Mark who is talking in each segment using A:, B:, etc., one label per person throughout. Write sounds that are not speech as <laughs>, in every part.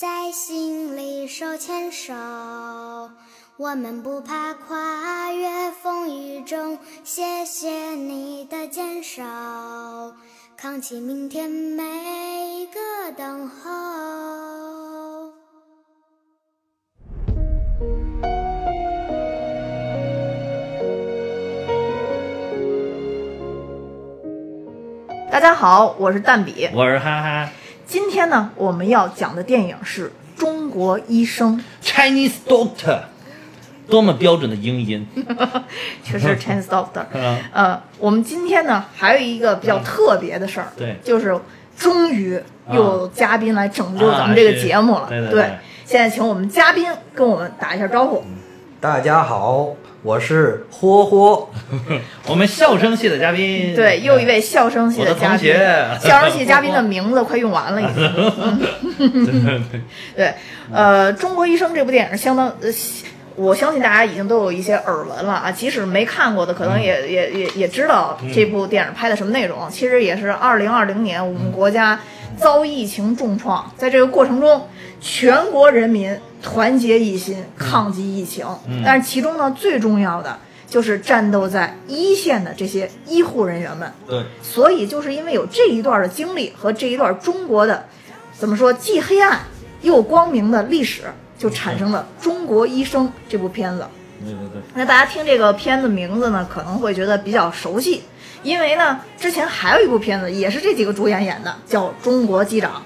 A: 在心里手牵手，我们不怕跨越风雨中。谢谢你的坚守，扛起明天每一个等候。
B: 大家好，我是蛋比。
C: <laughs> 我是哈哈
B: 今天呢，我们要讲的电影是《中国医生》， <laughs>
C: Chinese Doctor，多么标准的英音！
B: 确
C: <laughs>
B: 实 Chance Doctor。
C: 嗯
B: 呃，我们今天呢，还有一个比较特别的事儿，
C: 对
B: 就是终于又有嘉宾来拯救
C: 啊
B: 咱们这个节目了。
C: 是对对嗯对
B: 现在请我们嘉宾跟我们打一下招呼。
D: 大家好，我是霍
C: <laughs>
D: 霍。
C: 我们笑声系的嘉宾，
B: 对，又一位笑声系
C: 我的
B: 嘉宾
C: 同学，
B: 笑声系嘉
C: <laughs>
B: 宾的名字快用完了已经。
C: 对对对
B: 对，呃，《中国医生》这部电影相当呃。我相信大家已经都有一些耳闻了啊，即使没看过的，可能也、也也也知道这部电影拍的什么内容。其实也是二零二零年我们国家遭疫情重创，在这个过程中，全国人民团结一心抗击疫情。但是其中呢，最重要的就是战斗在一线的这些医护人员们，
C: <laughs> 对，
B: 所以就是因为有这一段的经历和这一段中国的怎么说既黑暗又光明的历史，就产生了《中国医生》这部片子。
C: 对对对，
B: 那大家听这个片子名字呢，可能会觉得比较熟悉，因为呢之前还有一部片子也是这几个主演演的，叫《中国机长》。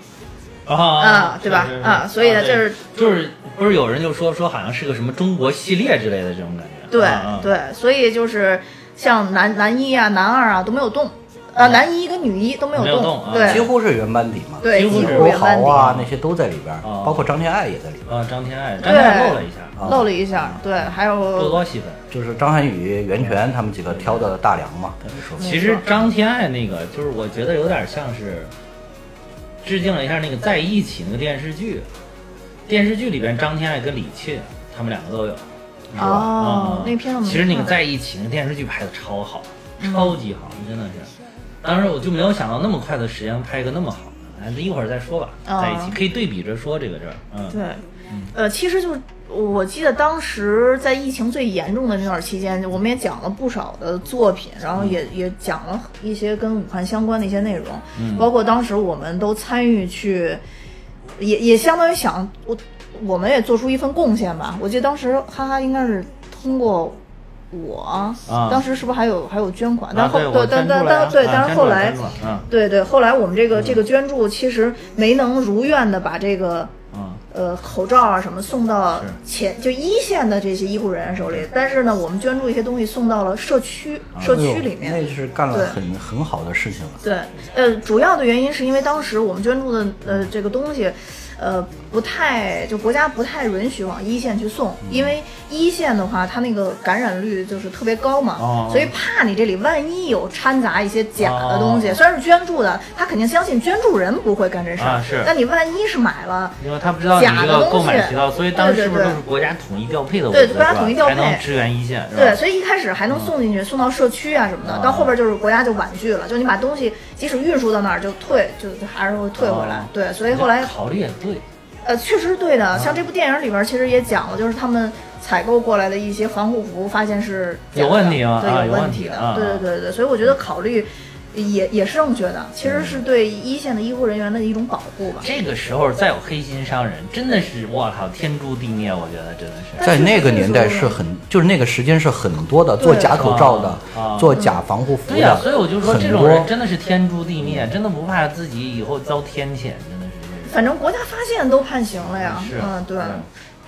C: 啊
B: 啊对吧
C: 是是是
B: 啊所以呢
C: 啊
B: 这是
C: 对就是不是有人就说说好像是个什么中国系列之类的这种感觉，
B: 对、
C: 啊，
B: 对，所以就是像男男一啊、男二啊都没有动，呃，男一跟女一都没有
C: 没有动啊
B: 对
D: 几乎是原班底嘛，
B: 对，
C: 几乎
B: 几
C: 是
B: 乎
D: 郭
B: 原班
D: 豪
B: 底。
D: 啊那些都在里边儿，
C: 哦
D: 包括张天爱也在里边儿。
C: 啊，张天爱，张天爱露了一下，啊
D: 啊
B: 露了一下，对，还
C: 多
B: 有
C: 高戏份。
D: 就是张涵予、袁泉他们几个挑的大梁嘛，等于说
C: 其实张天爱那个，就是我觉得有点像是致敬了一下那个《在一起》那个电视剧，电视剧里边张天爱跟李沁他们两个都有。
B: 哦
C: 嗯，
B: 那片我没
C: 其实那个
B: 看嗯
C: 在一起那个电视剧拍的超好，超级好，真的是。当时我就没有想到那么快的时间拍一个那么好的，哎，一会儿再说吧。
B: 哦
C: 在一起可以对比着说这个事儿，嗯，
B: 对，呃，其实就是我记得当时在疫情最严重的那段期间，我们也讲了不少的作品，然
C: 嗯
B: 后也、也讲了一些跟武汉相关的一些内容，
C: 嗯
B: 包括当时我们都参与去，也也相当于想我我们也做出一份贡献吧。我记得当时哈哈应该是通过。我、
C: 啊
B: 当时是不是还有还有捐款？但
C: 啊
B: 后、
C: 对我
B: 但
C: 站
B: 但
C: 出来
B: 但
C: 了
B: 但对，但是
C: 啊站
B: 后
C: 出
B: 来
C: 站出来嗯
B: 对对，后来我们这个这个捐助其实没能如愿的把这个
C: 嗯，
B: 呃口罩啊什么送到
C: 是
B: 前就一线的这些医护人员手里，但是呢，我们捐助一些东西送到了社区社区里
D: 哎呦
B: 面。
D: 那是干
B: 对
D: 了很很好的事情啊了。
B: 对，呃，主要的原因是因为当时我们捐助的呃这个东西，呃不太就国家不太允许往一线去送，
C: 嗯
B: 因为一线的话它那个感染率就是特别高嘛，
C: 哦
B: 所以怕你这里万一有掺杂一些假的东西，
C: 哦
B: 虽然是捐助的，他肯定相信捐助人不会干这事儿，
C: 啊是
B: 但你万一是买了。
C: 因为他不知道你这个购买渠道，所以当时是不是
B: 对
C: 都
B: 对对
C: 是国家统一调配的物资，
B: 对
C: 是
B: 国家
C: 吧
B: 统一调配
C: 才能支援一线，是吧嗯
B: 对，所以一开始还能送进去，送到社区啊什么的，
C: 啊
B: 到后边就是国家就婉拒了，就你把东西即使运输到那儿就退，就就还是会退回来。
C: 哦
B: 对，所以后来
C: 考虑也对，
B: 呃，确实是对的。像这部电影里边其实也讲了，就是他们采购过来的一些防护服，发现是假的
C: 有问题吗
B: 对，
C: 啊有
B: 问
C: 问
B: 题
C: 题
B: 的。
C: 啊
B: 对对对对，所以我觉得考虑也也是正确的，其实
C: 嗯
B: 是对一线的医护人员的一种保护吧。
C: 这个时候再有黑心商人，真的是我靠天诛地灭，我觉得真的是。
D: 在那个年代是很，就是那个时间是很多的，做假口罩的
C: 啊啊，
D: 做假防护服
C: 对呀、所以
D: 的，
C: 我就说这
D: 很
C: 种人
D: 多。
C: 真的是天诛地灭，真的不怕自己以后遭天谴，真的是。
B: 反正国家发现都判刑了呀。
C: 是
B: 嗯，对。
C: 嗯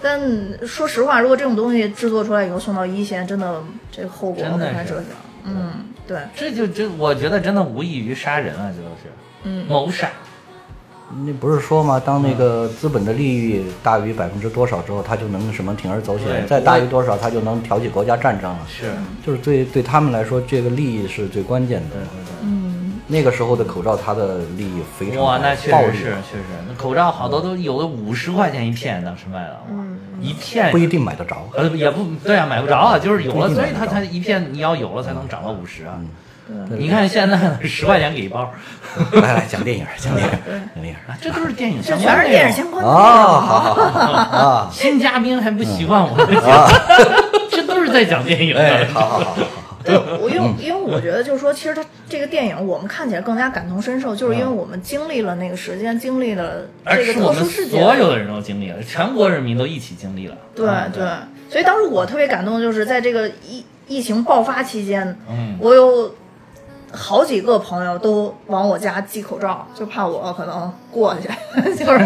B: 但说实话，如果这种东西制作出来以后送到一线，真的这个后果
C: 真
B: 很
C: 的是
B: 难设想。嗯，对，
C: 这就这，我觉得真的无异于杀人啊，这都是，嗯，谋杀，
D: 那不是说
C: 嗯
D: 吗？当那个资本的利益大于百分之多少之后，他就能什么铤而走
C: 对
D: 险；再大于多少，他就能挑起国家战争了。
C: 是，
D: 就是对对他们来说，这个利益是最关键的
C: 对。对
D: 那个时候的口罩，它的利益非
C: 对，
D: 常
C: 哇，
D: 大
C: 那确
D: 暴啊
C: 实
D: 利
C: 是，确实，那口罩好多都有的五十块钱一片，当时卖的，哇，
B: 嗯
C: 一片
D: 不一定买得着。
C: 呃，也不对啊，买不着啊，就是有
D: 不
C: 了，
D: 一定
C: 所
D: 买
C: 以
D: 得
C: 它
D: 着嗯
C: 它一片你要有了才能涨到五十啊。
D: 对
C: 你看现在的十块钱给一包，
D: 来来讲电影，讲电影，讲电影。
C: 啊这都是电影
B: 这
C: 相关
B: 全
C: 的
B: 是电影相关的
D: 哦，
B: 内容
D: 好好好好啊，
C: 新嘉宾还不习惯我的节目， <laughs> 这都是在讲电影
D: 嗯哎，
C: 的。
D: 好好好好好，
B: 对， <laughs> 我因为因为我觉得就是说，其实它这个电影我们看起来更加感同身受，就是因为我们经历了那个时间，经历了
C: 而
B: 这个
C: 嗯哎是我
B: 特
C: 们
B: 殊事件，
C: 所有的嗯人都经历了，全国人民都一起经历了。
B: 对对，所以当时我特别感动，就是在这个疫疫情爆发期间，
C: 嗯
B: 我有好几个朋友都往我家寄口罩，就怕我可能过去， <laughs> 就是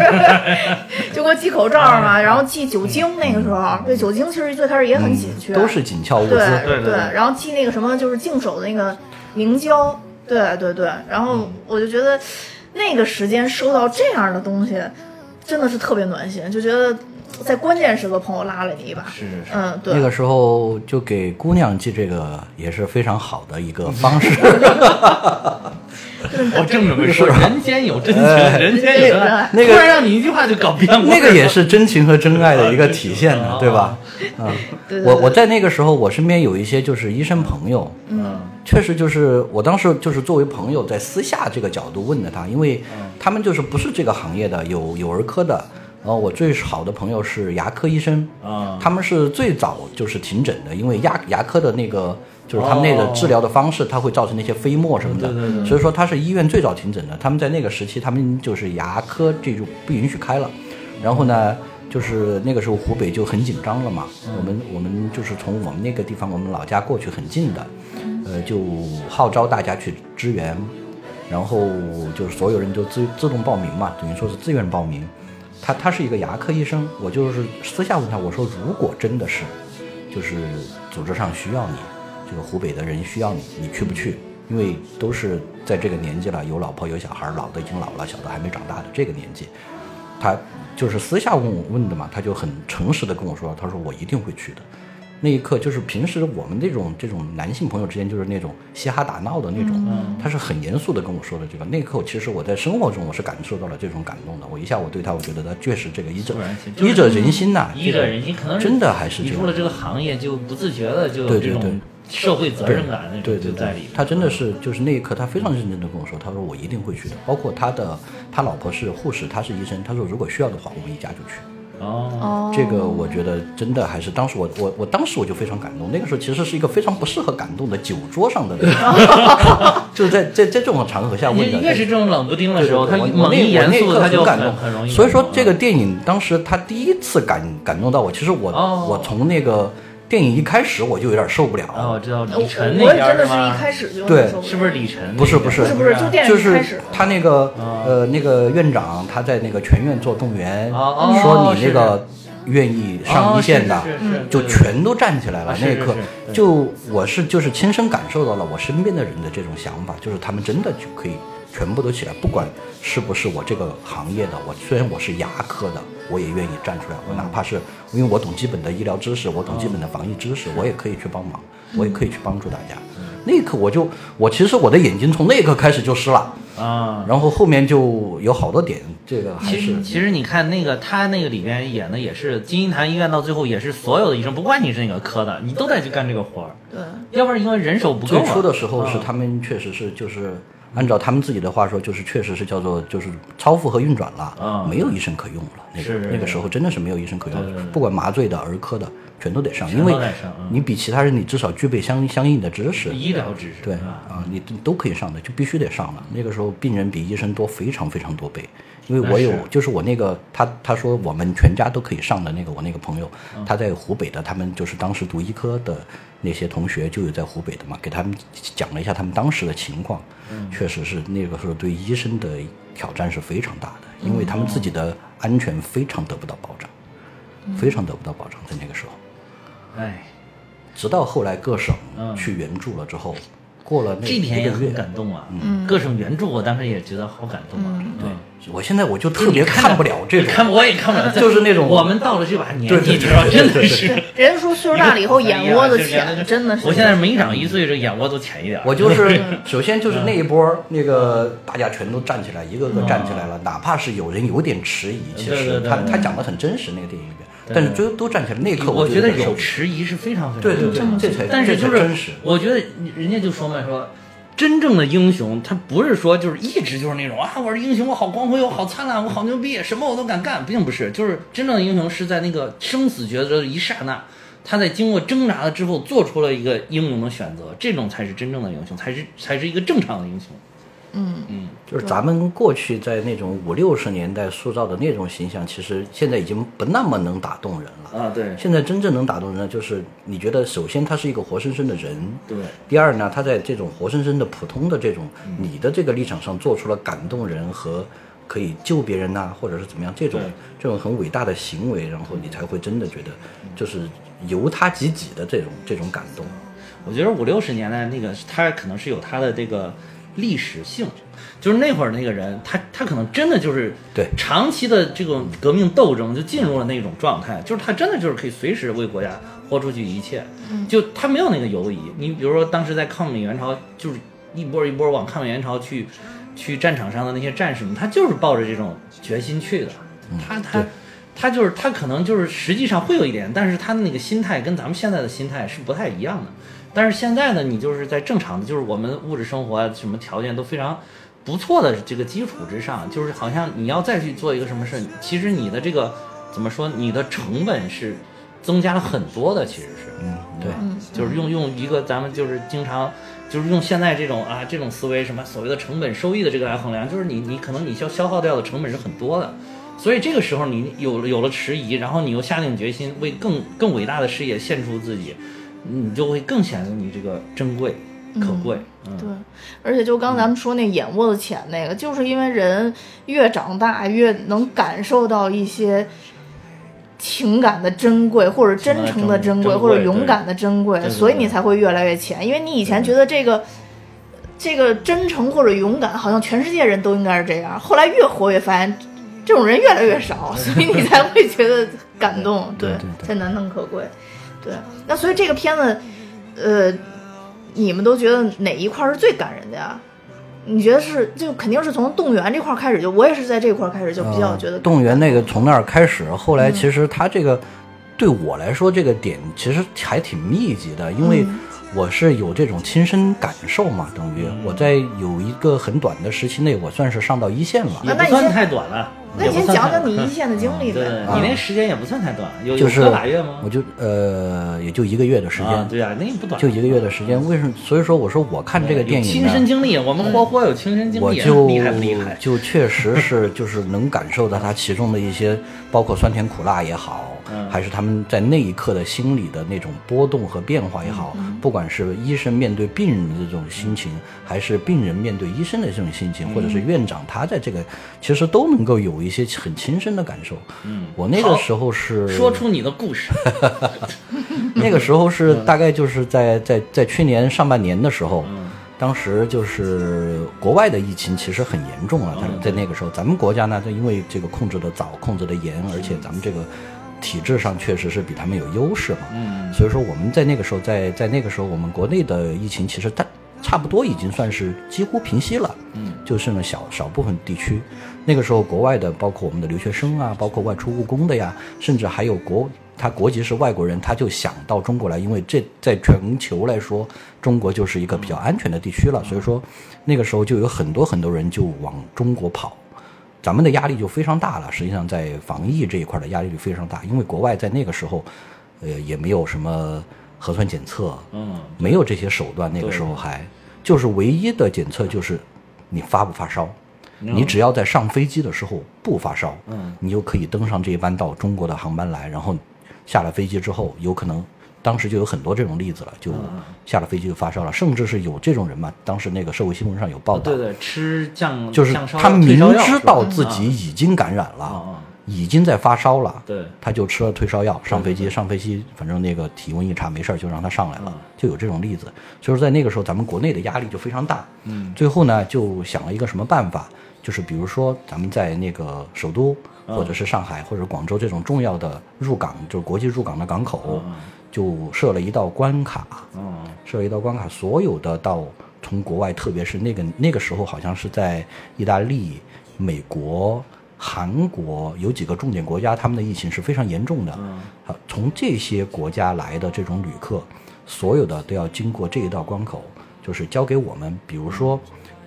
B: 就给我寄口罩
C: 嗯
B: 嘛，然后寄酒精。那个时候，对酒精其实最开始也很紧缺，
D: 都是紧俏物
B: 对
D: 资，
C: 对对对
B: 然后寄那个什么就是净手的那个凝胶，对对对，然后
C: 嗯
B: 我就觉得那个时间收到这样的东西，真的是特别暖心，就觉得在关键时刻朋友拉了你一把，
C: 是是是
B: 嗯，对，
D: 那个时候就给姑娘寄这个也是非常好的一个方式。
C: 嗯我正准
D: <laughs>
C: 备说，人间有真情，人间有真爱。
D: 哎那个
C: 突然让你一句话就搞变味儿了
D: 那个也是真情和真爱的一个体现呢，对吧？嗯，
B: 对对
D: 我
B: 对
D: 我在那个时候，我身边有一些就是医生朋友，
C: 嗯，
D: 确实就是我当时就是作为朋友在私下这个角度问的他，因为他们就是不是这个行业的，有有儿科的，然后我最好的朋友是牙科医生，
C: 啊
D: 他们是最早就是停诊的，因为牙牙科的那个就是他们那个
C: 哦
D: 治疗的方式，它会造成那些飞沫什么的，
C: 嗯对对对
D: 所以说他是医院最早停诊的。他们在那个时期，他们就是牙科这就不允许开了，然后呢。就是那个时候，湖北就很紧张了嘛。
C: 嗯
D: 我们我们就是从我们那个地方，我们老家过去很近的，呃，就号召大家去支援，然后就是所有人就自自动报名嘛，等于说是自愿报名。他他是一个牙科医生，我就是私下问他，我说如果真的是，就是组织上需要你，这个湖北的人需要你，你去不去？因为都是在这个年纪了，有老婆有小孩儿，老的已经老了，小的还没长大的这个年纪，他就是私下问我问的嘛，他就很诚实的跟我说，他说我一定会去的。那一刻就是平时我们这种这种男性朋友之间就是那种嘻哈打闹的那种，他是很严肃的跟我说的这个。那一刻，其实我在生活中我是感受到了这种感动的。我一下我对他，我觉得他确实这个医者
C: 突然间就是
D: 医者仁心呐、
C: 医者仁心，可能是
D: 真的还是
C: 你
D: 这
C: 入了
D: 样。
C: 这个行业，就不自觉的就有
D: 对
C: 这
D: 对对
C: 种社会责任感那
D: 对
C: 种就
D: 对对
C: 在里，面。
D: 他真的是就是那一刻，他非常认真的跟我说，他说我一定会去的。包括他的他老婆是护士，他是医生，他说如果需要的话，我们一家就去。
C: 哦，
B: 哦，
D: 这个我觉得真的还是当时我我我当时我就非常感动，那个时候其实是一个非常不适合感动的酒桌上的
C: <laughs>
D: 那种，就是在在在这种场合下问
C: 你
D: 的。
C: 越是这种冷不丁的时候，他
D: 对对对我我
C: 猛
D: 那
C: 一严
D: 我那一
C: 肃，
D: 刻
C: 他就
D: 很感
C: 很
D: 动，
C: 很容易。嗯
D: 所以说这个电影当时他第一次感感动到我，其实我、
C: 哦
D: 我从那个电影一开始我就有点受不了。
C: 啊，我知道
B: 我
C: 李晨那
B: 哦我也
C: 边
B: 真的是一
C: 吗？
B: 开始就
D: 对
B: 受不了
C: 是不是李晨那边？
D: 不是不是
B: 不是不是，就电
D: 就
B: 影一
D: 是
B: 开始，
D: 他那个、
C: 啊
D: 呃那个院长，他在那个全院做动员，
C: 哦哦
D: 说你
C: 是
D: 那个愿意上一线的，
C: 哦是是是是
D: 就
C: 对对
D: 全都站起来了
C: 啊。
D: 那
C: 是
D: 一
C: 是
D: 刻
C: 是，对
D: 就我是就是亲身感受到了我身边的人的这种想法，就是他们真的就可以全部都起来，不管是不是我这个行业的，我虽然我是牙科的，我也愿意站出来。
C: 嗯
D: 我哪怕是因为我懂基本的医疗知识，我懂基本的防疫知识，我也可以去帮忙，我也可以去帮助大家。
C: 嗯
D: 那一刻我就我其实我的眼睛从那一刻开始就湿了，
C: 啊。
D: 然后后面就有好多点，这个还
C: 其
D: 是
C: 实，其实你看那个他那个里边演的也是金银潭医院，到最后也是所有的医生，不管你是哪个科的，你都得去干这个活儿，
B: 对，
C: 要不然因为人手不够
D: 最
C: 啊。
D: 初的时候是
C: 啊
D: 他们确实是就是按照他们自己的话说，就是确实是叫做就是超负荷运转了，
C: 啊
D: 没有医生可用了。那个
C: 是是
D: 那个时候真的是没有医生可用了，
C: 对对对
D: 不管麻醉的、儿科的，全都得上，
C: 全
D: 因
C: 都
D: 为
C: 得上嗯
D: 你比其他人你至少具备相相应的知识。
C: 医疗知识
D: 对
C: 啊，
D: 啊，你都都可以上的，就必须得上了。那个时候病人比医生多非常非常多倍，因为
C: 那
D: 我
C: 是
D: 有就是我那个他他说我们全家都可以上的那个我那个朋友，
C: 嗯
D: 他在湖北的，他们就是当时读医科的那些同学就有在湖北的嘛，给他们讲了一下他们当时的情况，
C: 嗯
D: 确实是那个时候对医生的挑战是非常大的，因为他们
C: 嗯
D: 自己的安全非常得不到保障，
C: 嗯
D: 非常得不到保障，在那个时候。
C: 哎，
D: 直到后来各省
C: 嗯
D: 去援助了之后，过了那
C: 这点
D: 一
C: 也
D: 个月
C: 很，感动啊。嗯，各省援助，我当时也觉得好感动啊。对，
D: 我现在我就特别看不了嗯这
C: 你看
D: 种，
C: 我也看不了，
D: <laughs> 就是那种
C: 我们到了这把年
D: 对
C: 纪，
D: 对
C: 你知道，
D: 对对
C: 真的
D: 对
C: 是。
B: 人家说岁数大了以后眼窝子浅，真的是，
C: 我现在每长一岁，这眼窝都浅一点儿。<laughs>
D: 我就是首先就是那一
C: 嗯
D: 波那个大家全都站起来，一个个站起来了，哪怕是有人有点迟疑，其
C: 对对
D: 实
C: 对
D: 他
C: 对
D: 他讲的很真实那个电影里边，
C: 对
D: 但是最后都站起来那一刻，
C: 我觉
D: 觉
C: 得
D: 得
C: 有迟疑是非非常非常
D: 对对对
C: 正常的
D: 这才
C: 但是就
D: 这才真
C: 是
D: 实
C: 我觉得人家就说嘛，说真正的英雄，他不是说就是一直就是那种啊，我是英雄，我好光辉，我好灿烂，我好牛逼，什么我都敢干，并不是。就是真正的英雄是在那个生死抉择的一刹那，他在经过挣扎了之后，做出了一个英勇的选择，这种才是真正的英雄，才是才是一个正常的英雄。
D: 就是咱们过去在那种五六十年代塑造的那种形象，其实现在已经不那么能打动人了。
C: 啊，对
D: 现在真正能打动人的，就是你觉得，首先他是一个活生生的人，
C: 对，
D: 第二呢，他在这种活生生的普通的这种你的这个立场上，做出了感动人和可以救别人呐、或者是怎么样这种
C: 对
D: 这种很伟大的行为，然后你才会真的觉得，就是由他及己的这种这种感动。
C: 我觉得五六十年代那个他可能是有他的这个历史性，就是那会儿那个人，他他可能真的就是
D: 对
C: 长期的这种革命斗争就进入了那种状态，就是他真的就是可以随时为国家豁出去一切，就他没有那个犹疑。你比如说当时在抗美援朝，就是一波一波往抗美援朝去去战场上的那些战士们，他就是抱着这种决心去的，他他。他就是他，可能就是实际上会有一点，但是他的那个心态跟咱们现在的心态是不太一样的。但是现在呢，你就是在正常的，就是我们物质生活啊，什么条件都非常不错的这个基础之上，就是好像你要再去做一个什么事，其实你的这个怎么说，你的成本是增加了很多的，其实是，嗯，
D: 对，
C: 就是用用一个咱们就是经常就是用现在这种啊这种思维，什么所谓的成本收益的这个来衡量，就是你你可能你消消耗掉的成本是很多的，所以这个时候你有了有了迟疑，然后你又下定决心为更更伟大的事业献出自己，你就会更显得你这个珍贵可贵。嗯，
B: 对，而且就刚咱们说那眼窝子浅那个，就是因为人越长大越能感受到一些情感的珍贵，或者真诚的
C: 珍
B: 珍贵，
C: 贵
B: 或者勇敢的珍贵
C: 对，对对
B: 所以你才会越来越浅。因为你以前觉得这个这个真诚或者勇敢，好像全世界人都应该是这样，后来越活越发现。这种人越来越少，所以你才会觉得感动，对，才难能可贵，对。那所以这个片子，呃，你们都觉得哪一块儿是最感人的呀？你觉得是就肯定是从动员这块儿开始就，我也是在这块儿开始就比较觉得，
D: 动员那个从那儿开始，后来其实他这个、对我来说这个点其实还挺密集的，
B: 嗯
D: 因为我是有这种亲身感受嘛，等于我在有一个很短的时期内，我算是上到一线了。
C: 也
B: 那
C: 不
B: 你
C: 算
B: 先
C: 太短了。
B: 那
C: 也
B: 你
C: 不
B: 先
C: 算
B: 讲
C: 太
B: 讲你
C: 短
B: 一
C: <laughs>
B: 线的啊经历
C: 对
B: 呗。
C: 你那时间也不算太短，有有
D: 就是
C: 个把月吗
D: 我？就呃也就一个月的时间，
C: 啊，对啊，那也不短，
D: 就一个月的时间。为什么？所以说我说我看这个
C: 有
D: 电影
C: 亲身
D: 呢，嗯
C: 经历，我们活活有亲身经
D: 我
C: 历，啊
D: 就
C: 厉害不厉害？
D: 就确实是就是能感受到它其中的一些，包括酸甜苦辣也好，
C: 嗯
D: 还是他们在那一刻的心理的那种波动和变化也
C: 嗯
D: 好，不管是医生面对病人的这种心情，还是病人面对医生的这种心情，或
C: 嗯
D: 者是院长他在这个，其实都能够有一些很亲身的感受。嗯，我那
C: 好
D: 个时候是
C: 说出你的故
D: <laughs>
C: 事，
D: 那个时候是大概就是在在在去年上半年的时候，
C: 嗯
D: 当时就是国外的疫情其实很严重了，但是在那个时候，咱们国家呢，就因为这个控制的早，控制的严，而且咱们这个体制上确实是比他们有优势嘛，
C: 嗯
D: 所以说我们在那个时候，在在那个时候，我们国内的疫情其实它差不多已经算是几乎平息了，
C: 嗯，
D: 就剩了小少部分地区。那个时候，国外的包括我们的留学生啊，包括外出务工的呀，甚至还有国他国籍是外国人，他就想到中国来，因为这在全球来说，中国就是一个比较安全的地区了。所以说，那个时候就有很多很多人就往中国跑。咱们的压力就非常大了。实际上，在防疫这一块的压力就非常大，因为国外在那个时候，呃，也没有什么核酸检测，
C: 嗯，
D: 没有这些手段。那个时候还就是唯一的检测就是你发不发烧，你只要在上飞机的时候不发烧，
C: 嗯，
D: 你就可以登上这一班到中国的航班来。然后下了飞机之后，有可能当时就有很多这种例子了，就
C: 嗯
D: 下了飞机就发烧了，甚至是有这种人嘛。当时那个社会新闻上有报道
C: 对，对，吃酱
D: 就是
C: 酱烧
D: 他
C: 退
D: 明
C: 烧药
D: 知
C: 是吧嗯
D: 道自己已经感染
C: 啊
D: 了，
C: 啊，
D: 已经在发烧了，
C: 嗯对
D: 他就吃了退烧药，上
C: 对
D: 飞机，上飞机，反正那个体温一查没事儿，就让他上来了
C: 嗯，
D: 就有这种例子。所以说在那个时候，咱们国内的压力就非常大。嗯，最后呢，就想了一个什么办法，就是比如说咱们在那个首都或者是上海或者广州这种重要的入港，就是国际入港的港口，就设了一道关卡。
C: 嗯，
D: 设一道关卡，所有的到从国外，特别是那个那个时候，好像是在意大利、美国、韩国有几个重点国家，他们的疫情是非常严重的。啊，从这些国家来的这种旅客，所有的都要经过这一道关口，就是交给我们，比如说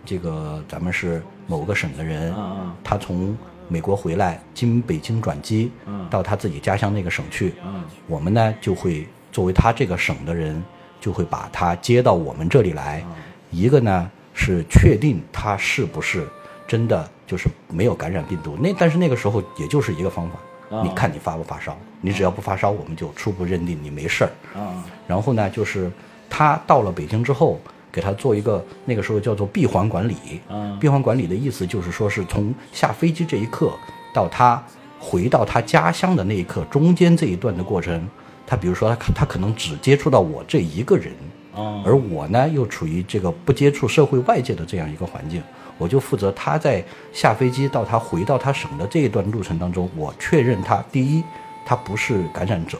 D: 这个咱们是某个省的人，
C: 啊
D: 他从美国回来，经北京转机
C: 嗯，
D: 到他自己家乡那个省去，
C: 啊啊
D: 我们呢就会作为他这个省的人，就会把他接到我们这里来。一个呢是确定他是不是真的就是没有感染病毒，那但是那个时候也就是一个方法，
C: 啊
D: 你看你发不发烧，你只要不发烧，我们就初步认定你没事儿。
C: 啊
D: 然后呢，就是他到了北京之后，给他做一个那个时候叫做闭环管理。
C: 啊
D: 闭环管理的意思就是说，是从下飞机这一刻到他回到他家乡的那一刻，中间这一段的过程，他比如说他可他可能只接触到我这一个人，
C: 啊
D: 而我呢又处于这个不接触社会外界的这样一个环境，我就负责他在下飞机到他回到他省的这一段路程当中，我确认他第一，他不是感染者；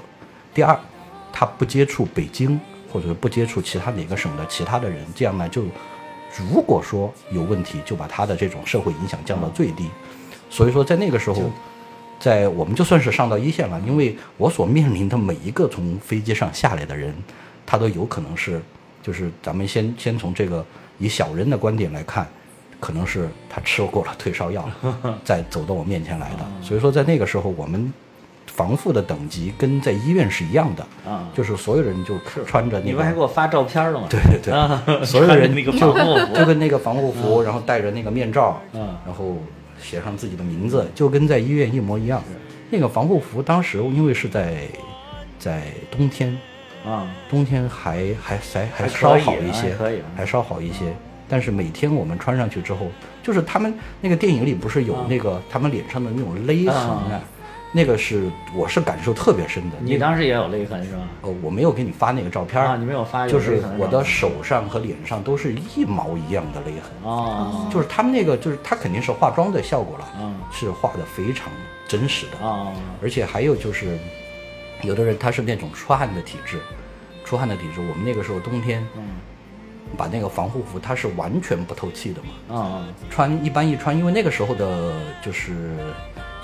D: 第二，他不接触北京或者不接触其他哪个省的其他的人，这样呢就如果说有问题，就把他的这种社会影响降到最低。所以说，在那个时候。在我们就算是上到一线了，因为我所面临的每一个从飞机上下来的人，他都有可能是，就是咱们先先从这个以小人的观点来看，可能是他吃过了退烧
C: <laughs>
D: 药，再走到我面前来的。所以说，在那个时候，我们防护的等级跟在医院是一样的，
C: 啊！
D: 就是所有人就穿着
C: 你
D: 那
C: 不还给
D: 个。
C: 我发照片了吗？
D: 对对对，
C: 啊，
D: <laughs> 所有人
C: 穿那个防护服
D: <laughs> 就跟那个防护服，然后戴着那个面罩，
C: 嗯
D: 然后写上自己的名字，就跟在医院一模一样。那个防护服当时因为是在在冬天，
C: 啊
D: 冬天还还还
C: 还
D: 还
C: 可
D: 稍
C: 以
D: 好
C: 啊
D: 一
C: 还
D: 些，
C: 可以啊
D: 还稍好一些。但是每天我们穿上去之后，就是他们那个电影里不是有那
C: 嗯
D: 个他们脸上的那种勒痕
C: 啊
D: 啊，那个是我是感受特别深的。
C: 你当时也有勒痕是吧？
D: 呃，我没有给你发那个照片儿
C: 啊，你没有发有
D: 就是
C: 勒痕
D: 我
C: 吧
D: 的手上和脸上都是一毛一样的勒痕。
C: 哦
D: 就是他们那个，就是他肯定是化妆的效果了，
C: 嗯
D: 是画的非常真实的，
C: 哦
D: 而且还有就是，有的人他是那种出汗的体质，出汗的体质，我们那个时候冬天
C: 嗯
D: 把那个防护服它是完全不透气的嘛，
C: 哦
D: 穿一般一穿，因为那个时候的就是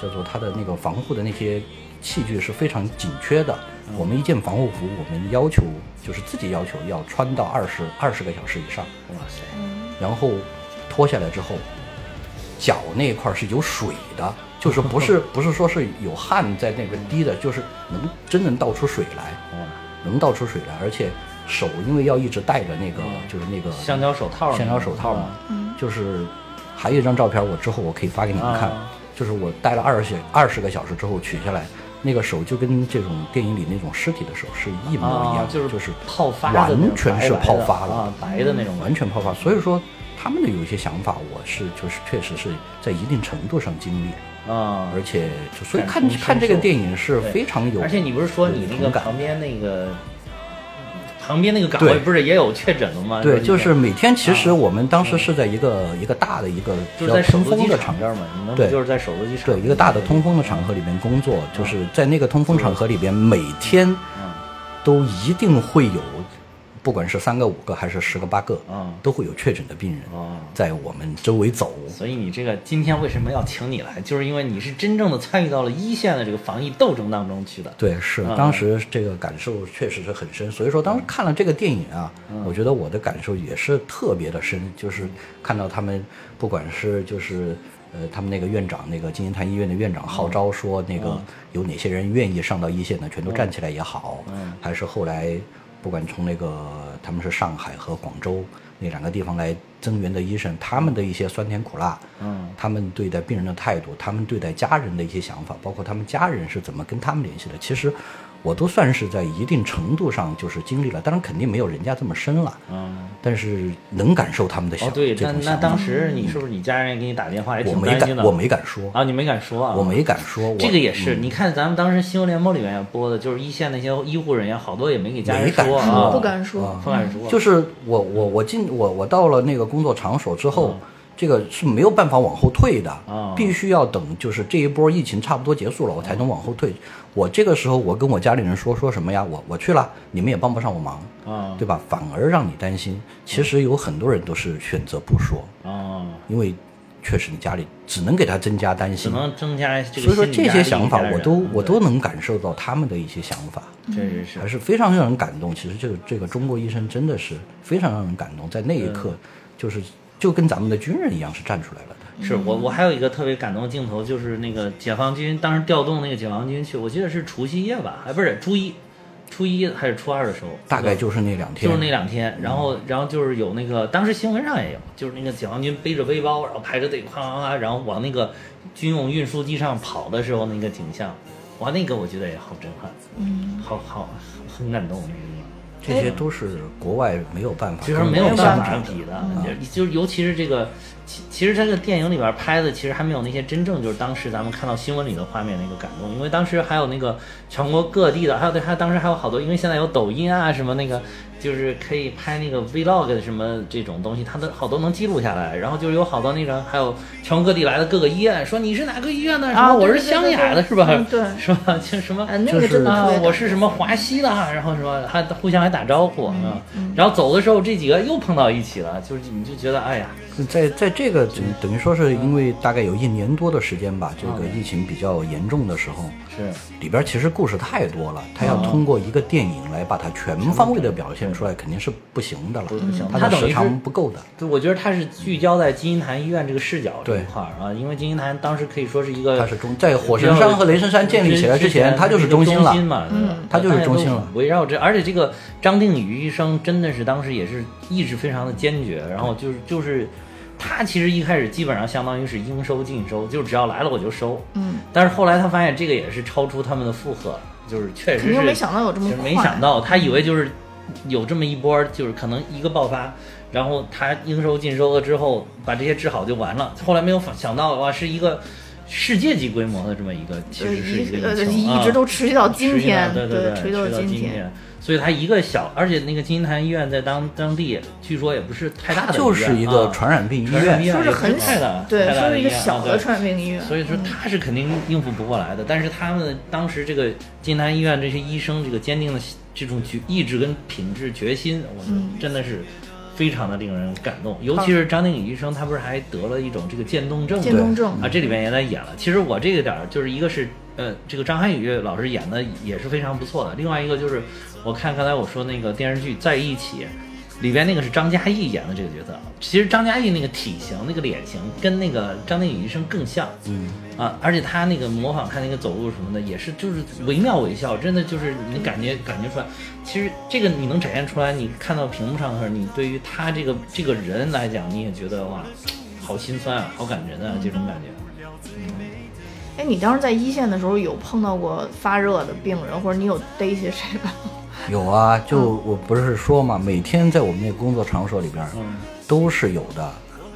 D: 叫做它的那个防护的那些器具是非常紧缺的。我们一件防护服，我们要求就是自己要求要穿到二十二十个小时以上，
C: 哇塞
D: 然后脱下来之后，脚那块儿是有水的，就是不
C: <laughs>
D: 是不是说是有汗在那边滴的，就是能真能倒出水来，
C: 哇，
D: 能倒出水来，而且手因为要一直戴着那个就是那个
C: 橡胶嗯手套呢，嗯
D: 橡胶手套嘛，就是还有一张照片，我之后我可以发给你们看，
C: 啊
D: 就是我戴了二十二十个小时之后取下来，那个手就跟这种电影里那种尸体的手是一模一样，
C: 啊，就是
D: 就是
C: 泡发的那种
D: 完全是
C: 白白的
D: 泡发了，
C: 啊，白的那种
D: 完全泡发。所以说他们的有一些想法，我是就是确实是在一定程度上经历，
C: 啊，
D: 而且就所以
C: 感
D: 看
C: 同身
D: 看这个
C: 受
D: 电影是
C: 对
D: 非常有，
C: 而且你不是说你那
D: 有
C: 个
D: 同感
C: 旁边那个旁边那个岗
D: 对
C: 位不是也有确诊的吗？
D: 对，
C: 说
D: 就
C: 你
D: 是每天其实我们当时是在一个一个大的一个
C: 就是
D: 比较
C: 在首
D: 通
C: 都机嗯
D: 风的
C: 场
D: 场
C: 这儿嘛，你们不
D: 对
C: 就是在首都机场
D: 对，一个大的通风的场合里面工作，就是
C: 嗯
D: 在那个通风场合里边，每天都一定会有，不管是三个、五个还是十个、八个
C: 嗯，
D: 都会有确诊的病人
C: 哦。
D: 在我们周围走。
C: 所以你这个今天为什么要请你来，就是因为你是真正的参与到了一线的这个防疫斗争当中去的。
D: 对，是
C: 嗯
D: 当时这个感受确实是很深，所以说当时看了这个电影啊，
C: 嗯
D: 我觉得我的感受也是特别的深，就是看到他们不管是就是呃他们那个院长那个金银潭医院的院长
C: 嗯
D: 号召说那个有哪些人愿意上到一线的全都
C: 嗯
D: 站起来也好，还是后来不管从那个他们是上海和广州那两个地方来增援的医生，他们的一些酸甜苦辣，
C: 嗯
D: 他们对待病人的态度，他们对待家人的一些想法，包括他们家人是怎么跟他们联系的，其实我都算是在一定程度上就是经历了，当然肯定没有人家这么深了，
C: 嗯，
D: 但是能感受他们的想、
C: 哦对，
D: 这
C: 那
D: 种
C: 那
D: 想
C: 当
D: 法。
C: 时你是不是你家人也给你打电话，也
D: 我
C: 挺
D: 没
C: 担心
D: 敢，
C: 的？
D: 我没敢说，
C: 啊，你没敢说啊？
D: 我没敢说，我
C: 这个也是，
D: 嗯
C: 你看咱们当时新闻联播里面也播的，就是一线那些医护人员，好多也没给家人
D: 没敢
C: 说啊，
D: 说
B: 不敢说，
C: 不敢说，
D: 就是是我我我进我我到了那个工作场所之
C: 嗯
D: 后，这个是没有办法往后退的，
C: 哦
D: 必须要等就是这一波疫情差不多结束了，我才能往后退。
C: 嗯
D: 我这个时候我跟我家里人说说什么呀？我我去了，你们也帮不上我忙，
C: 啊
D: 对吧？反而让你担心。其实有很多人都是选择不说，
C: 啊
D: 因为确实家里只能给他增加担
C: 只
D: 心。
C: 能增加这个
D: 所以说
C: 心理
D: 这
C: 压力啊
D: 些想法
C: 给家
D: 我
C: 人
D: 都我都能感受到他们的一些想法，
C: 对确实是
D: 还是非常让人感动。其实这个这个中国医生真的是非常让人感动，在那一
C: 嗯
D: 刻就是就跟咱们的军人一样是站出来了的。
C: 是我我还有一个特别感动的镜头，就是那个解放军当时调动那个解放军去，我记得是除夕夜吧，哎不是初一，初一还是初二的时候，
D: 大概就是那两天，嗯
C: 就是那两天，然后然后就是有那个，当时新闻上也有，就是那个解放军背着背包，然后排着队，哐哐哐，然后往那个军用运输机上跑的时候那个景象，哇，那个我觉得也好震撼，嗯，好好很感动那个地方。
D: 这些都是国外没有办法，
C: 其实没
D: 有
C: 有办法嗯
D: 法
C: 比的，就是尤其是这个，其其实这个电影里边拍的，其实还没有那些真正就是当时咱们看到新闻里的画面那个感动，因为当时还有那个全国各地的，还有对，还有当时还有好多，因为现在有抖音啊什么那个，就是可以拍那个 vlog 的什么这种东西，它的好多能记录下来，然后就是有好多那个还有全国各地来的各个医院，说你是哪个医院的
B: 啊
C: 什么我
B: 对
C: 是
B: 对
C: 湘
B: 对
C: 雅的
B: 对
C: 是吧
B: 嗯？对
C: <laughs> 是吧？就什么
B: 哎，那个
D: 就是
B: 真的
C: 啊
B: 特别，
C: 我是什么华西的啊，然后什么还互相还打招呼啊，
B: 嗯
C: 然后走的时候这几个又碰到一起了，就是你就觉得哎呀，
D: 在在这个
C: 嗯
D: 等等于说是因为大概有一年多的时间吧，这个疫情比较严重的时候，
C: 是
D: 里边其实故事太多了，他要
C: 嗯
D: 通过一个电影来把它全方位的表现出来，肯定是不行的了
C: 不行，
D: 它
C: 它
D: 的
C: 等于
D: 时
C: 是
D: 长不够的。
C: 就我觉得他是聚焦在金银潭医院这个视角这一
D: 对
C: 块儿啊，因为金银潭当时可以说是一个
D: 它是中在火神山和雷神山建立起来之前，它就是
C: 中
D: 中心了。
C: 嘛，嗯
D: 它就是中心了
C: 围绕这，而且这个张定宇医生真的是当时也是意志非常的坚决，然后就是就是。他其实一开始基本上相当于是应收尽收，就只要来了我就收。嗯，但是后来他发现这个也是超出他们的负荷，就是确实
B: 肯
C: 是
B: 定没想到有这么
C: 就是
B: 快，
C: 没想到，他以为就是有这么一波，就是可能一个爆发，然后他应收尽收了之后，把这些治好就完了。后来没有想到，哇，是一个世界级规模的这么一个，其
B: 对，
C: 实是
B: 一
C: 个
B: 呃
C: 疫情
B: 一
C: 啊
B: 直都持续到今
C: 持续
B: 天，
C: 到对对，
B: 持续
C: 到
B: 到
C: 今
B: 天。。
C: 所以他一个小，而且那个金银潭医院在当当地，据说也不是太大
D: 它
C: 的医院，
D: 就是一个
C: 啊
D: 传染病医
C: 传染病
D: 院，
B: 说是
C: 也不
B: 很
C: 太大，
B: 对，
C: 太大
B: 说
C: 的
B: 是一
C: 医
B: 个
C: 院
B: 小
C: 啊
B: 的
C: 对
B: 传染病医院，
C: 所以说他是肯定应付不过来的，但是他们当时这个金坛医院这些医生这个坚定的这种决意志跟品质决心，我觉得
B: 嗯
C: 真的是非常的令人感动。尤其是张定宇医生，他不是还得了一种这个渐冻症吗？
B: 渐冻症
C: 啊，这里面也在演了。其实我这个点儿就是一个是呃，这个张涵予老师演的也是非常不错的，另外一个就是我看刚才我说那个电视剧《在一起》。里边那个是张嘉译演的这个角色，其实张嘉译那个体型、那个脸型跟那个张定宇医生更像，嗯啊，而且他那个模仿看那个走路什么的，也是就是惟妙惟肖，真的就是你感觉感觉出来，其实这个你能展现出来，你看到屏幕上的时候，你对于他这个这个人来讲，你也觉得哇，好心酸啊，好感人啊，这种感觉。
B: 哎，你当时在一线的时候有碰到过发热的病人，或者你有逮些谁吧？
D: 有啊，就我不是说嘛，每天在我们那个工作场所里边都是有的。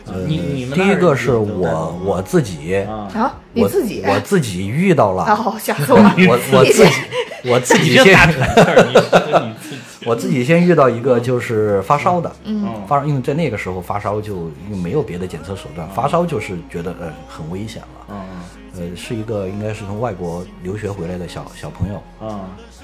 D: 呃，
C: 嗯你你们那
D: 第一
C: 儿
D: 个是
C: 有有那
D: 我
C: 种
D: 我自己，
C: 啊
B: 啊，你
D: 我
B: 自己？
D: 我自己遇到了，
B: <laughs> 哦， <laughs> 吓死我
C: <laughs>
B: 了！
D: 我我
B: 你
D: 自
B: 这
D: 己我自
C: 你
D: 己
C: 这大
D: 先
C: 喘气儿，你说你自己，
D: 我自己先遇到一个就是发烧的，
C: 嗯
D: 发烧，因为在那个时候发烧就因为没有别的检测手段，发烧就是觉得呃很危险了，
C: 嗯
D: 呃是一个应该是从外国留学回来的小小朋友，
C: 嗯，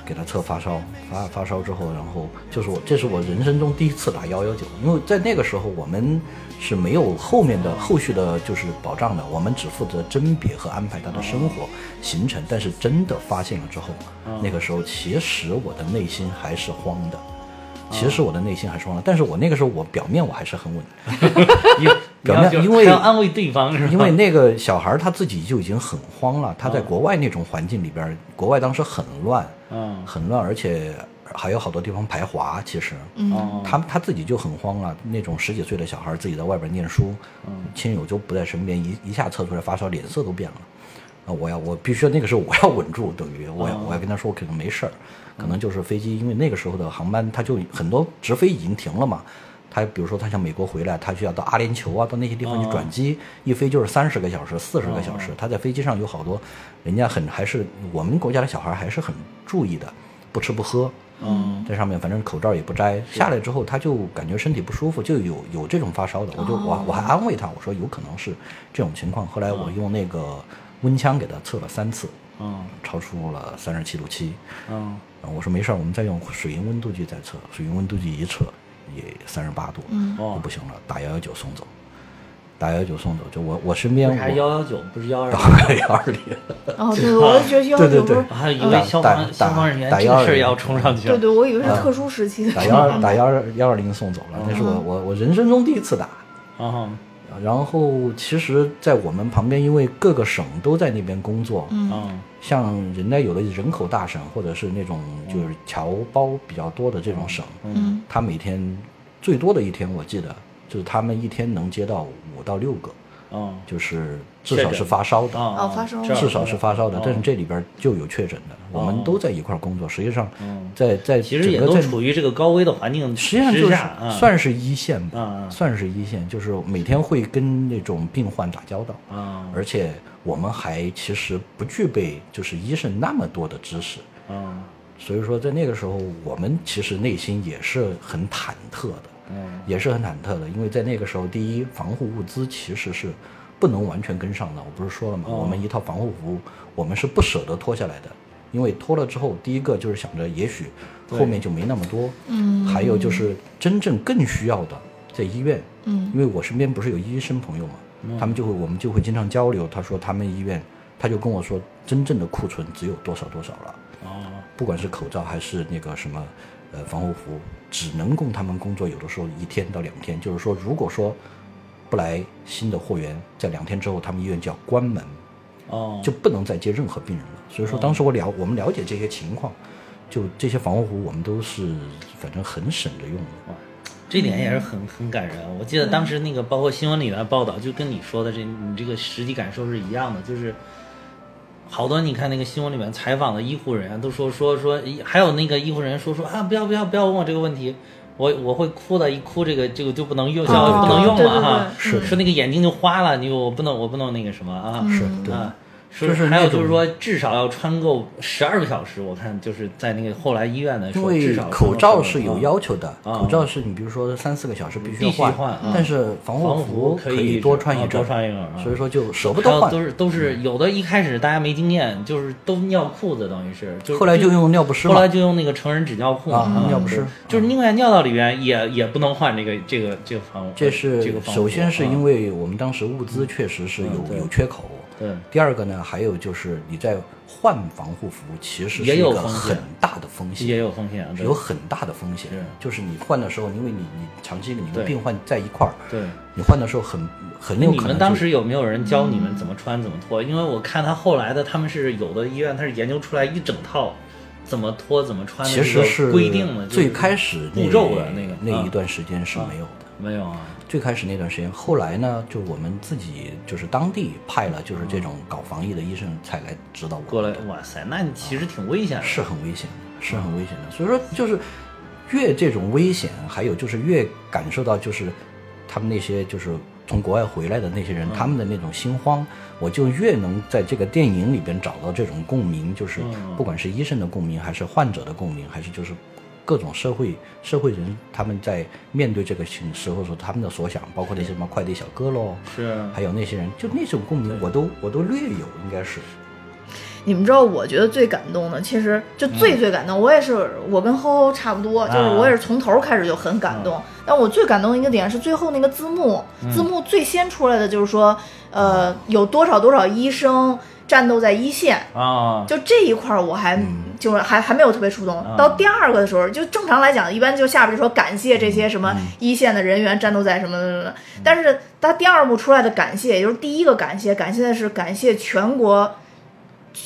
D: 给他测发烧，发发烧之后，然后就是我，这是我人生中第一次打幺幺九，因为在那个时候我们是没有后面的后续的，就是保障的，我们只负责甄别和安排他的生活行程。但是真的发现了之后，那个时候其实我的内心还是慌的，其实我的内心还是慌的，但是我那个时候我表面我还是很稳，
C: 你
D: 表
C: 要
D: 面
C: 就是
D: 因为
C: 还要安慰对方是吧？
D: <laughs>
C: <laughs>
D: 因为那个小孩儿他自己就已经很慌了，他在国外那种环境里边儿，国外当时很乱，
C: 嗯
D: 很乱，而且还有好多地方排华。其实，
C: 哦
D: 他他自己就很慌了。那种十几岁的小孩儿自己在外边念书，亲友就不在身边，一一下测出来发烧，脸色都变了。啊，我要我必须那个时候我要稳住，等于我要我要跟他说，我可能没事儿，可能就是飞机，因为那个时候的航班，他就很多直飞已经停了嘛。他比如说他向美国回来，他需要到阿联酋啊，到那些地方去转机，一飞就是三十个小时、四十个小时。他在飞机上有好多，人家很还是我们国家的小孩还是很注意的，不吃不喝，
C: 嗯，
D: 在上面反正口罩也不摘，下来之后他就感觉身体不舒服，就有有这种发烧的，我就我我还安慰他，我说有可能是这种情况。后来我用那个温枪给他测了三次，
C: 嗯
D: 超出了三十七度七，
C: 嗯
D: 然后我说没事儿，我们再用水银温度计再测，水银温度计一测也三十八度，
B: 嗯
D: 就不行了，打幺幺九送走。打幺九送走。就我我身边
C: 为啥
D: 我
C: 幺幺九不是幺二
D: 打
C: 零？
D: <laughs> 幺二零，
B: 哦，
D: <laughs>
B: 对，我就觉得幺
D: 啊
B: 九
D: 对对
B: 不是
D: 对，
C: 还有一位消
D: 打
C: 防
D: 打
C: 消防人员，
D: 打
C: 这个事儿
D: 120
C: 要冲上去了
B: 对。对，我以为是特殊时期的
D: 啊打幺二打幺二幺二零送走了，那是我我我人生中第一次打。
C: 啊，
D: 然后其实，在我们旁边，因为各个省都在那边工作，
C: 嗯，
D: 像人家有的人口大省，或者是那种就是侨胞比较多的这种省，
B: 嗯，
D: 他每天最多的一天，我记得就是他们一天能接到五到六个，
C: 嗯，
D: 就是至少是发烧的，
C: 啊，
B: 哦发烧
C: 这样
D: 至少是发烧的
C: 哦，
D: 但是这里边就有确诊的，我们都在一块儿工作，实际上
C: 嗯
D: 在在
C: 其实也
D: 整个
C: 都
D: 在
C: 处于这个高危的环境
D: 实际上
C: 之
D: 就是
C: 下啊
D: 算是一线
C: 嗯
D: 吧，
C: 嗯
D: 算是一线，就是每天会跟那种病患打交道，
C: 啊，
D: 而且我们还其实不具备就是医生那么多的知识，
C: 嗯
D: 所以说在那个时候，我们其实内心也是很忐忑的，
C: 嗯
D: 也是很忐忑的，因为在那个时候，第一，防护物资其实是不能完全跟上的。我不是说了吗？
C: 哦
D: 我们一套防护服，我们是不舍得脱下来的，因为脱了之后，第一个就是想着也许后面就没那么多，嗯，还有就是真正更需要的在医院，
B: 嗯，
D: 因为我身边不是有医生朋友嘛，他们就会我们就会经常交流，他说他们医院，他就跟我说真正的库存只有多少多少了。
C: 哦
D: 不管是口罩还是那个什么，呃，防护服，只能供他们工作，有的时候一天到两天。就是说，如果说不来新的货源，在两天之后，他们医院就要关门，
C: 哦，
D: 就不能再接任何病人了。所以说，当时我了我们了解这些情况，就这些防护服我们都是反正很省着用的。
C: 这点
D: 嗯
C: 也是很很感人。啊我记得当时那个包括新闻里的报道，就跟你说的这你这个实际感受是一样的，就是好多你看那个新闻里面采访的医护人员都说说说，还有那个医护人员说说啊，不要不要不要问我这个问题。我我会哭的，一哭这个这个就不能用，药
B: 哦
C: 不能用
B: 对对
C: 了
B: 对
C: 哈。
B: 嗯
D: 是的
C: 说那个眼睛就花了，你我不能我不能那个什么啊。
D: 是对，
C: 啊，
D: 就是是
C: 还有
D: 那
C: 就是
D: 种
C: 说，至少要穿够十二个小时。我看就是在那个后来医院的时
D: 因
C: 候，至
D: 为
C: 少
D: 口罩是有要求的，
C: 啊
D: 口罩是你比如说三四个小时必须
C: 必
D: 要
C: 须
D: 换，
C: 换啊
D: 但是防
C: 防
D: 护
C: 护服
D: 服
C: 可
D: 可
C: 以
D: 以多穿
C: 啊
D: 一阵
C: 多
D: 儿，
C: 穿一阵儿啊
D: 所以说就舍不
C: 还
D: 得
C: 有 <laughs>
D: 换。
C: 都是都是有的，一开始大家没经验，就是都尿裤子，等于是，就是
D: 后来就用尿不湿
C: 后
D: 嘛
C: 来，就用那个成人纸尿裤
D: 啊
C: 嘛嗯
D: 尿不湿
C: 就是宁愿尿到里边，也也不能换这个这个这个防，
D: 这
C: 这个
D: 是
C: 防护
D: 首先是因
C: 啊
D: 为我们当时物资确实是
C: 嗯
D: 有
C: 对
D: 有缺口，
C: 对
D: 第二个呢，还有就是你在换防护服其实
C: 也
D: 是一
C: 有
D: 个
C: 风险
D: 很大的风险，
C: 也有风险，啊对
D: 有很大的风险
C: 是，
D: 就是你换的时候，因为你你长期你
C: 对
D: 跟病患在一块儿，
C: 对。
D: 你换的时候很很
C: 那
D: 有
C: 你
D: 可
C: 们
D: 能
C: 当
D: 就
C: 时有没有人教你们怎么穿怎么脱？因为我看他后来的，他们是有的医院他是研究出来一整套怎么脱怎么穿的
D: 其实
C: 这个
D: 是
C: 规定的，就是
D: 最开始那
C: 步骤的那个
D: 那
C: 啊
D: 一段时间是没有的。
C: 没有啊？
D: 最开始那段时间，后来呢，就我们自己就是当地派了就是这种搞防疫的医生才来指导我们
C: 啊过来
D: 的，
C: 哇塞，那你其实挺危险的。
D: 是很危险的，是很危险的。所以说，就是越这种危险，还有就是越感受到就是他们那些就是从国外回来的那些人，
C: 嗯
D: 他们的那种心慌，我就越能在这个电影里边找到这种共鸣，就是
C: 嗯
D: 不管是医生的共鸣，还是患者的共鸣，还是就是。各种社会社会人他们在面对这个情时候所他们的所想，包括那些什么快递小哥喽，
C: 是啊
D: 还有那些人，就那种共鸣，我都我都略有，应该是。
B: 你们知道，我觉得最感动的，其实就
D: 嗯
B: 最最感动，我也是，我跟吼吼差不多，
C: 啊
B: 就是我也是从头开始就很感
D: 啊
B: 动。但我最感动的一个点是最后那个字幕，
D: 嗯
B: 字幕最先出来的就是说，呃，有多少多少医生战斗在一线。
C: 啊，
B: 就这一块儿，我还、就是还还没有特别触动。
C: 啊
B: 到第二个的时候，就正常来讲，一般就下边就说感谢这些什么一线的人员战斗在什么什么什么。但是到第二部出来的感谢，也就是第一个感谢，感谢的是感谢全国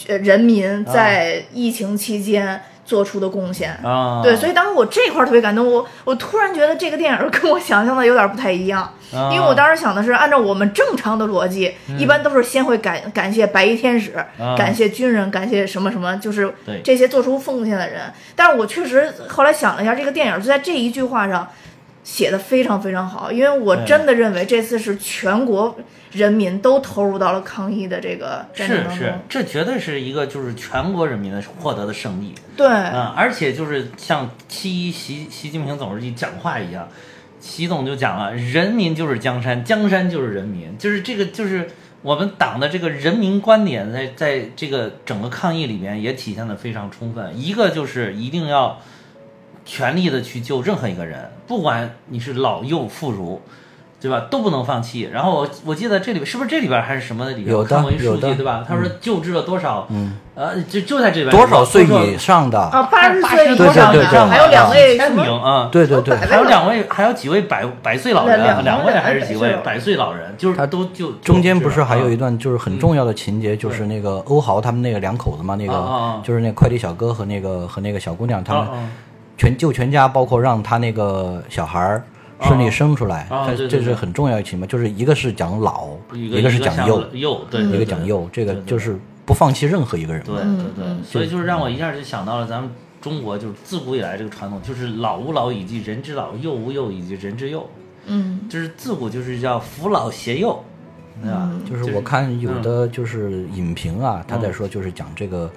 B: 呃人民在疫情期间做出的贡献。
C: 啊
B: 对，所以当时我这块儿特别感动，我我突然觉得这个电影跟我想象的有点不太一样，
C: 啊嗯
B: 因为我当时想的是，按照我们正常的逻辑，一般都是先会感感谢白衣天使，
C: 啊
B: 感谢军人，感谢什么什么，就是
C: 对
B: 这些做出奉献的人。但是我确实后来想了一下，这个电影就在这一句话上。写的非常非常好，因为我
C: 对
B: 真的认为这次是全国人民都投入到了抗疫的这个战争
C: 啊是
B: 当
C: 是
B: 中。，
C: 这绝对是一个就是全国人民的获得的胜利。
B: 对，
C: 嗯，而且就是像七习习近平总书记讲话一样，习总就讲了，人民就是江山，江山就是人民，就是这个就是我们党的这个人民观点在在这个整个抗疫里面也体现的非常充分。一个就是一定要全力的去救任何一个人，不管你是老幼妇孺。对吧？都不能放弃。然后我我记得这里边是不是这里边还是什么里边
D: 有
C: 我
D: 的
C: 看过一数
D: 有的嗯
C: 据，对吧？他说救治了多少，呃，就就在这边
D: 多少岁
C: 多
D: 以上
B: 啊，
D: 的？
B: 八十岁以
D: 对对
B: 上
D: 对对
B: 的，还有两位什
C: 千名
B: 么
C: 啊？
D: 对对对，
C: 还有两位，还有几位百百岁老人啊，
B: 两
C: 两位还是
B: 两
C: 几
B: 位
C: 位
B: 百
C: 百岁老人？就是
D: 他
C: 都就
D: 中间不是还有一
C: 啊
D: 段就是很重要的情节，就是那个欧豪他们那个两口子嘛，那
C: 啊啊啊
D: 个就是那个快递小哥和那个和那个小姑娘，他
C: 啊
D: 们
C: 啊
D: 全救全家，包括让他那个小孩儿顺利生出来，
C: 啊啊
D: 他
C: 对对
D: 这是
C: 对
D: 很重要的情节，就是一个是讲老，
C: 哦一
D: 个是
C: 是
D: 讲幼，
C: 幼，对，
D: 一
C: 对
D: 个讲。幼，这个
C: 对对
D: 就是不放弃任何一个人
C: 对
D: 嘛。
C: 对
B: 嗯
C: 对对，所以就是让我一下就想到了咱们中国就是自古以来这个传统，就是老吾老以及人之老，幼吾幼以及人之幼，
B: 嗯，
C: 就是自古就是叫扶老携幼，对吧？
D: 就是我看有
C: 嗯
D: 的就是影评啊，他在说就是讲这个，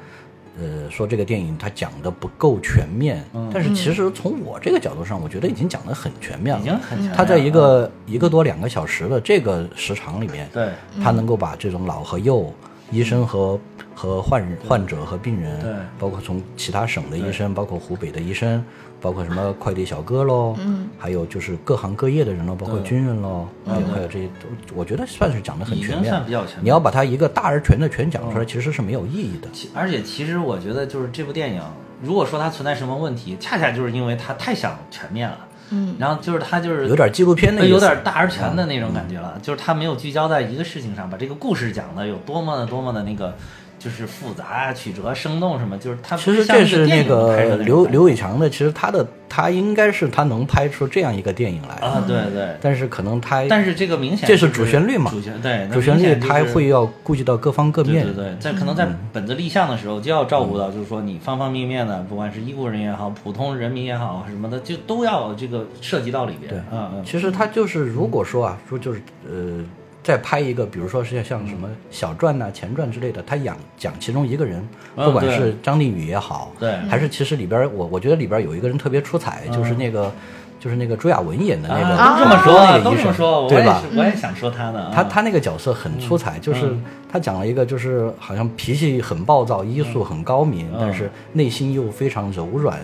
D: 呃，说这个电影它讲的不够全面，
C: 嗯
D: 但是其实从我这个角度上，我觉得已经讲的很全面
C: 已经
D: 了。
C: 很强了。
D: 嗯他在一个一个多两个小时的这个时长里面，
C: 对
D: 他能够把这种老和幼、医生和和患患者和病人，
C: 对
D: 包括从其他省的医生，包括湖北的医生，包括什么快递小哥喽，嗯，还有就是各行各业的人喽，包括军人喽，还有还有这些都，我觉得算是讲的很
C: 已
D: 全
C: 经
D: 面
C: 算
D: 了
C: 比。较嗯强。
D: 你要把它一个大而全的全讲出来，其实是没有意义的。
C: 其而且其实我觉得就是这部电影，如果说它存在什么问题，恰恰就是因为它太想全面了。嗯，然后就是它就是
D: 有点纪录片那
C: 呃
D: 意思嗯
C: 有点大而全的那种感觉了，就是它没有聚焦在一个事情上，把这个故事讲的有多么的多么的那个。就是复杂、啊曲折、生动什么，就是它
D: 其
C: 不
D: 实
C: 像
D: 这
C: 一
D: 是
C: 电
D: 那
C: 影拍的
D: 个
C: 那种
D: 刘
C: 感觉
D: 刘伟强的，其实他的他应该是他能拍出这样一个电影来，
C: 啊，对对，
D: 但是可能他
C: 但是这个明显
D: 这是
C: 就
D: 主旋律嘛
C: 主旋对，那
D: 主旋
C: 明
D: 律
C: 显就
D: 它
C: 是
D: 会要顾及到各方各
C: 对
D: 面嗯
C: 对，对，在可能在本子立项的时候就要照顾到，就是说你方方面面的，不管是医护人员也好，普通人民也好什么的，就都要这个涉及到里边。
D: 对
C: 嗯嗯，
D: 其实他就是，如果说啊，说就是呃，再拍一个，比如说是像什么小传呐、前传之类的，他讲讲其中一个人，
C: 嗯
D: 不管
C: 对
D: 是张丽宇也好，
C: 对
D: 还是其实里边儿我我觉得里边儿有一个人特别出彩，就是那个就是那个朱亚文演的那个，
C: 嗯啊，都这么说
D: 那
C: 啊，
D: 个
C: 都
D: 医
C: 这么
D: 生
C: 说，我也
D: 对吧？
C: 是，我也想说他呢。
D: 他
C: 嗯
D: 他那个角色很出彩，就是他讲了一个就是好像脾气很暴躁，医
C: 嗯
D: 术很高明，但是内心又非常柔软，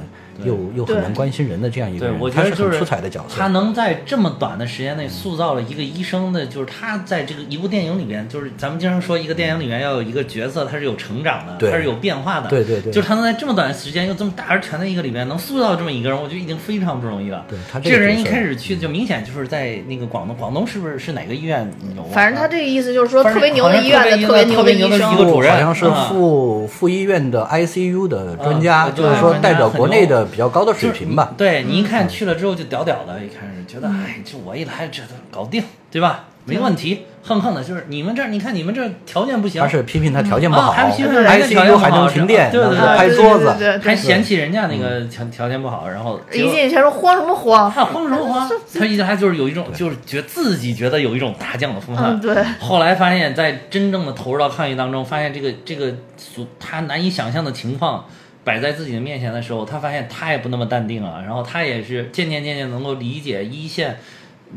D: 又又很能关心人的这样一个
C: 对，
D: 人，
C: 我觉
D: 他
C: 得
D: 是
C: 就
D: 很
C: 是
D: 出彩的角色嗯
C: 他。能在这么短的时间内塑造了一个医生的，就是他在这个一部电影里边，就是咱们经常说一个电影里面要有一个角色，他是有成长的，
D: 对
C: 他是有变化的，
D: 对对对
C: 就是他能在这么短的时间又这么大而全的一个里边能塑造这么一个人，我觉得已经非常不容易了。
D: 对他这
C: 这
D: 个
C: 个人
D: 角
C: 一
D: 色嗯
C: 开始去就明显就是在那个广东，广东是不是是哪个医院有啊？
B: 反正他这个意思就是说，
C: 反
B: 特
C: 正
B: 别牛的医院的
C: 好像
B: 牛的
C: 特别牛
B: 医
C: 的
B: 生
C: 一，个主任
D: 哦好像是
C: 嗯
D: 赴赴医院的 ICU 的专家，
C: 嗯对
D: 就是说
C: 专家
D: 代表国内的
C: 很
D: 比较高的水平吧。嗯
C: 对你一看去了之后就屌屌的，一开始觉得
B: 嗯
C: 哎，这我一来这都搞定，对吧？没问题，横横的，就是你们这儿，你看你们这儿条件不行，
D: 他是批评他条件不好
C: 啊还批评人家条件
D: ，ICU
C: 不好
D: 还能停电，
C: 对对对
D: 然后拍桌子
B: 对，对对呃对
C: 还嫌弃人家那个条条件不好，然后
B: 一进去全说慌什么慌，
C: 他慌什
B: <laughs>
C: 么慌？啊他一直他就是有一种就是觉自己觉得有一种大将的风范，
B: 嗯对
C: <laughs> 后来发现，在真正的投入到抗疫当中，发现这个这个所他难以想象的情况摆在自己的面前的时候，他发现他也不那么淡定了，然后他也是渐渐渐渐能够理解一线。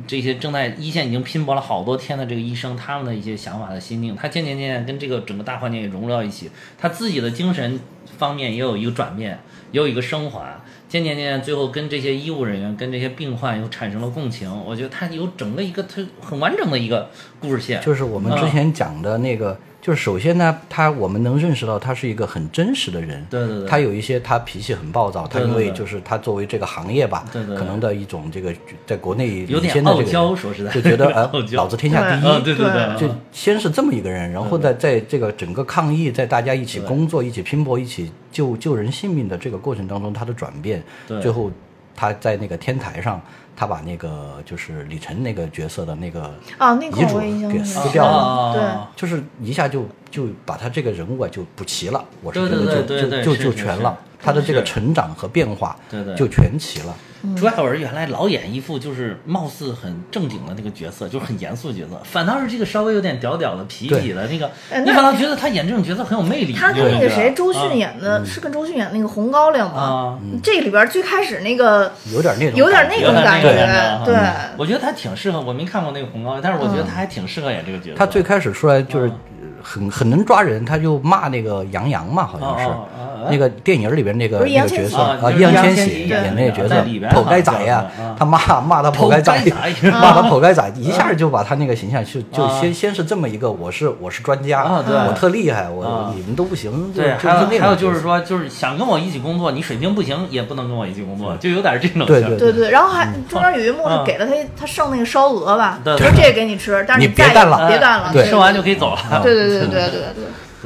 C: 这些正在一线已经拼搏了好多天的这个医生，他们的一些想法的心境，他渐渐渐渐跟这个整个大环境也融入到一起，他自己的精神方面也有一个转变，也有一个升华，渐渐渐渐最后跟这些医务人员、跟这些病患又产生了共情。我觉得他有整个一个他很完整的一个故事线，
D: 就是我们
C: 嗯
D: 之前讲的那个，就是首先呢，他我们能认识到他是一个很真实的人，
C: 对对对
D: 他有一些他脾气很暴躁，他
C: 对对
D: 因为
C: 对
D: 就是他作为这个行业吧，
C: 对对对
D: 可能的一种这个在国内
C: 有
D: 领
C: 点
D: 先的
C: 傲
D: 这个
C: 娇，
D: 人，
C: 说实在
D: 就
C: <laughs>
D: 觉得哎
C: 傲，娇
D: 老子天下第
C: 啊，嗯
D: 一。
C: 对对，
D: 就先是这么一个人，然后再在这个整个抗疫，在大家一起工作、一起拼搏、一起救救人性命的这个过程当中，他的转变，
C: 对
D: 最后他在那个天台上，他把那个就是李晨那个角色的那个
B: 啊那块
D: 遗嘱
B: 我也想起
D: 给
B: 来
D: 撕
B: 了
D: 掉了，
C: 啊了，
D: 就是一下就就把他这个人物啊就补齐了，我是
C: 对
D: 觉
C: 对
D: 得
C: 对
D: 就
C: 对
D: 就就
C: 对
D: 就是全
C: 是
D: 了，他的这个
C: 是
D: 成长和变化，
C: 对对
D: 就全齐了。
C: 朱亚文原来老演一副就是貌似很正经的那个角色，就是很严肃的角色，反倒是这个稍微有点屌屌的、痞痞的那个，你反倒觉得他演这种角色很有魅力。
B: 呃他跟
C: 你
B: 那
C: 觉
B: 个
C: 得
B: 谁，周
C: 啊嗯
B: 迅演
D: 嗯
B: 的，是跟周迅演的那个《红高粱》吗？这里边最开始那个
D: 有点那种
B: 有点
D: 感
B: 那
C: 有
B: 种
C: 点那
B: 感
C: 个感
B: 觉，
C: 觉
B: 对，
C: 我觉得他挺适合，我没看过那个《红高粱》，但是我觉得
B: 嗯
C: 他还挺适合演这个角色。哦
D: 他最开始出来就是呃很很能抓人，他就骂那个杨洋嘛，好像是
C: 哦哦哦哦，啊
D: 那个电影里边那个
B: 不是
D: 那
B: 易烊
D: 个
B: 千
D: 角
B: 玺
D: 色
C: 啊就是
D: 易烊
C: 易烊
D: 千
C: 千玺
D: 玺
C: 演的
D: 演那个角
C: 在
D: 色
C: 里边，
D: 剖开仔
C: 好
D: 呀
C: 像是啊，
D: 他骂骂他剖
C: 剖
D: 开
C: 仔
D: 仔， <laughs>
C: 啊
D: 骂他剖开仔，一下就把他那个形象就就
C: 啊
D: 先先是这么一个，我是我是专家，
C: 啊对
D: 我特厉害，
C: 啊
D: 我你们都不行，就
C: 对，
D: 就
C: 还有
D: 是那
C: 还有
D: 种
C: 就
D: 角
C: 是
D: 色，
C: 说，就是想跟我一起工作，你水平不行也不能跟我一起工作，就有点这种
D: 对
C: 事儿
B: 对对，然后还
D: 嗯
B: 中间有一幕是给了他他剩那个烧鹅吧，
C: 嗯对
B: 说
C: 对
B: 这个给你吃，但是
D: 你
B: 再也
D: 别干了
B: 别干了，
D: 对
C: 嗯吃完就可以走了，
B: 对对对对对对对。
C: 对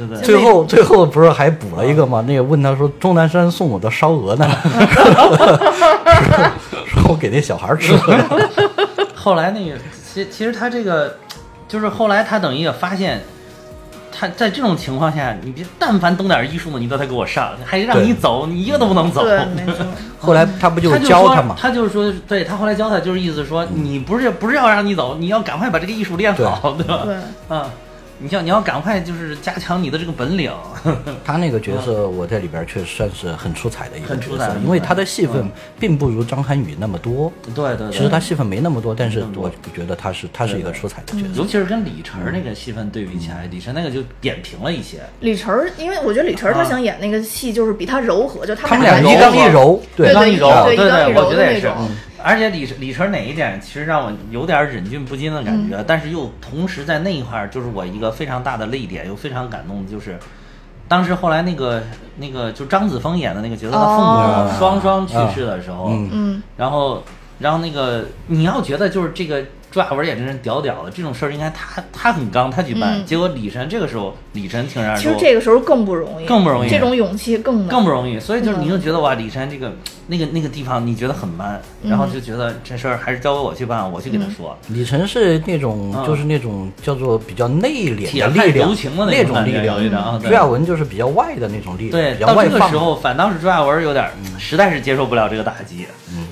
C: 对
D: 最后最后不是还补了一个
C: 啊
D: 吗？那个问他说钟南山送我的烧鹅呢， <laughs>
C: <laughs>
D: 说我给那小孩吃了，
C: <laughs> 后来那个，其其实他这个，就是后来他等于也发现，他在这种情况下，你别但凡懂点艺术的，你都得给我上，还让你
D: 对
C: 走，你一个都不能走。
B: 对，没错，
D: 后来他不
C: 嗯他就
D: 教
C: 说
D: 嘛，嗯
C: 他就是说，对他后来教他，就是意思说，你不是不是要让你走，你要赶快把这个艺术练好，对吧？
B: 对，
C: 啊，你像你要赶快就是加强你的这个本领， <laughs> 嗯
D: 他那个角色，我在里边确实算是很出彩的一个
C: 很出
D: 角
C: 彩
D: 色，
C: 很
D: 因为
C: 出彩
D: 他的戏份
C: 嗯
D: 并不如张涵予那么多。
C: 对对对。
D: 其实他戏份没那么多，但是
C: 没那么多
D: 我觉得他是他是一个出彩的角色。
C: 尤其是跟李晨儿那个戏份对比起来，李晨那个就点评了一些，
B: 李晨儿，因为我觉得李晨儿
C: 啊
B: 他想演那个戏就是比他柔和，就他
D: 他们
B: 们
D: 俩
B: 俩
C: 柔
D: 一刚一柔，啊
B: 对
C: 刚一
B: 对
C: 柔，
B: 对
C: 对
B: 一刚一柔
C: 我
B: 的
C: 觉得也
B: 那
C: 是
B: 种嗯。
C: 而且李李晨哪一点，其实让我有点忍俊不禁的感
B: 嗯
C: 觉，但是又同时在那一块儿，就是我一个非常大的泪点，又非常感动的，就是当时后来那个那个就张子枫演的那个角色，他父
B: 哦
C: 母双双去世的时候，
D: 嗯
B: 嗯，
C: 然后然后那个你要觉得就是这个朱亚文演这人屌屌的，这种事儿应该他他很刚，他举办，
B: 嗯
C: 结果李晨这个时候，李晨铤然而
B: 其实
C: 入
B: 这个时候更不容易，
C: 更不容易
B: 这种勇气更难
C: 更不容易。所以就是你就觉得哇，李晨这个那个那个地方你觉得很 man，然
D: 嗯
C: 后就觉得这事儿还是交给我去办，我去给他说。
D: 李晨是那种
C: 嗯
D: 就是那种叫做比较内敛
C: 铁
D: 的
C: 汉
D: 力量，
C: 柔情的
D: 那
C: 种
D: 种
C: 感
D: 力
C: 觉
D: 量
C: 有。一点啊，
D: 朱亚文就是比较外的那种力量，
C: 对，
D: 比较
C: 到
D: 外
C: 这个
D: 嗯放嗯
C: 时。候反倒是朱亚文有点儿，嗯实在是接受不了这个打击，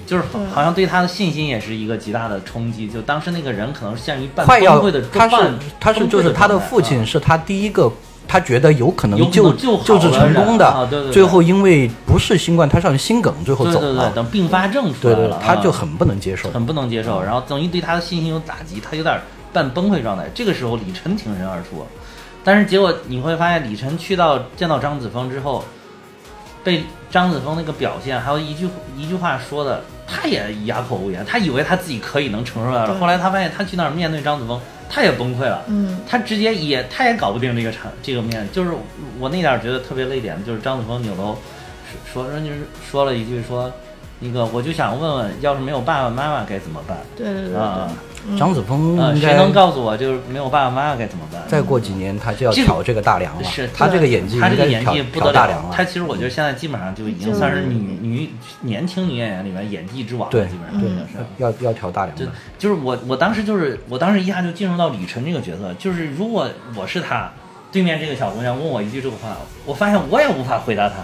C: 就是好好像对他的信心也是一个极大的冲击。就当时那个人可能是陷于半
D: 快
C: 崩
D: 要
C: 溃的，
D: 他是
C: 半
D: 他是
C: 崩溃
D: 就是他的
C: 状态
D: 父亲
C: 啊
D: 是他第一个，他觉得有可
C: 有
D: 能
C: 可
D: 救
C: 能救好
D: 治
C: 了
D: 成功的，
C: 啊对对对
D: 最后因为不是新冠，他上心梗，最后
C: 对
D: 走
C: 啊对对，
D: 了。
C: 等并发症出
D: 对
C: 来
D: 对
C: 了啊，
D: 对他就很不能接受。
C: 很不能接受，然后等于对他的信心有打击，他有点半崩溃状态。这个时候李晨挺身而出，但是结果你会发现，李晨去到见到张子枫之后，被张子枫那个表现，还有一句一句话说的，他也哑口无言。他以为他自己可以能承受得了，
B: 对
C: 后来他发现他去那儿面对张子枫，他也崩溃了。
B: 嗯，
C: 他直接也他也搞不定这个场这个面，就是我那点儿觉得特别泪点，就是张子枫扭头说说就是说了一句说，那个我就想问问，要是没有爸爸妈妈该怎么办？
B: 对对对对
C: 啊
B: 对，
D: 张子枫
C: 呃，
D: 嗯应
C: 谁
D: 该
C: 能告诉我，就是没有爸爸妈妈该怎么办？
D: 再过几年他就要挑这个大梁了。
C: 是
D: 他这个演技应
C: 他这个
D: 该
C: 演
D: 挑
C: 技不得
D: 挑大梁
C: 了，
D: 了嗯
C: 他。其实我觉得现在基本上就已经算是女女年轻女演员里面演技之王了，
D: 对
C: 基本上已嗯经是。
D: 要要挑大梁
C: 就
D: 了。
C: 就是我，我当时就是，我当时一下就进入到李晨这个角色，就是如果我是他，对面这个小姑娘问我一句这个话，我发现我也无法回答她，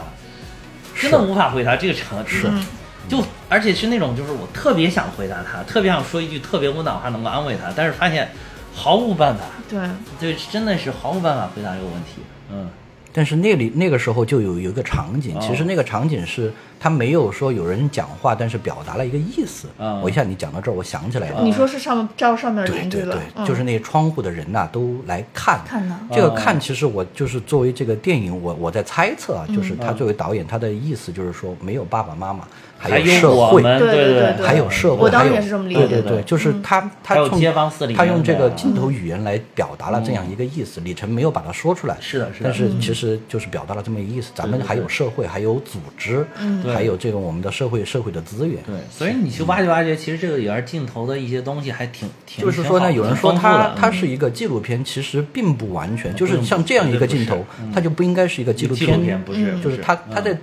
C: 真的无法回答这个场是，
B: 嗯
C: 就而且是那种就是我特别想回答她，特别想说一句特别温暖的话能够安慰她，但是发现毫无办法，
B: 对，
D: 啊
C: 对，真的是毫无办法回答这个问题，嗯，
D: 但是那里那个时候就有有一个场景，
C: 哦
D: 其实那个场景是他没有说有人讲话，但是表达了一个意思。
C: 嗯
D: 我一下你讲到这儿，我想起来了。
B: 你说是上面照上面
D: 对
B: 邻居
D: 对
B: 了，
D: 对，
B: 嗯
D: 就是那窗户的人呐、都来看。
B: 看呢
D: 这个
C: 嗯
D: 看，其实我就是作为这个电影，我我在猜测啊，
B: 嗯
D: 就是
C: 嗯
D: 他作为导演，他的意思就是说，没有爸爸妈妈，还有社
C: 我
D: 会，
C: 们，
B: 对对
C: 对
B: 对对
D: 还有社会，
B: 我当
D: 还
B: 时
D: 有
B: 也是这么理解
D: 对
B: 嗯
D: 对
C: 的
D: 对，就是他他
C: 还有
D: 从
C: 街坊四邻
D: 他用这个
C: 的嗯
D: 镜头语言来表达了这样一个意思，李晨没有把它说出来，
C: 是的是的
D: 但
B: 嗯
D: 是其实就是表达了这么一个意思，咱们还有社会，还有组织，
B: 嗯
D: 还有这个我们的社会社会的资源，
C: 对，所以你去挖掘挖掘，其实这个里边镜头的一些东西还挺挺，
D: 就是说呢，
C: 挺好
D: 有人说
C: 挺丰富
D: 它
C: 的
D: 它
C: 嗯
D: 是一个纪录片，其实并不完全，就
C: 不
D: 是
C: 是
D: 像这样一个镜头
C: 绝对不是嗯，
D: 它就不应该是一个纪录
C: 纪录片，不是，不
D: 就是它它在
C: 嗯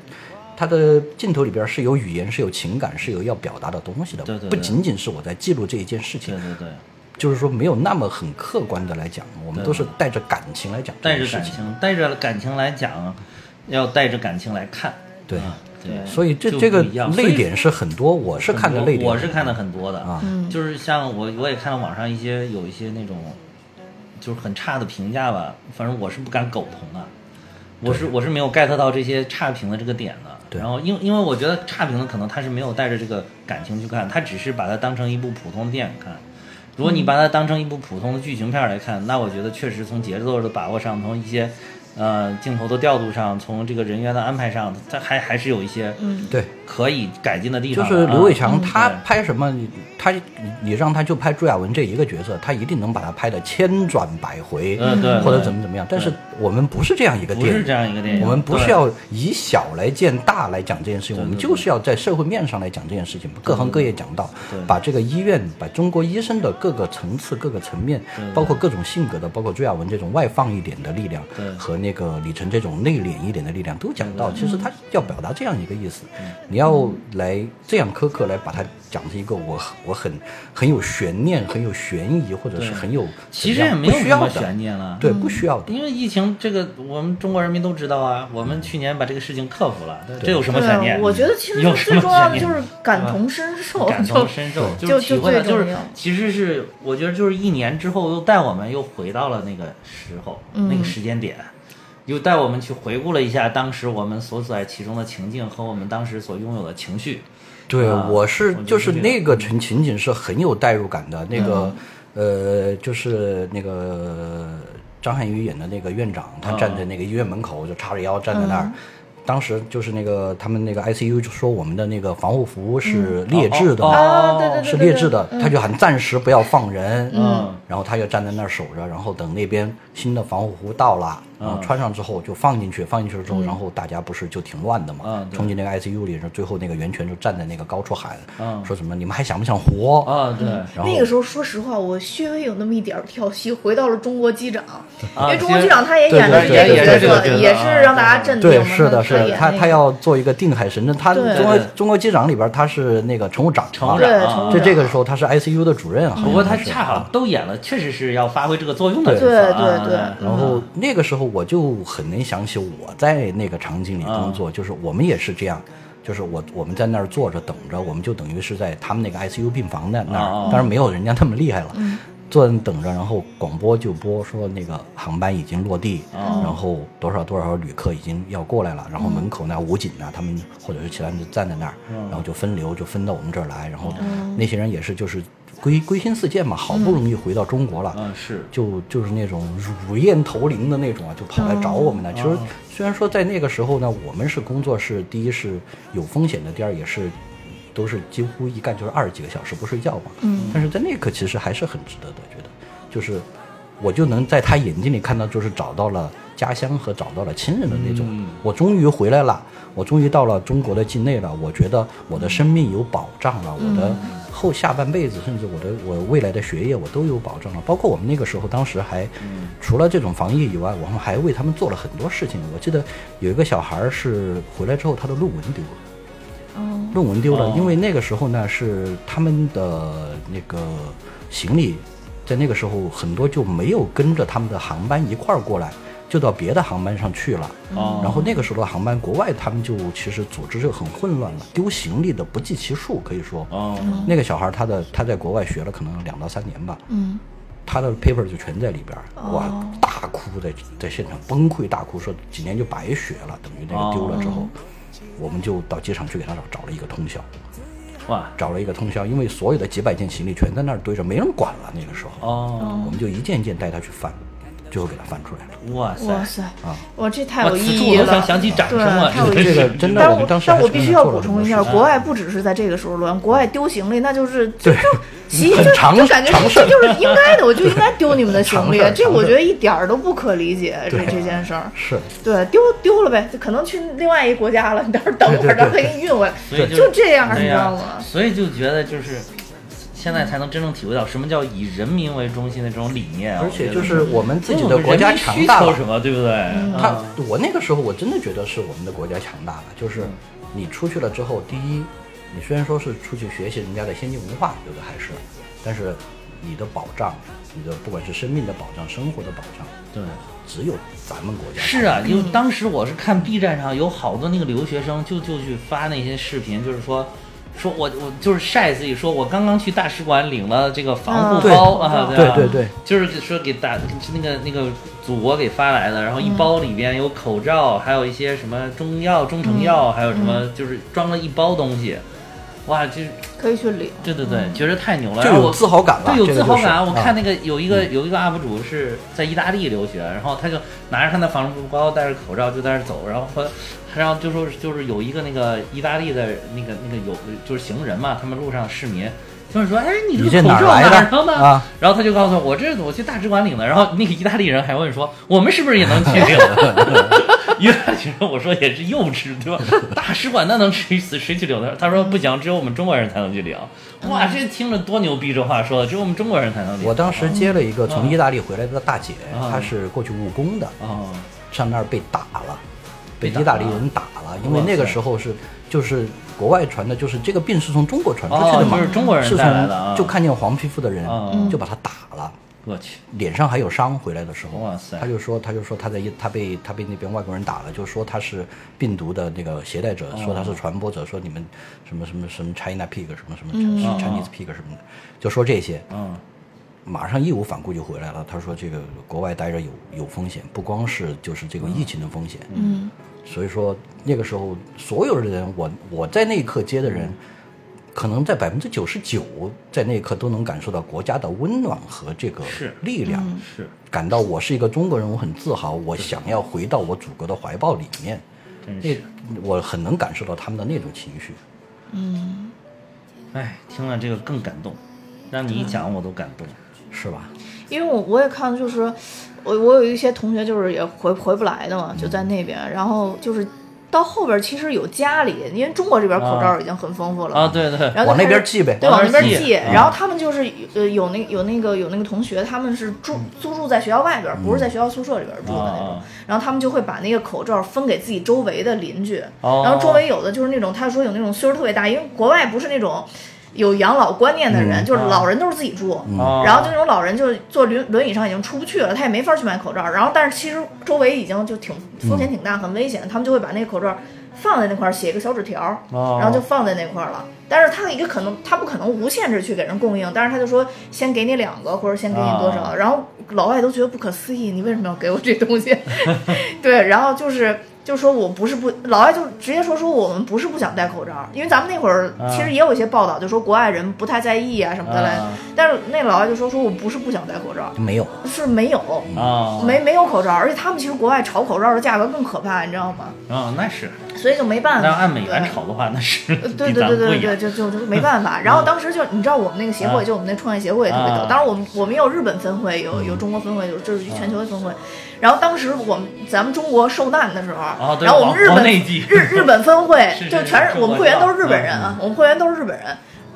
D: 它的镜头里边是有语言，是有情感，是有要表达的东西的
C: 对对，对
D: 不仅仅是我在记录这一件事
C: 对
D: 情，
C: 对对，
D: 就是说没有那么很客观的来讲，我们
C: 对
D: 都是带着感情来讲这
C: 带
D: 件
C: 着
D: 事
C: 感
D: 情。
C: 情，带着感情来讲，要带着感情来看，
D: 对
C: 啊对，
D: 所以这
C: 就
D: 这个
C: 不一样
D: 泪点是很多，我是
C: 所以
D: 看的
C: 很多
D: 泪点，
C: 我是看的很多的
D: 啊，
C: 就是像我我也看到网上一些有一些那种就是很差的评价吧，反正我是不敢苟同的。我是我是没有 get 到这些差评的这个点的，
D: 对
C: 然后因因为我觉得差评的可能他是没有带着这个感情去看，他只是把它当成一部普通的电影看。如果你把它当成一部普通的剧情片儿来看，那我觉得确实从节奏的把握上，从一些呃镜头的调度上，从这个人员的安排上，它还还是有一些
D: 对，
C: 可以改进的地
D: 就
C: 方。
D: 是刘伟强
C: 啊
D: 他
C: 对
D: 拍什么，你他你你让他就拍朱亚文这一个角色，他一定能把他拍的千转百回，
C: 嗯对
D: 或者
C: 对
D: 怎么怎么样。但是我们不是这样一个
C: 不
D: 电
C: 是
D: 影
C: 这。样一个电影，
D: 我们不
C: 对
D: 是要以小来见大来讲这件事情，我们
C: 对
D: 就是要在社会面上来讲这件事情，各行各业讲到
C: 对，
D: 把这个医院，把中国医生的各个层次、各个层面，包括各种性格的，包括朱亚文这种外放一点的力量
C: 对，
D: 和那个李晨这种内敛一点的力量都讲到。其实他要表达这样一个意思，
C: 嗯
D: 你要来这样苛刻来把它讲成一个我我很很有悬念、很有悬疑，或者是
C: 对
D: 很有
C: 其实
D: 怎
C: 也
D: 样
C: 没有
D: 不需
C: 什
D: 要
C: 么
D: 的
C: 悬，念啊嗯了。
D: 对，不需要的。
C: 因为疫情这个，我们中国人民都知道啊。我们去年把这个事情克服了，这有什么
B: 对啊
C: 悬念？
B: 我觉得其实
C: 有什
B: 最
C: 么
B: 重要
C: 悬
B: 的
C: 念
B: 就是感
D: 嗯
B: 同身受，<laughs>
C: 感
B: 就
C: 同身受，
B: 对
C: 就是体
B: 就就
C: 会到，
B: 最重
C: 就是
B: 要
C: 其实是我觉得就是一年之后又带我们又回到了那个时候、那
B: 嗯
C: 个时间点，又带我们去回顾了一下当时我们所在其中的情境和我们当时所拥有的情绪。
D: 对，
C: 啊
D: 我是
C: 我觉得
D: 就是
C: 是这嗯
D: 那个情情景是很有代入感的，那个、
C: 嗯
D: 呃，就是那个张涵予演的那个院长，他
C: 啊
D: 站在那个医院门口就叉着腰站在那儿。当时就是那个他们那个 ICU 就说我们的那个防护服是劣质的
C: 哦
D: 嘛，
B: 啊，对对对，
D: 是
B: 对
D: 劣质的，他就喊暂时不要放人，
C: 嗯，
D: 然后他就站在那儿守着，然后等那边新的防护服到了，然后
C: 嗯
D: 穿上之后就放进去，放进去了之后，然后大家不是就挺乱的嘛
C: 嗯，对
D: 冲进那个 ICU 里，然后最后那个袁泉就站在那个高处喊，
C: 嗯
D: 说什么你们还想不想活？
C: 啊，对，
D: 然后
B: 那个时候，说实话，我稍微有那么一点儿跳戏，回到了中国机长，因为
C: 其
B: 中国
C: 实
B: 机长他也演的
D: 啊对
B: 是
D: 对对
B: 这个角色，
D: 对对
C: 对对
B: 也是让大家镇定嘛。
D: 对，是的，是的，
B: 演
D: 他
B: 啊那
D: 他
B: 个
D: 要做一个定海神针，他
B: 对
D: 中国
C: 对
D: 中国机长里边他是那个乘务长嘛，
C: 乘务长
B: 对
C: 啊
B: 乘务
D: 这
B: 长
D: 这个时候他是 ICU 的主任，好像
C: 不过他
D: 嗯是
C: 恰好都演了，确实是要发挥这个作用的角
D: 对
C: 色啊。
B: 对对对
D: 然后那个时候我就很能想起我在那个场景里工作，就是我们也是这样，就是我我们在那儿坐着等着，我们就等于是在他们那个 ICU 病房那那儿，
C: 哦
D: 当然没有人家那么厉害了，坐在那等着，然后广播就播说那个航班已经落地，然后多少多少旅客已经要过来了，然后门口那武警啊呐，他们或者是其他人就站在那儿，然后就分流就分到我们这儿来，然后那些人也是就是归归心似箭嘛，好不容易回到中国了，
C: 嗯，是
D: 就就是那种乳燕头铃的那种啊，就跑来找我们呢。其实虽然说在那个时候呢，我们是工作是第一是有风险的，第二也是都是几乎一干就是二十几个小时不睡觉嘛。嗯，但是在那一刻其实还是很值得的，觉得就是我就能在他眼睛里看到，就是找到了家乡和找到了亲人的那种，
C: 嗯
D: 我终于回来了，我终于到了中国的境内了，我觉得我的生命有保障了，
C: 嗯
D: 我的后下半辈子，甚至我的我未来的学业，我都有保障了。包括我们那个时候，当时还、
C: 嗯
D: 除了这种防疫以外，我们还为他们做了很多事情。我记得有一个小孩儿是回来之后，他的论文丢了。论文丢了，
C: 哦
D: 因为那个时候呢是他们的那个行李，在那个时候很多就没有跟着他们的航班一块儿过来，就到别的航班上去了。
C: 哦
D: 然后那个时候的航班，国外他们就其实组织就很混乱了，丢行李的不计其数，可以说。
C: 哦，
D: 那个小孩儿他的他在国外学了可能两到三年吧，
B: 嗯，
D: 他的 paper 就全在里边儿，哇，大哭在在现场崩溃大哭，说几年就白学了，等于那个丢了之
C: 哦
D: 后，我们就到机场去给他找找了一个通宵，
C: 哇，
D: 找了一个通宵，因为所有的几百件行李全在那儿堆着，没人管了。那个时候，
C: 哦，
D: 我们就一件一件带他去翻，最后给他翻出来了。
C: 哇塞，
B: 哇塞
D: 啊，
B: 哇，这太
C: 我
B: 有
C: 此
B: 意
C: 处
B: 义
C: 我都
B: 了
C: 想。想起掌声了，
B: 对太有
C: 真
B: 意
C: 的
B: 义
D: 这
C: 是
D: 个真的，
B: 但
D: 我们
B: 我
D: 当时
B: 但
D: 还
B: 我
D: 是
B: 必
D: 为
B: 须
D: 他
B: 要
D: 做
B: 补
D: 了啊很
B: 充
D: 多
B: 一
D: 事
B: 下，
D: 情
B: 国外不只是在这个时候乱，国外丢行李那就是就
D: 对 <laughs>
B: 就习
D: 很
B: 就
D: 常
B: 就感觉
D: 常事
B: 这
D: 儿
B: 就是应该的，我就应该丢你们
D: <laughs>
B: 的行李
D: 常事儿，
B: 这
D: 常
B: 我
D: 事儿
B: 觉得一点儿都不可理解这
D: 对
B: 这件事儿。
D: 是
B: 对，丢丢了呗，就可能去另外一国家了，你到时候等会
D: 对对
B: 儿，
D: 对
B: 到时候给你运回来
C: 所以，
B: 就这样，你
C: 对
B: 知
C: 呀
B: 道吗？
C: 所以就觉得就是现在才能真正体会到什么叫以人民为中心的这种理念，
D: 而
C: 我觉
D: 且
C: 得
D: 就是我们自己
C: 因为
D: 的
C: 我们
D: 国家
C: 人民
D: 强
C: 需
D: 大
C: 求
D: 了，
C: 什么，对不对？
D: 他
C: 嗯
D: 我那个时候我真的觉得是我们的国家强大了，就是你出去了之后，第一，你虽然说是出去学习人家的先进文化，有的还是，但是你的保障，你的不管是生命的保障、生活的保障，
C: 对。
D: 只有咱们国家
C: 是啊，因为当时我是看 B 站上有好多那个留学生就就去发那些视频，就是说。说我我就是晒自己，说我刚刚去大使馆领了这个防护
D: 嗯对
C: 包啊，吧
D: 对对对，
C: 就是说给大那个那个祖国给发来的，然
D: 嗯
C: 后一包里边有口罩，还有一
D: 嗯
C: 些什么中药、中成药，还有什么就是装了一包东西，哇，就是
B: 可以去领。
C: 对对
D: 嗯
C: 对，觉得太牛了，
D: 就
C: 然后
D: 有
C: 我
D: 自豪感了
C: 对，有
D: 这
C: 自
D: 个
C: 豪
D: 就是
C: 感。我
D: 啊
C: 看那个有一个有一个 UP 主是在意大利留学，然后他就拿着他那防护包，戴着口罩就在那儿走，然后和然后就说就是有一个那个意大利的那个那个有就是行人嘛，他们路上市民。就是说，哎，你这
D: 你
C: 个口
D: 这哪儿
C: 罩
D: 来
C: 哪
D: 的
C: 儿弄的？
D: 啊
C: 然后他就告诉我，我这我去大使馆领的。然后那个意大利人还问说，我们是不是也能去领？ <laughs> 意大利人，我说也是幼稚，对吧？大使馆那能谁谁去领的？他说不行，只有我们中国人才能去领。哇，
B: 嗯
C: 这听着多牛逼！这话说的，只有我们中国人才能领。
D: 我当时接了一个
C: 嗯
D: 从意大利回来的大姐，
C: 啊
D: 她是过去务工的，
C: 哦，
D: 上那儿被打了，被
C: 被打
D: 意大利人打了，因为那个时候是就是国外传的，就是这个病是从中国传出去的嘛，
C: 哦就是中国人
D: 是
C: 带来的啊
D: 从就看见黄皮肤的人
C: 啊嗯
D: 就把他打了。
C: 我去，
D: 脸上还有伤，回来的时候，
C: 哇塞
D: 他就说，他就说他在一他被他被那边外国人打了，就说他是病毒的那个携带者，
C: 哦
D: 说他是传播者，说你们什么什么什么 China pig 什么什么 Chinese pig 什
C: 哦
D: 么的，就说这些，
C: 嗯，
D: 马上义无反顾就回来了。他说这个国外待着有有风险，不光是就是这个疫情的风险，嗯，所以说那个时候所有的人，我我在那一刻接的人。可能在百分之九十九，在那一刻都能感受到国家的温暖和这个
C: 是
D: 力量，
C: 是
D: 感到我是一个中国人，我很自豪，我想要回到我祖国的怀抱里面。
C: 真
D: 那
C: 嗯是，
D: 我很能感受到他们的那种情绪。
C: 哎，听了这个更感动，让你一讲我都感动。
B: 嗯
D: 是吧？
B: 因为我我也看，就是我我有一些同学就是也回回不来的嘛，就在那边，然后就是到后边其实有家里，因为中国这边口罩已经很丰富了
C: 啊，，对对，
B: 然后就
D: 往那
B: 开
D: 边
B: 始
D: 寄呗
B: 对，往那边寄。
C: 嗯
B: 然后他们就是呃有那有那个有那个同学，他们是住租住在学校外边，不是在学校宿舍里边住的那种
C: 啊。
B: 然后他们就会把那个口罩分给自己周围的邻居，
C: 哦
B: 然后周围有的就是那种他说有那种岁数特别大，因为国外不是那种。有养老观念的人，就是老人都是自己住，
C: 哦
B: 然后就那种老人就是坐轮轮椅上已经出不去了，他也没法去买口罩。然后，但是其实周围已经就挺风
C: 嗯
B: 险挺大，很危险，他们就会把那个口罩放在那块儿，写一个小纸条，
C: 哦
B: 然后就放在那块儿了。但是他一个可能，他不可能无限制去给人供应，但是他就说先给你两个，或者先给你多少。
C: 哦
B: 然后老外都觉得不可思议，你为什么要给我这东西？ <laughs> 对，然后就是就说我不是不，老外就直接说说我们不是不想戴口罩，因为咱们那会儿
C: 啊
B: 其实也有一些报道，就说国外人不太在意啊什么的嘞。
C: 啊
B: 但是那老外就说说我不是不想戴口罩，
D: 没有，
B: 是没有。
C: 啊，
B: 没没有口罩，而且他们其实国外炒口罩的价格更可怕，你知道吗？
C: 啊，那是，
B: 所以就没办
C: 那
B: 法。
C: 要按美元
B: 对
C: 炒的话，那是
B: 对对
C: 比咱
B: 对
C: <laughs> 们
B: 对
C: 贵
B: 对，
C: 呀。
B: 就就就没办法。然后当时就你知道我们那个协会，
C: 啊
B: 就我们那创业协会也特别
C: 啊
B: 逗。当然我们我们也有日本分会，有有中国分会，有这是全球的分会。然后当时我们咱们中国受难的时候
C: 哦，对
B: 然后我们日
C: 往
B: 本
C: 往内记
B: 日日本分会
C: <laughs> 是是
B: 就全
C: 是
B: 是我们会员都是日本人
C: 我知道
B: 啊，我们会员都是日本人。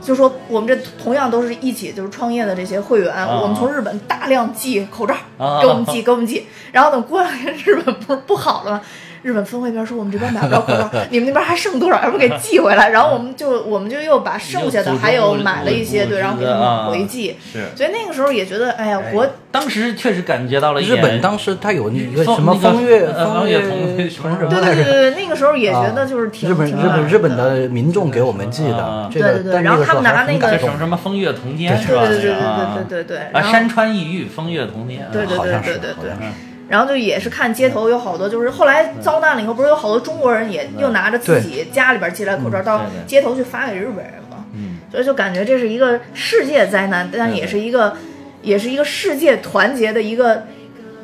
B: 就说我们这同样都是一起就是创业的这些会员，
C: 啊
B: 我们从日本大量寄口罩、
C: 啊
B: 给我们寄，给我们寄，然后等过两天日本不是不好了吗？日本分会边说我们这边买不着口罩，你们那边还剩多少，要不给寄回来？然后我们就我们就又把剩下的还有买了一些，对，然后给他们往回寄。
C: 是，
D: 啊
B: 所以那个时候也觉得，哎呀，
C: 哎
B: 国
C: 当时确实感觉到了一
D: 日
C: 点
D: 本当时他有一个
C: 风
D: 什么
C: 那个
D: 风月
C: 呃风月
D: 月
C: 同
D: 同
C: 什么
D: 什么
B: 对
D: 来
B: 对对
D: 着？
B: 对，对那个时候也觉得就是挺
D: 啊日本日
B: 挺
D: 本
B: 暖
D: 日本的民众给我们寄
C: 啊
D: 的，这
B: 对对
D: 个
B: 对
D: 但
B: 然
D: 那
B: 后
D: 个时
B: 他
D: 候
B: 们拿
D: 还
B: 那
D: 很
B: 个
C: 这
D: 感动
C: 什么。什么风月同天是吧？
B: 对对对
C: 那个啊
B: 对对对对对
C: 啊，
B: 然后
C: 山川异域，风月同天。啊
B: 对对
D: 好
B: 对
D: 像
B: 对
D: 是
B: 对
D: 好
B: 对
D: 像。
B: 然后就也是看街头有好多，就是后来遭难了以后，不是有好多中国人也又拿着自己家里边寄来口罩到
C: 嗯对对
B: 街头去发给日本人嘛，
C: 嗯，
B: 所以就感觉这是一个世界灾难，但
C: 对
B: 也是一个，也是一个世界团结的一个。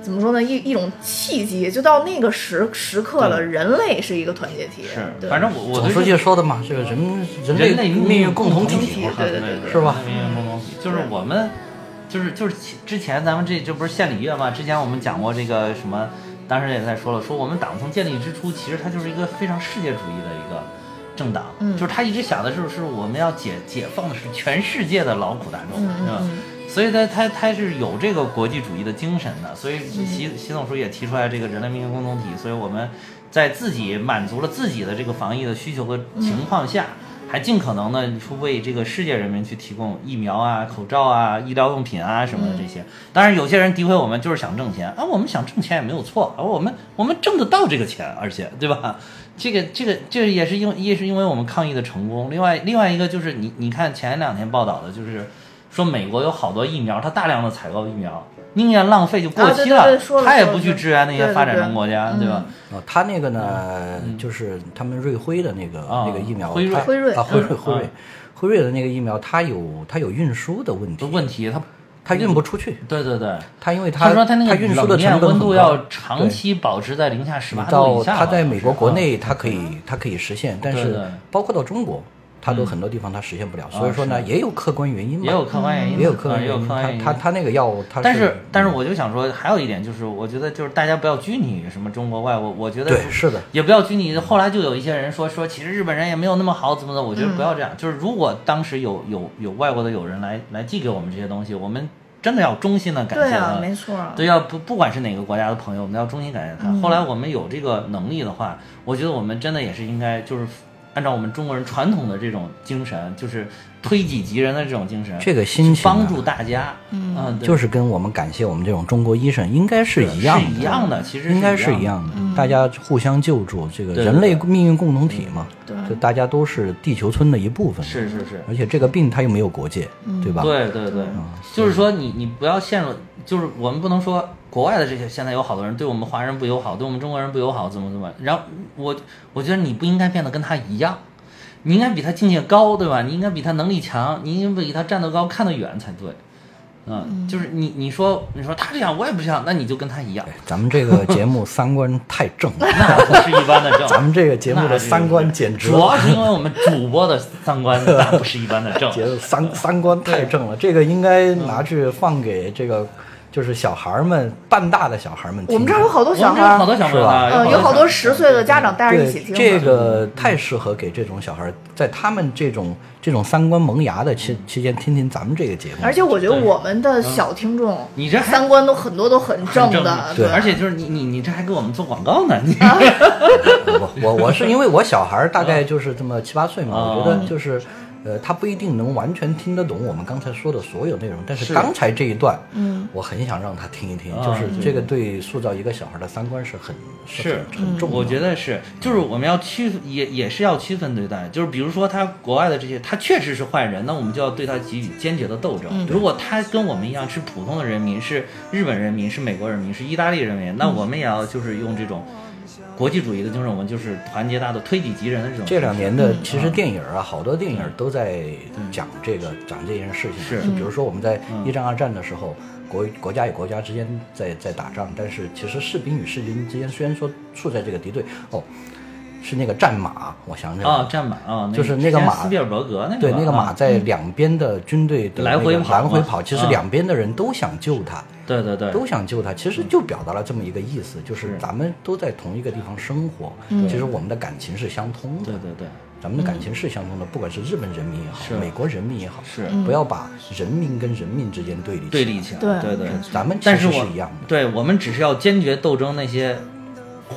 B: 怎么说呢？一一种契机，就到那个时时刻了，
C: 对
B: 人类是一个团结体，
C: 是，
B: 对
C: 反正我我
D: 总
C: 对
D: 书
C: 这
D: 记说的嘛，这个人人
C: 人
D: 类
C: 类
D: 命运共同
B: 共同
D: 体
B: 体
C: 啊
D: 嘛，
B: 对对对对
D: 是吧
C: 命运共同体就是我们，就是就是其之前咱们这这不是县里月嘛？之前我们讲过这个什么，当时也在说了，说我们党从建立之初，其实它就是一个非常世界主义的一个政党，
B: 嗯
C: 就是他一直想的是是我们要解解放的是全世界的劳苦大众，
B: 嗯嗯
C: 是吧？
B: 嗯
C: 所以他他他是有这个国际主义的精神的，所以
B: 嗯
C: 习习总书记也提出来这个人类命运共同体，所以我们在自己满足了自己的这个防疫的需求和情况下，
B: 嗯
C: 还尽可能的去为这个世界人民去提供疫苗啊、口罩啊、医疗用品啊什么的这
B: 嗯
C: 些。当然，有些人诋毁我们就是想挣钱啊，我们想挣钱也没有错啊，我们我们挣得到这个钱，而且对吧？这个这个这也是因为也是因为我们抗疫的成功。另外另外一个就是你你看前两天报道的就是。说美国有好多疫苗，它大量的采购疫苗，宁愿浪费就过期
B: 啊对
C: 了
B: 对对说，了
C: 他也
B: 说了
C: 不去支援那
B: 对
C: 些
B: 对
C: 发展
B: 对嗯
C: 中国家，对吧？
D: 啊，他那个呢，就是他们瑞辉的那个、
C: 嗯啊
D: 那个疫苗，
C: 辉瑞
D: 它
B: 辉瑞
D: 啊，辉瑞
C: 嗯
D: 辉瑞、
C: 啊
D: 辉瑞的那个疫苗，它有它有运输的问题，
C: 问题他，
D: 它运不出去，
C: 对对对，
D: 它因为它
C: 他说他那个
D: 运输的
C: 冷
D: 成
C: 链
D: 本
C: 温
D: 很
C: 度
D: 高
C: 要长期保持在零下十
D: 你
C: 八度
D: 到
C: 以下吧。
D: 它在美国国
C: 啊
D: 内，它可以它可以实现，但
C: 对
D: 是
C: 对
D: 包括到中国，它都很多地方它实现不了，所以
C: 啊
D: 说呢，
C: 是
D: 也有客观原因嘛，
C: 也有客观原因，
D: 也有客
C: 嗯
D: 观
C: 也有
D: 原
C: 客
D: 因，
C: 观原因。
D: 它它它那个药，它
C: 但
D: 是嗯
C: 是但是我就想说，还有一点就是，我觉得就是大家不要拘泥于什么中国外国，我觉得
D: 对是的，
C: 也不要拘泥。后来就有一些人说说，其实日本人也没有那么好，怎么的？我觉得不要
B: 嗯
C: 这样。就是如果当时有有有外国的友人来来寄给我们这些东西，我们真的要衷心的感
B: 对
C: 谢他。
B: 啊，没错嗯啊，
C: 对，要不不管是哪个国家的朋友，我们要衷心感谢他。后来我们有这个能力的话，我觉得我们真的也是应该就是按照我们中国人传统的这种精神，就是推己及人的这种精神，
D: 这个心情啊
C: 帮助大家，嗯，对
D: 就是跟我们感谢我们这种中国医生应该是一样
C: 是一样的，其实
D: 应该
C: 是
D: 是一样的，大家互相救助，这个
C: 对
D: 人类
C: 对
D: 命运共同体嘛，
B: 对
D: 就大家都是地球村的一部分
C: 的，，是是是，
D: 而且这个病它又没有国界，对吧？嗯
C: 对对对，就是说你你不要陷入，就是我们不能说国外的这些现在有好多人对我们华人不友好，对我们中国人不友好，怎么怎么，然后我我觉得你不应该变得跟他一样。你应该比他境界高，对吧？你应该比他能力强，你应该比他站得高、看得远才对。嗯，就是你你说你说他这样，我也不像，那你就跟他一样，
D: 咱们这个节目三观太正
C: <laughs>
D: 了，
C: 那不是一般的正。
D: 咱们这个节目的三观简直
C: 主要是因为我们主播的三
D: <laughs>
C: 观那不是一般的正。
D: 节目
B: <laughs>
D: 三三观太正了，这个应该拿去放给这个就是小孩儿们半大的小孩儿们听。
B: 我们这儿有好多
C: 我
B: 小孩
C: 们这有
B: 儿，
C: 好多小朋友啊，
B: 呃，有好多十岁的家长带着一起
D: 对
B: 听的，
D: 这个太适合给这种小孩儿，在他们这种这种三观萌芽的期期间听听咱们这个节目。
B: 嗯而且我觉得我们的小听众，
C: 嗯你这还
B: 三观都很多都很正
C: 正
B: 的，啊
D: 对
C: 而且就是你你你这还给我们做广告呢，你 <laughs>
D: 呃我我我是因为我小孩儿大
B: 嗯
D: 概就是这么七八岁嘛，
C: 啊
D: 我觉得就是，呃，他不一定能完全听得懂我们刚才说的所有内容，但是刚才这一段，嗯，我很想让他听一听，
B: 嗯
C: 啊
D: 就是这个对塑造一个小孩的三观是很
C: 是
D: 很很
B: 嗯
D: 重要的。
C: 我觉得是，就是我们要区也也是要区分对待，就是比如说他国外的这些，他确实是坏人，那我们就要对他给予坚决的斗争。
B: 嗯
C: 如果他跟我们一样是普通的人民，是日本人民，是美国人民，是意大利人民，那
B: 嗯
C: 我们也要就是用这种国际主义的精神，我们就是团结大的推己及人的这种。
D: 这两年
C: 嗯
D: 的其实电影儿啊，好多电影儿都在讲这个讲这件事情，
C: 是嗯
D: 就比如说我们在一战、二战的时候。国国家与国家之间在在打仗，但是其实士兵与士兵之间虽然说处在这个敌对，哦，是那个战马，我想起来了
C: 啊，战马啊，
D: 就是
C: 那
D: 那个
C: 之前
D: 马
C: 斯皮尔伯格那个
D: 对，那个
C: 啊
D: 马在两边的军队的
C: 来
D: 那个
C: 回跑
D: 来回
C: 嘛
D: 跑，其实
C: 啊
D: 两边的人都想救他，
C: 对对对，
D: 都想救他，其实就表达了这么一个意思，就是
C: 是嗯
D: 咱们都在同一个地方生活，其实我们的感情是相通
C: 对
D: 的，
C: 对对，
D: 咱们的感情是相通的，不管是日本人民也好
C: 是，
D: 美国人民也好，
C: 是
D: 不要把人民跟人民之间对立
C: 对
D: 起来
C: 立起来，
B: 对
C: 对对。
D: 咱们嗯其
C: 但
D: 实
C: 我
D: 是一样的，
C: 对我们只是要坚决斗争那些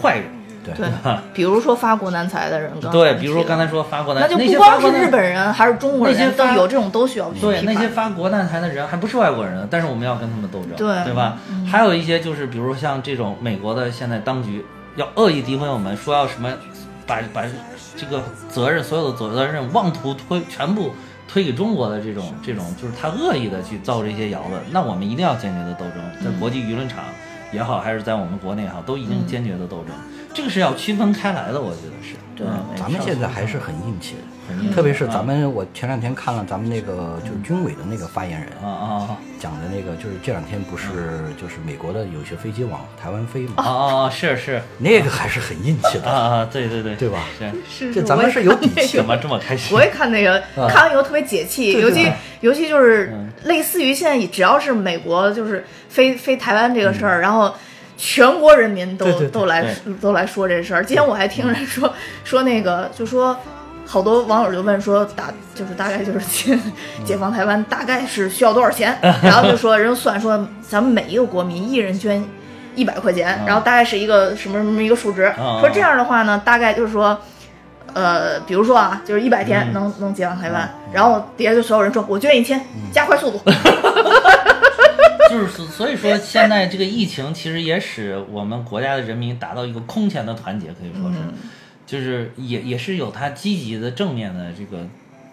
C: 坏人。
D: 对
B: 对，
C: <laughs>
B: 比如说发国难财的人，刚才
C: 对，比如说
D: 啊
B: 提到
C: 刚才说发国难，
B: 那就
C: 那
B: 不
C: 些
B: 光
C: 发
B: 是
C: 国难
B: 日本人，还是中国
C: 那些
B: 人，都
C: 发
B: 有这种都需要去
C: 对
B: 批
C: 那
B: 判
C: 些发国难财的人还不是外国人，但是我们要跟他们斗争，
B: 对嗯
C: 对吧？还有一些就是，比如像这种美国的现在当局要恶意诋毁我们，说要什么把把这个责任所有的责任妄图推全部推给中国的这种这种，就是他恶意的去造这些谣论，那我们一定要坚决的斗争，在国际舆论场也好，还是在我们国内也好，都一
B: 嗯
C: 定坚决的斗争，这个是要区分开来的，我觉得是。
B: 对
C: 嗯
D: 咱们现在还是很硬气
C: 很硬
D: 的，
C: 气
D: 特别是咱
C: 啊
D: 们我前两天看了咱们那个就是军委的那个发言人，
C: 啊啊
D: 讲的那个就是这两天不是
C: 嗯
D: 就是美国的有些飞机往台湾飞
C: 啊
D: 嘛，
C: 啊啊！是是
D: 那个还是很硬气
C: 啊
D: 的，
C: 啊，对对对，
D: 对吧
C: 是。
B: 是
D: 这咱们是有底气
C: 怎
D: 的。
C: 么这么开心？
B: 我也看那个，
D: 啊
B: 看完以后特别解气，尤其尤其就是
D: 嗯
B: 类似于现在，只要是美国就是飞飞台湾这个事儿，然后全国人民都
D: 嗯对对对嗯
B: 都来
C: 对
B: 都来说这事儿。今天我还听人说 <laughs> 说那个，就说好多网友就问说打就是大概就是解
D: 嗯
B: 解放台湾大概是需要多少钱，然后就说人算说咱们每一个国民一人捐。一百块钱，然后大概是一个什么什么一个数值，
C: 啊
B: 说这样的话呢，大概就是说，呃，比如说啊，就是一百
C: 嗯
B: 天能、能解放台湾，然后底下就所有人说，我捐一千，
C: 嗯
B: 加快速度。
C: <laughs> 就是所所以说，现在这个疫情其实也使我们国家的人民达到一个空前嗯的团结，可以说是，就是也也是有它积极的正面的这个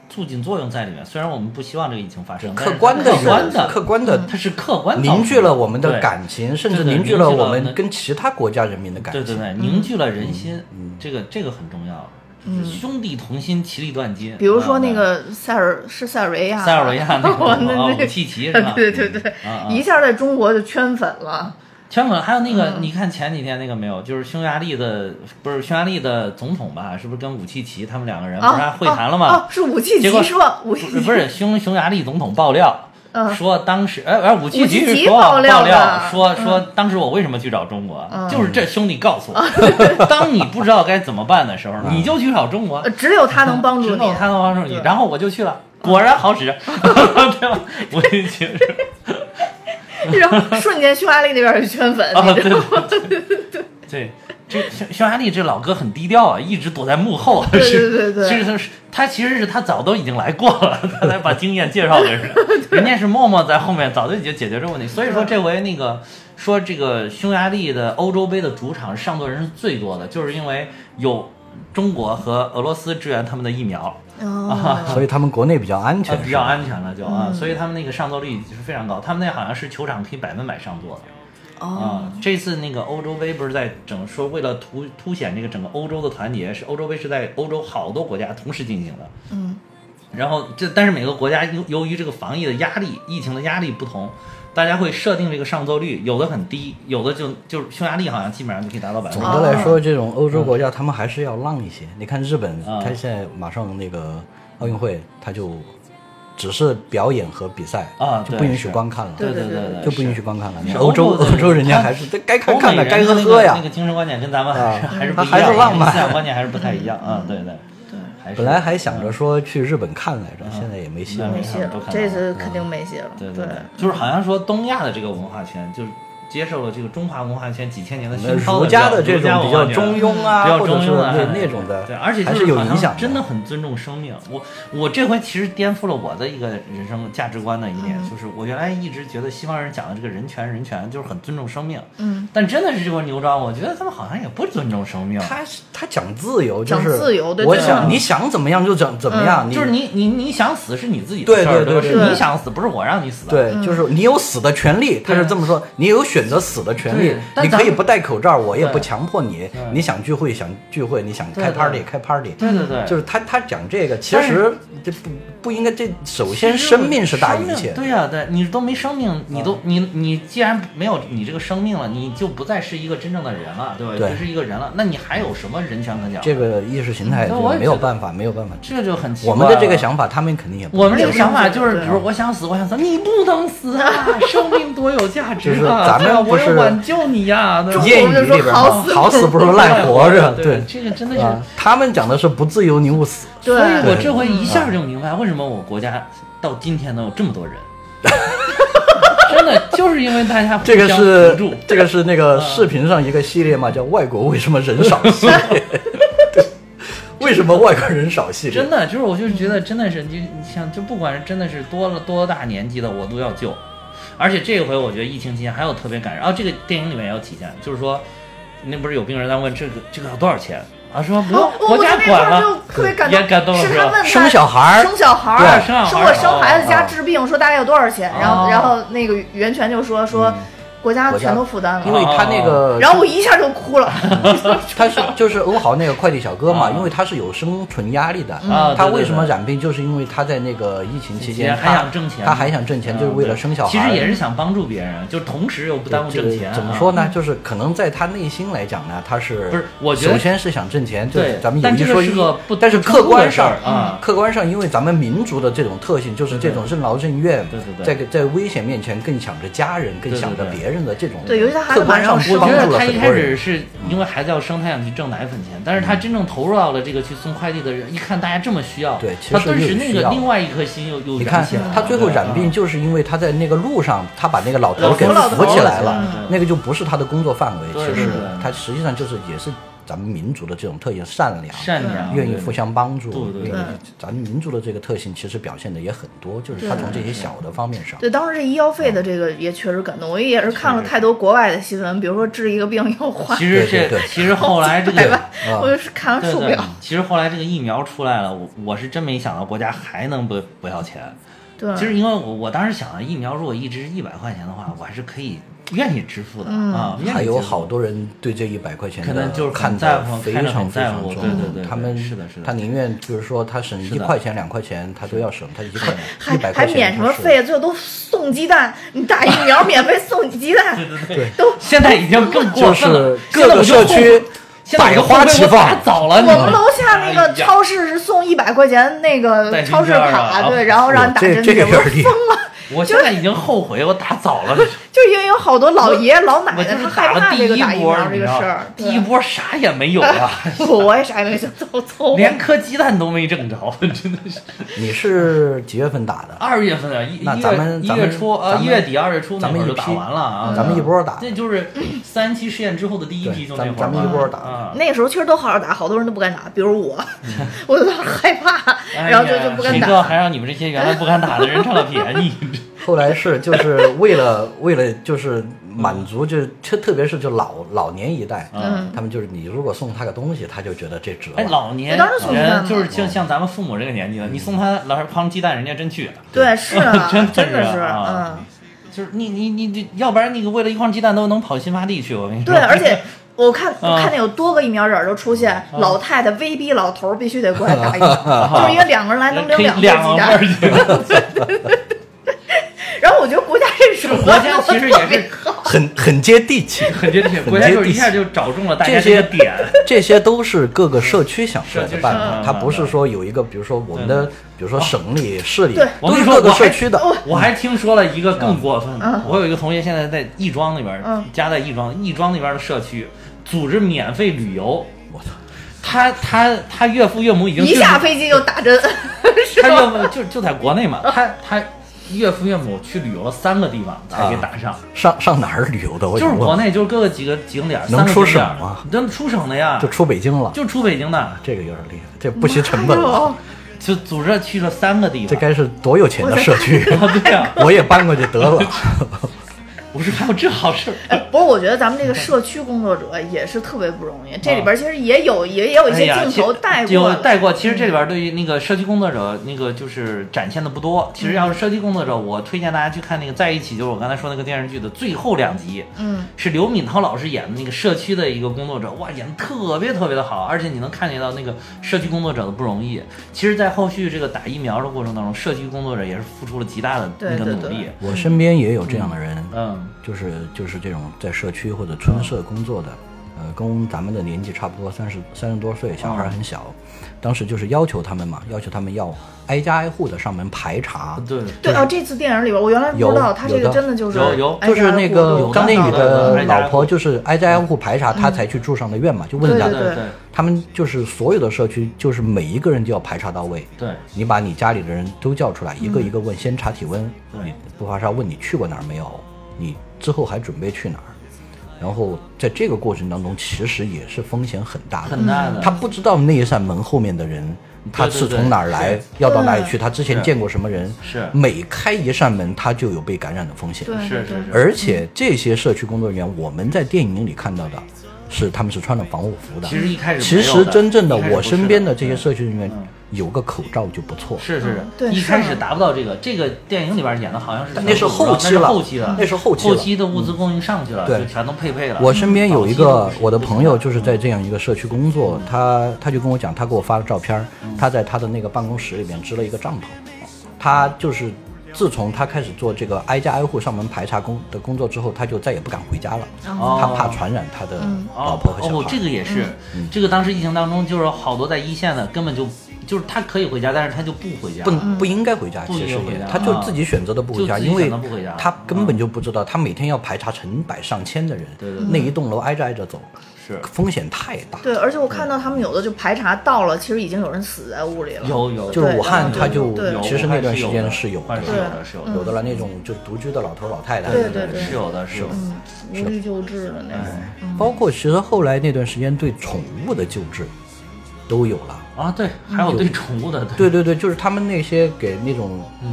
C: 促进作用在里面。虽然我们不希望这个疫情发生，
D: 客观的
C: 但是它是客观的，
D: 客观的
C: 它是客观造成的
D: 凝聚了我们的
C: 对
D: 感情，甚至
C: 对对
D: 凝聚
C: 凝聚了
D: 了我
C: 那
D: 们跟其他国家人民的感
C: 对
D: 情。嗯
C: 对对，凝聚了人心，这个这个很重要。就是兄弟同心，其利断金。
B: 比如说
C: 啊
B: 那个塞尔是塞尔维亚吧，
C: 塞尔维亚那 <laughs>
B: <laughs>
C: 个
B: 我那
C: 哦
B: 那
C: 武契奇是
B: <laughs>
C: 吧
B: 对对对
C: 啊啊，
B: 一下在中国就圈粉了。
C: 圈粉，还有那
B: 嗯
C: 个，你看前几天那个没有，就是匈牙利的，不是匈牙利的总统吧？是不是跟武契奇他们两个人不是
B: 啊，
C: 还会谈了吗？
B: 哦，哦是武契
C: 结果
B: 奇是吧？武契
C: 不是不是匈匈牙利总统爆料。
B: 嗯
C: 说当时，哎哎，武契
B: 武契
C: 是
B: 奇
C: 说
B: 爆料
C: 料
B: 的嗯
C: 说说当时我为什么去找中国，就是这兄弟告诉我， <laughs> 当你不知道该怎么办的时候，你就去找中国
B: 哦嗯呃，只有他能帮助
C: 只
B: 你
C: 有。他能帮助你，
B: 对
C: 然后我就去了，果然好使， <laughs> 对吧？武契奇是
B: 然后瞬间匈牙利那边就圈粉，
C: 啊，
B: 你
C: 对 <laughs>
B: 知道吗？
C: 对对对，这匈匈牙利这老哥很低调啊，一直躲在幕后啊。
B: 对对
C: 是
B: 对对
C: 是是是，他其实是他早都已经来过了，他才把经验介绍 <laughs> 给人，人家是默默在后面早就已经解决这个问题。所以说这回那个说这个匈牙利的欧洲杯的主场上座人是最多的，就是因为有中国和俄罗斯支援他们的疫苗。
B: 哦，
D: 所以他们国内比较安
C: 嗯呃
D: 全，
C: 比较安全了就啊，所以他们那个上座率是非常高，他们那好像是球场可以百分百上座
B: 哦
C: 的。
D: 哦
C: 啊，这次那个欧洲杯不是在整说为了凸凸显这个整个欧洲的团结，是欧洲杯是在欧洲好多国家同时进行的。嗯，然后这但是每个国家由由于这个防疫的压力、疫情的压力不同，大家会设定这个上座率，有的很低，有的就就是匈牙利好像基本上就可以达到百分
D: 总
C: 之
D: 的来说，这种欧洲国家他们还是要浪一些。你看日本，
C: 啊
D: 他现在马上那个奥运会，他就只是表演和比赛
C: 啊
D: 就
C: 对
D: 不允许
C: 是
D: 观看了，
C: 对对对对，
D: 就不允
C: 是
D: 许观看了。
C: 是
D: 欧洲
C: 欧洲的
D: 欧洲人家还是该看看的，
C: 的，
D: 该喝喝呀
C: 那。个精神观念跟咱们还是、
D: 啊
C: 还是
D: 他
C: 不一
D: 还是
C: 样的
D: 浪漫嗯
C: 思想观念还是不太一样啊、对对对，还是
D: 本来还想着说去日本看来着，现在也没戏了
C: 嗯。
B: 没戏
C: 不
B: 了
C: 可，能
B: 这次肯定没戏了。
C: 对
B: 对
C: 对，就是好像说东亚的这个文化圈，就是接受了这个中华文化圈几千年的
D: 那
C: 熏陶
D: 儒家的这
C: 儒家
D: 种
C: 文
D: 比较
C: 化圈
D: 中庸
C: 比
D: 啊，
C: 较
D: 或者
C: 中
D: 是
C: 庸啊
D: 那那种的，
C: 对，而且就
D: 还是有
C: 好像
D: 影响
C: 真的很尊重生命。我我这回其实颠覆了我的一个人生价值观的一点，
D: 嗯
C: 就是我原来一直觉得西方人讲的这个人权，人权就是很尊重生命，嗯，但真的是这波牛庄，我觉得他们好像也不尊重生命，
D: 他他讲自由，就
B: 讲
D: 是
B: 自由对
D: 我
B: 对
D: 想
C: 对
D: 你想怎么样就怎怎么
B: 嗯
D: 样，你
C: 就是你你你想死是你自己的
D: 对
C: 事儿，
D: 对
C: 吧
D: 对
C: 是
B: 对
C: 你想死，不是我让你死的。
D: 对，就是你有死的权利，他是这么说，你有选择死的权利
C: 对，但
D: 你
C: 咱
D: 可
C: 们
D: 以不戴口罩，我也不强迫你
C: 对，
D: 你想聚会想聚会，你想
C: 对
D: 开
C: 对
D: party 开 party，
C: 对对对
D: 就是他他讲这个，其
C: 但
D: 实
C: 是
D: 这不不应该，这首先生命是大于一切嗯
C: 生命，对呀、对，你都没生命，你都、你你既然没有你这个生命了，你就不再是一个真正的人了，对吧？
D: 对
C: 不是一个人了，那你还有什么人权可讲？
D: 这个意识形态
C: 嗯那
D: 就
C: 我也
D: 没有
C: 觉得
D: 办法，没有办法。
C: 这就很奇怪
D: 我
C: 了
D: 们的这个。想法，他们肯定也不
C: 我们这个想法就是，
D: 啊
B: 对
C: 比如我想死，我想死，你不能死
D: <laughs>
C: 啊！生命多有价值
D: 就是
C: 啊！
D: 咱们
C: 对吧
D: 不
C: 我要
D: 是
C: 挽救你呀！对吧
D: 谚
B: 我们就
D: 语
B: 说
D: 里边
B: 好
D: 嘛，
B: 死
D: 好死不如赖活着，
C: 对，这个真的是
D: 啊，他们讲的是不自由你勿死，
B: 对
C: 所以我这回一
D: 嗯啊
C: 下就明白为什么我国家到今天能有这么
D: <laughs>
C: 多人，真的就是因为大家互
D: 这个
C: 相
D: 是
C: 扶助。嗯
D: 这个是那个视频上一个系列嘛，叫“外国为什么人少”系列。
C: <laughs>
D: 对，为什么外国人少系列？
C: 真的就是，我就是觉得真的是，你你像就不管是真的是多了多大年纪的，我都要救。而且这回我觉得疫情期间还有特别感人，啊，这个电影里面也有体现，就是说，那不是有病人在问这个这个要多少钱啊？说不用
B: 哦，我
C: 国家
B: 我那
C: 管
B: 块儿
D: 嗯
C: 了，
B: 就特别
C: 也感
B: 感动，
C: 动了
B: 是
C: 是
B: 他
C: 吧
B: 问他
D: 生小孩儿
B: 生小孩
D: 对
C: 生小孩
B: 说
C: 儿
B: 我生孩子家
D: 哦
B: 治病，说大概有多少钱？然后
C: 哦
B: 然后那个袁泉就说说国家
D: 国家
B: 全都负担
D: 因
B: 了，
D: 为他那个，
C: 啊
B: 然后我一下就哭了。 <laughs>
D: 他是就是欧豪那个快递小哥嘛，
C: 啊
D: 因为他是有生存压力的
C: 啊。
D: 他
C: 对对
D: 为什么
C: 对
D: 染病，就是因为他在那个疫情期间，
C: 还
D: 他
C: 想挣钱嗯
D: 他还想挣钱，就是为了生小孩。
C: 其实也是想帮助别人，就同时又不耽误
D: 这
C: 挣
D: 个
C: 钱。啊
D: 怎么说？呢？就是可能在他内心来讲呢，他是
C: 不是我觉得
D: 首先是想挣钱，就是
C: 对
D: 咱们有
C: 但
D: 一
C: 这个
D: 说
C: 是
D: 一
C: 个不，
D: 但是
C: 不
D: 客
C: 冲突的
D: 观上嗯
C: 事儿啊
D: 客观上，因为咱们民族的这种特性，就是这种任劳任怨，
C: 对对对
D: 在在危险面前更想着家人，更想着
C: 对对对
D: 别人的这种，
B: 对尤其他孩子
D: 客观上
B: 晚上
D: 不
C: 我
D: 啊帮
C: 觉
D: 助
C: 得
D: 了
C: 他一
D: 很
C: 开
D: 多人
C: 始。
D: 嗯
C: 是因为孩子要生，他想去挣奶粉钱，但是他真正投入到了这个去送快递的人，一看大家这么需要，
D: 对其实
C: 他顿时那
D: 有需要
C: 个另外一颗心又又
D: 你看
C: 燃起来了。嗯
D: 他最后
C: 啊对吧
D: 染病，，就是因为他在那个路上，他把那个老头
C: 老
D: 给
C: 头
D: 扶起来
C: 老头
D: 了，那个就不是他的工作范围。
C: 对
D: 其
C: 对
D: 实
C: 对
D: 他实际上就是也是咱们民族的这种特性，善良，
C: 善良，
D: 嗯愿意互相帮助，
C: 啊对对对
D: 个咱们民族的这个特性其实表现的也很多，就是他从这些小的方面上，
B: 对，当时这医药费的这个也确实感动，我也是看了太多国外的新闻，比如说治一个病要花
C: 其实这
D: 对对对
C: 其实后来
B: <laughs>
C: 这
B: 百
C: 个
B: 万，我就是看完
C: 对
B: 受不
C: 对
B: 了。，
C: 其实后来这个疫苗出来了，我我是真没想到国家还能不不要钱。
B: 对，
C: 其实因为我我当时想啊，疫苗如果一支一百块钱的话，我还是可以愿意支付的、
B: 嗯
C: 啊。愿意
D: 还有
C: 支付
D: 好多人对这一百块钱的
C: 可能就是很
D: 看
C: 在
D: 得
C: 乎
D: 非
C: 看得
D: 常
C: 很
D: 非
C: 在
D: 常
C: 乎
D: 重，
C: 对对对对
D: 他们
C: 是的是的
D: 他宁愿就是说他省一
C: 的
D: 块钱两块钱，他都要省，他一块
B: 还
D: 一百
B: 还
D: 块钱
B: 免什么
D: 他是
B: 费啊？最后都送鸡蛋，你打疫苗免费送你鸡蛋，都
C: 现在已经更过
D: 就
C: 分了
D: 是，
C: 现
D: 各
C: 在我就
D: 个社
C: 后
D: 区
C: 现在我
D: 百
C: 就后
D: 花
C: 悔
D: 齐
C: 我打
D: 放。
C: 早了，
B: 我
C: 你知道吗
B: 们楼下那个
C: 哎呀
B: 超市是送一百块钱那个
C: 代金
B: 超市
C: 券啊
B: 卡，对，然后让你打
D: 这
B: 针
D: 这
B: 去，
D: 个
B: 我
D: 有点
B: 说
D: 厉
B: 疯
D: 害
B: 了。
C: 我现在已经后悔我打早
B: <laughs>
C: 了。
B: 就因为有好多老爷老奶
C: 我就
B: 奶，
C: 是
B: 他哎害
C: 打
B: 怕
C: 了第
B: 这
C: 一
B: 个打疫
C: 波
B: 苗，这
C: 你
B: 个
C: 知
B: 事
C: 道吗
B: 儿，。
C: 第
B: <laughs>
C: 一波啥也没有呀，
B: 对，我也啥也没想凑凑合。
C: 连颗鸡蛋都没挣着， <laughs> 真的是。
D: 你是几月份打的？
C: 二月份啊，一
D: 那
C: 一
D: 咱
C: 月
D: 们
C: 一
D: 咱
C: 月
D: 们
C: 初
D: 咱
C: 啊，
D: 们
C: 一月底二月初那
D: 咱们
C: 会儿
D: 一
C: 就打
D: 批
C: 完了啊，
D: 咱们一波打
B: <laughs>
C: 这就是三期试验之后的第一批，
D: 对
C: 就
D: 咱
C: 那
D: 们
C: 会儿吧
D: 咱们一波打嗯
C: 啊。
B: 那个时候确实都好好打，好多人都不敢打，比
C: <laughs>
B: 如我，我就害怕，
C: 哎
B: 然后就
C: 呀
B: 就不敢
C: 谁知
B: 打。
C: 道还让你们这些原来不敢打的人占了便宜。
B: <laughs>
D: 后来是就是为了为了就是满足，就是特特别是就老老年一代，
C: 嗯
D: 他们就是你如果送他个东西，他就觉得这值
C: 哎，
D: 了。
C: 老年
B: 当然送鸡蛋
C: 人
B: 了
C: 就是就像咱们父母这个年纪的，你送他老筐鸡蛋，人家真去了。
B: 对，是啊
C: <laughs> 真的
B: 真的
C: 是
B: 是，
C: 啊 <laughs>
B: 嗯，
C: 就是你你你你，要不然那个为了一筐鸡蛋都能跑新发地去，我跟你说。
B: 对，而且。我
C: <laughs>
B: 看
C: 嗯
B: 我看见有多个疫苗人都出现，老太太威逼老头儿必须得过来打疫
D: <laughs>
B: 苗，就是因为两个人来能领
C: 可以
B: 两个
C: 两
B: 鸡
C: 份儿
B: 蛋。
C: 去。
B: 然后我觉得国家这手
C: <laughs> 国
B: 段
C: 家
B: <laughs> 弄得
C: 其实
B: 特
C: 也
B: 别
C: 是
B: 好，
D: 很很接地气，
C: 很接地气，国家就是一下就找中了大家
B: <laughs>
D: 这些
C: 个点。
D: 这些都是各个社区想出来的办
C: 社
D: 法
C: 区，
D: 它不是说有一个，比如说我们的，比如说省里、市里
B: 对，
D: 都是
C: 哦我跟你说
D: 各个
C: 我还
D: 社区的。
C: 我还听说了一个更过分的，我有一个同学现在在亦庄那边
B: 嗯，
C: 家在亦庄，亦庄那边的社区组织免费旅游。
D: 我操，
C: 他他他岳父岳母已经
B: 一
C: 进入
B: 下飞机就打针，是
C: 他岳
B: 吧？
C: 父就就在国内嘛，他他岳父岳母去旅游了三个地方才给打上，
D: 啊上上哪儿旅游的？我
C: 就是
D: 想问
C: 国内就是各个几个景点，
D: 能
C: 三个
D: 出
C: 景点
D: 省吗？
C: 能出省的呀，
D: 就出北京了，
C: 就出北京的，
D: 这个有点厉害，这 <laughs> 不惜成本
B: 哎呦 <laughs>
D: 了，
C: 就组织去了三个地
D: 这
C: 方。
D: 该是多有钱的社
C: <laughs>
D: 区，
C: 对呀，
D: 我也搬过去得了。 <laughs>
C: 我说还有这好事儿。
B: 哎不是，我觉得咱们这个社区工作者也是特别不容易，这里
D: 啊
B: 边其实也有也也有一
C: 哎
B: 些
C: 呀
B: 镜
C: 其
B: 头带
C: 有
B: 过了，
C: 带过。其实这里边对于那个社区工作者，那个就是展现的不多。其实要是社区工作者，我推荐大家去看那个《在一起》，就是我刚才说那个电视剧的最后两集，
B: 嗯，
C: 是刘敏涛老师演的那个社区的一个工作者，哇，演的特别特别的好，而且你能看见到那个社区工作者的不容易。其实，在后续这个打疫苗的过程当中，社区工作者也是付出了极大的那个
B: 对对
C: 努力
B: 对，
D: 我身边也有这样的人，
C: 嗯。
D: 就是就是这种在社区或者村社工作的，呃，跟咱们的年纪差不多，三十三十多岁，小孩儿很小。当时就是要求他们嘛，要求他们要挨家挨户的上门排查，
C: 对，
B: 对哦，这次电影里边，我原来不知道
D: 有
B: 他这个
D: 有的
B: 真的就是
C: 有有
B: 哎
C: 哎
D: 就是那个
B: 我看
D: 张天
B: 到
D: 宇
B: 了
D: 的
C: 有
D: 老婆，就是挨家挨户排查，她才去住上的院嘛，就问
B: 对
D: 他
B: 对对
D: 他们就是所有的社区，就是每一个人都要排查到位。
C: 对
D: 你把你家里的人都叫出来，一个一个问，先查体温。
C: 嗯对
D: 你不发烧问你去过哪儿没有，你之后还准备去哪儿，然后在这个过程当中，其实也是风险很大的。
C: 很大的。
D: 他不知道那一扇门后面的人，他
C: 对
D: 是从哪儿来，
C: 是
D: 要到哪里去，他之前见过什么人，
C: 是
D: 每开一扇门，他就有被感染的风险。
B: 对对
C: 是
B: 对
C: 是是
D: 而且这些社区工作人员，我们在电影里看到的是他们是穿着防护服的。
C: 其实一开始
D: 其
C: 没有
D: 实
C: 的
D: 真正的
C: 一开始
D: 我
C: 不是
D: 身边
C: 的
D: 的这些
C: 对
D: 社区人员，有个口罩就不错。
C: 是是
B: 嗯对
C: 是，一
B: 是啊
C: 开
B: 的
C: 始达不到这个，这个电影里边演的好像是
D: 但那是后期
C: 那是
D: 了
C: 后期了，
D: 那是后
C: 后
D: 期了嗯
C: 的物资供应上去了，
D: 对
C: 就全都配备了。
D: 我身边有一
C: 早
D: 个
C: 期都不是
D: 我的朋友，就是在这样一个社区工作，他他就跟我讲，他给我发了照片儿，
C: 嗯
D: 他在他的那个办公室里面支了一个帐篷，他就是自从他开始做这个挨家挨户上门排查工的工作之后，他就再也不敢回家了，
C: 哦
D: 他怕传染他的老婆和小
C: 哦，
D: 孩嗯
C: 这
D: 儿。
C: 个也是，这个当时疫情当中就是好多在一线的根本就就是他可以回家，但是他就不回家，
D: 不不应该回家，
C: 嗯不
D: 其实
C: 应该回
D: 也
C: 家
D: 他就
C: 啊
D: 自己选择的不回家，
C: 就自己
D: 因为
C: 选择不回家嗯
D: 他根本就不知道，他每天要排查成百上千的人
C: 对对，对
D: 那一栋楼挨着挨着走，
C: 是
D: 风险太大。
B: 对，而且我看到他们有的就排查到了，其实已经有人死在屋里了。
C: 有有
D: 就是
B: 对
D: 武汉，它就
B: 对嗯
C: 有
D: 其实那段时间
C: 是
D: 是有
C: 有的，
D: 的
C: 是，有的，是有的，
D: 有的了那种就独居的老头老太太，
B: 对对对嗯
C: 是有的，是有的。
B: 无力救治的那种。
D: 包括其实后来那段时间对宠物的救治都有了。
C: 啊，对，还
B: 嗯
C: 有对宠物的，
D: 对对对，就是他们那些给那种，呃，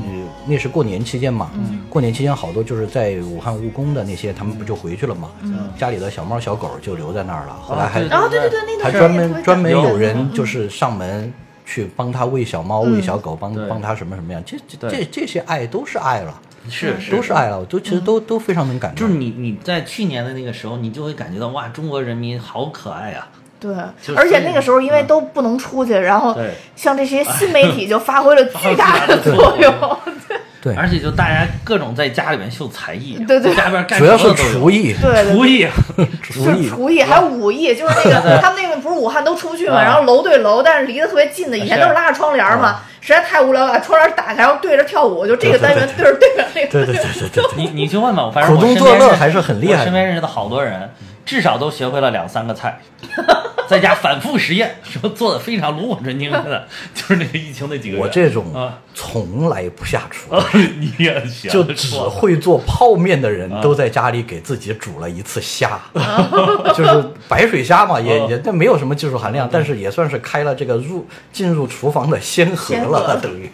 D: 那是过年期间嘛，过年期间好多就是在武汉务工的那些，他们不就回去了嘛，家里的小猫小狗就留在那儿了，后来还
C: 对
B: 然后对对对，那段
D: 还
B: 时
D: 专
B: 间也特
D: 门
B: 别
D: 专门
B: 感人
D: 有人就是上门去帮他喂小猫、喂小狗，帮
C: 对
D: 帮他什么什么样，这这
C: 对
D: 这这些爱都是爱了，
C: 是是
D: 都是爱了，我都其实都都非常能感动。
C: 就是你你在去年的那个时候，你就会感觉到哇，中国人民好可爱啊！
B: 对
C: 就，
B: 而且
C: 是
B: 那个时候因为都不能出去，然后
C: 对
B: 像这些新媒体就发挥了巨大的
C: 对
B: 作用。
D: 对，
C: 而且就大家各种在家里面秀才艺，
B: 对对
C: 在家里边干
D: 主要是
C: 什么都有
D: 厨，艺，
B: 对对
C: 厨艺啊，
D: 厨
B: 就是
D: 艺。
B: 厨艺，还有武艺，就是那个他们那个不是武汉都出去嘛，
C: 啊
B: 然后楼对楼，但是离得特别近的，以前
C: 是
B: 都是拉着窗帘嘛，实在太无聊了，把窗帘打开，然后对着跳舞，就这个单元对着对着那个。
D: 对对对对对对，
C: 你你去问吧，反正我
D: 苦中
C: 身
D: 作
C: 边
D: 乐
C: 认
D: 还是很厉害
C: 我身
D: 的
C: 边认识的好多人，至少都学会了两三个菜， <laughs> 在家反复实验，说做的非常炉火纯青的，就是那个疫情那几个月。
D: 我这种
C: 啊，
D: 从来不下厨。
C: <laughs> 你也学
D: 就
C: 得 <laughs>
D: 只
C: 出
D: 会做泡面的
C: 啊
D: 人，都在家里给自己煮了一次虾， <laughs> 就是白水虾嘛，也
C: 嗯
D: 也但没有什么技术含量，但是也算是开了这个入进入厨房的先河
B: 先河 <laughs>
D: 了，等于。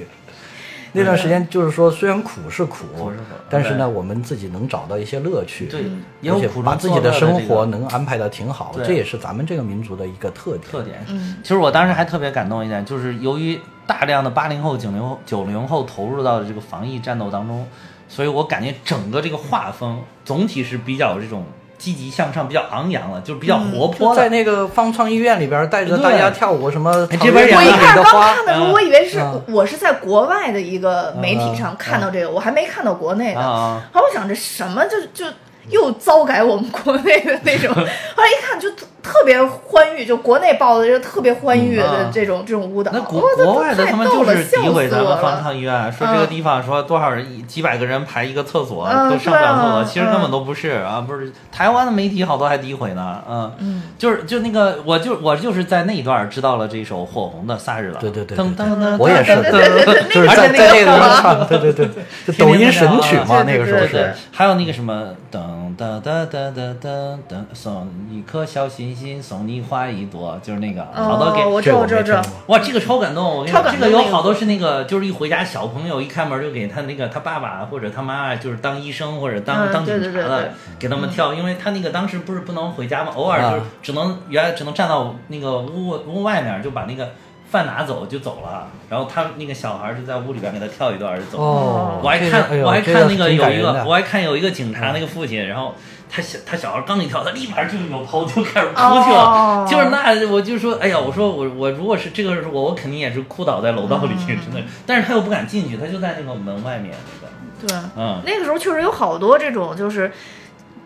D: 那段时间就是说，虽然苦是苦
C: 苦是苦，
D: 但是呢，
C: 对
D: 我们自己能找到一些乐趣，
C: 对
B: 嗯
C: 也有
D: 而且
C: 苦中
D: 把自己
C: 作乐
D: 的
C: 的
D: 生
C: 这
D: 活
C: 个
D: 能安排的挺好，
C: 对
D: 这也是咱们这个民族的一个特点。
C: 特点。
D: 嗯
C: 其实我当时还特别感动一点，就是由于大量的八零后、九零后、九零后投入到这个防疫战斗当中，所以我感觉整个这个画风总体是比较这种积极向上、比较昂扬了，就是比较活泼
D: 嗯就在
C: 了。哎
D: 那个方舱医院里边，带着大
C: 对
D: 家跳舞，什么
C: 哎这边也
D: 草
B: 我
D: 原
B: 一
C: 是
D: 野里
B: 开始
D: 的
B: 刚
D: 花，
B: 看的时候，我以为是
D: 嗯
B: 我是在国外的一个媒体上
C: 嗯
B: 看到这个，我还没看到国内的。
C: 啊
B: 后来我想这什么就就又糟改我们国内的那
C: <laughs>
B: 种，后来一看就特特别欢愉，就国内报的就特别欢愉
C: 嗯
B: 的
C: 啊
B: 这种这种舞蹈。
C: <laughs> 那国
B: 哇这
C: 国外的
B: 太
C: 他们
B: 逗
C: 就
B: 了
C: 是
B: 笑
C: 诋毁
B: 死
C: 咱
B: 我
C: 们
B: 了
C: 方舱医院，说这个地方说多少人几百个人排一个厕所
B: 嗯
C: 都上不了厕
B: 对
C: 所，
B: 啊
C: 其实根本都不是啊，不是台湾的媒体好多还诋毁呢，嗯，就是就那个我就我就是在那一段知道了这首火红的《萨日朗》，
D: 对对对对
C: 噔噔噔，
D: 我也是
C: 噔噔
D: <laughs>
C: 噔
D: 就是
C: 而且
D: 在
C: 那
D: 在那
C: 个
D: 个地方唱，对
B: <laughs>
D: 对对，就
C: 天
D: 抖
C: 天
D: 音
C: 在
D: 神
C: 那
D: 曲
C: 啊
D: 嘛，
B: 对
D: 那个时
B: 对
D: 候
C: 对
D: 是
C: 对。，还有那个什么噔噔噔噔噔噔噔，送一颗小心心，送你花一朵，就是那个好多给
B: 哦，我知
D: 这
B: 道，
D: 我
B: 知道，知道。
D: 没听过。
C: 哇，这个超感动！我跟你
B: 超
C: 讲，
B: 感
C: 这
B: 动
C: 个
B: 那
C: 有
B: 个
C: 好多是那个，就是一回家小朋友一开门就给他那个他爸爸或者他妈妈，就是当医生或者当、
B: 嗯
C: 当警
B: 对
C: 察的，
B: 对对对
C: 给他们跳，因为他那个当时不是不能回家嘛，偶尔就是
D: 啊
C: 只能、原来只能站到那个屋屋外面就把那个饭拿走就走了，然后他那个小孩就在屋里边给他跳一段就走了。
D: 哦
C: 我还
D: 这个
C: 看、
D: 哎呦
C: 我还
D: 这
C: 看那个
D: 挺
C: 有
D: 感
C: 一
D: 人
C: 个
B: <laughs>
D: 的
C: 我还看有一个警察那个父亲，然后。他小他小孩刚一跳，他立马就有头就开始哭去了，
B: 哦
C: <laughs> 就是那我就说，哎呀，我说我我如果是这个是我，我肯定也是哭倒在楼道里，真的。但是他又不敢进去，他就在那个门外面那
B: 对，
C: 个，嗯，
B: 那个时候确实有好多这种，就是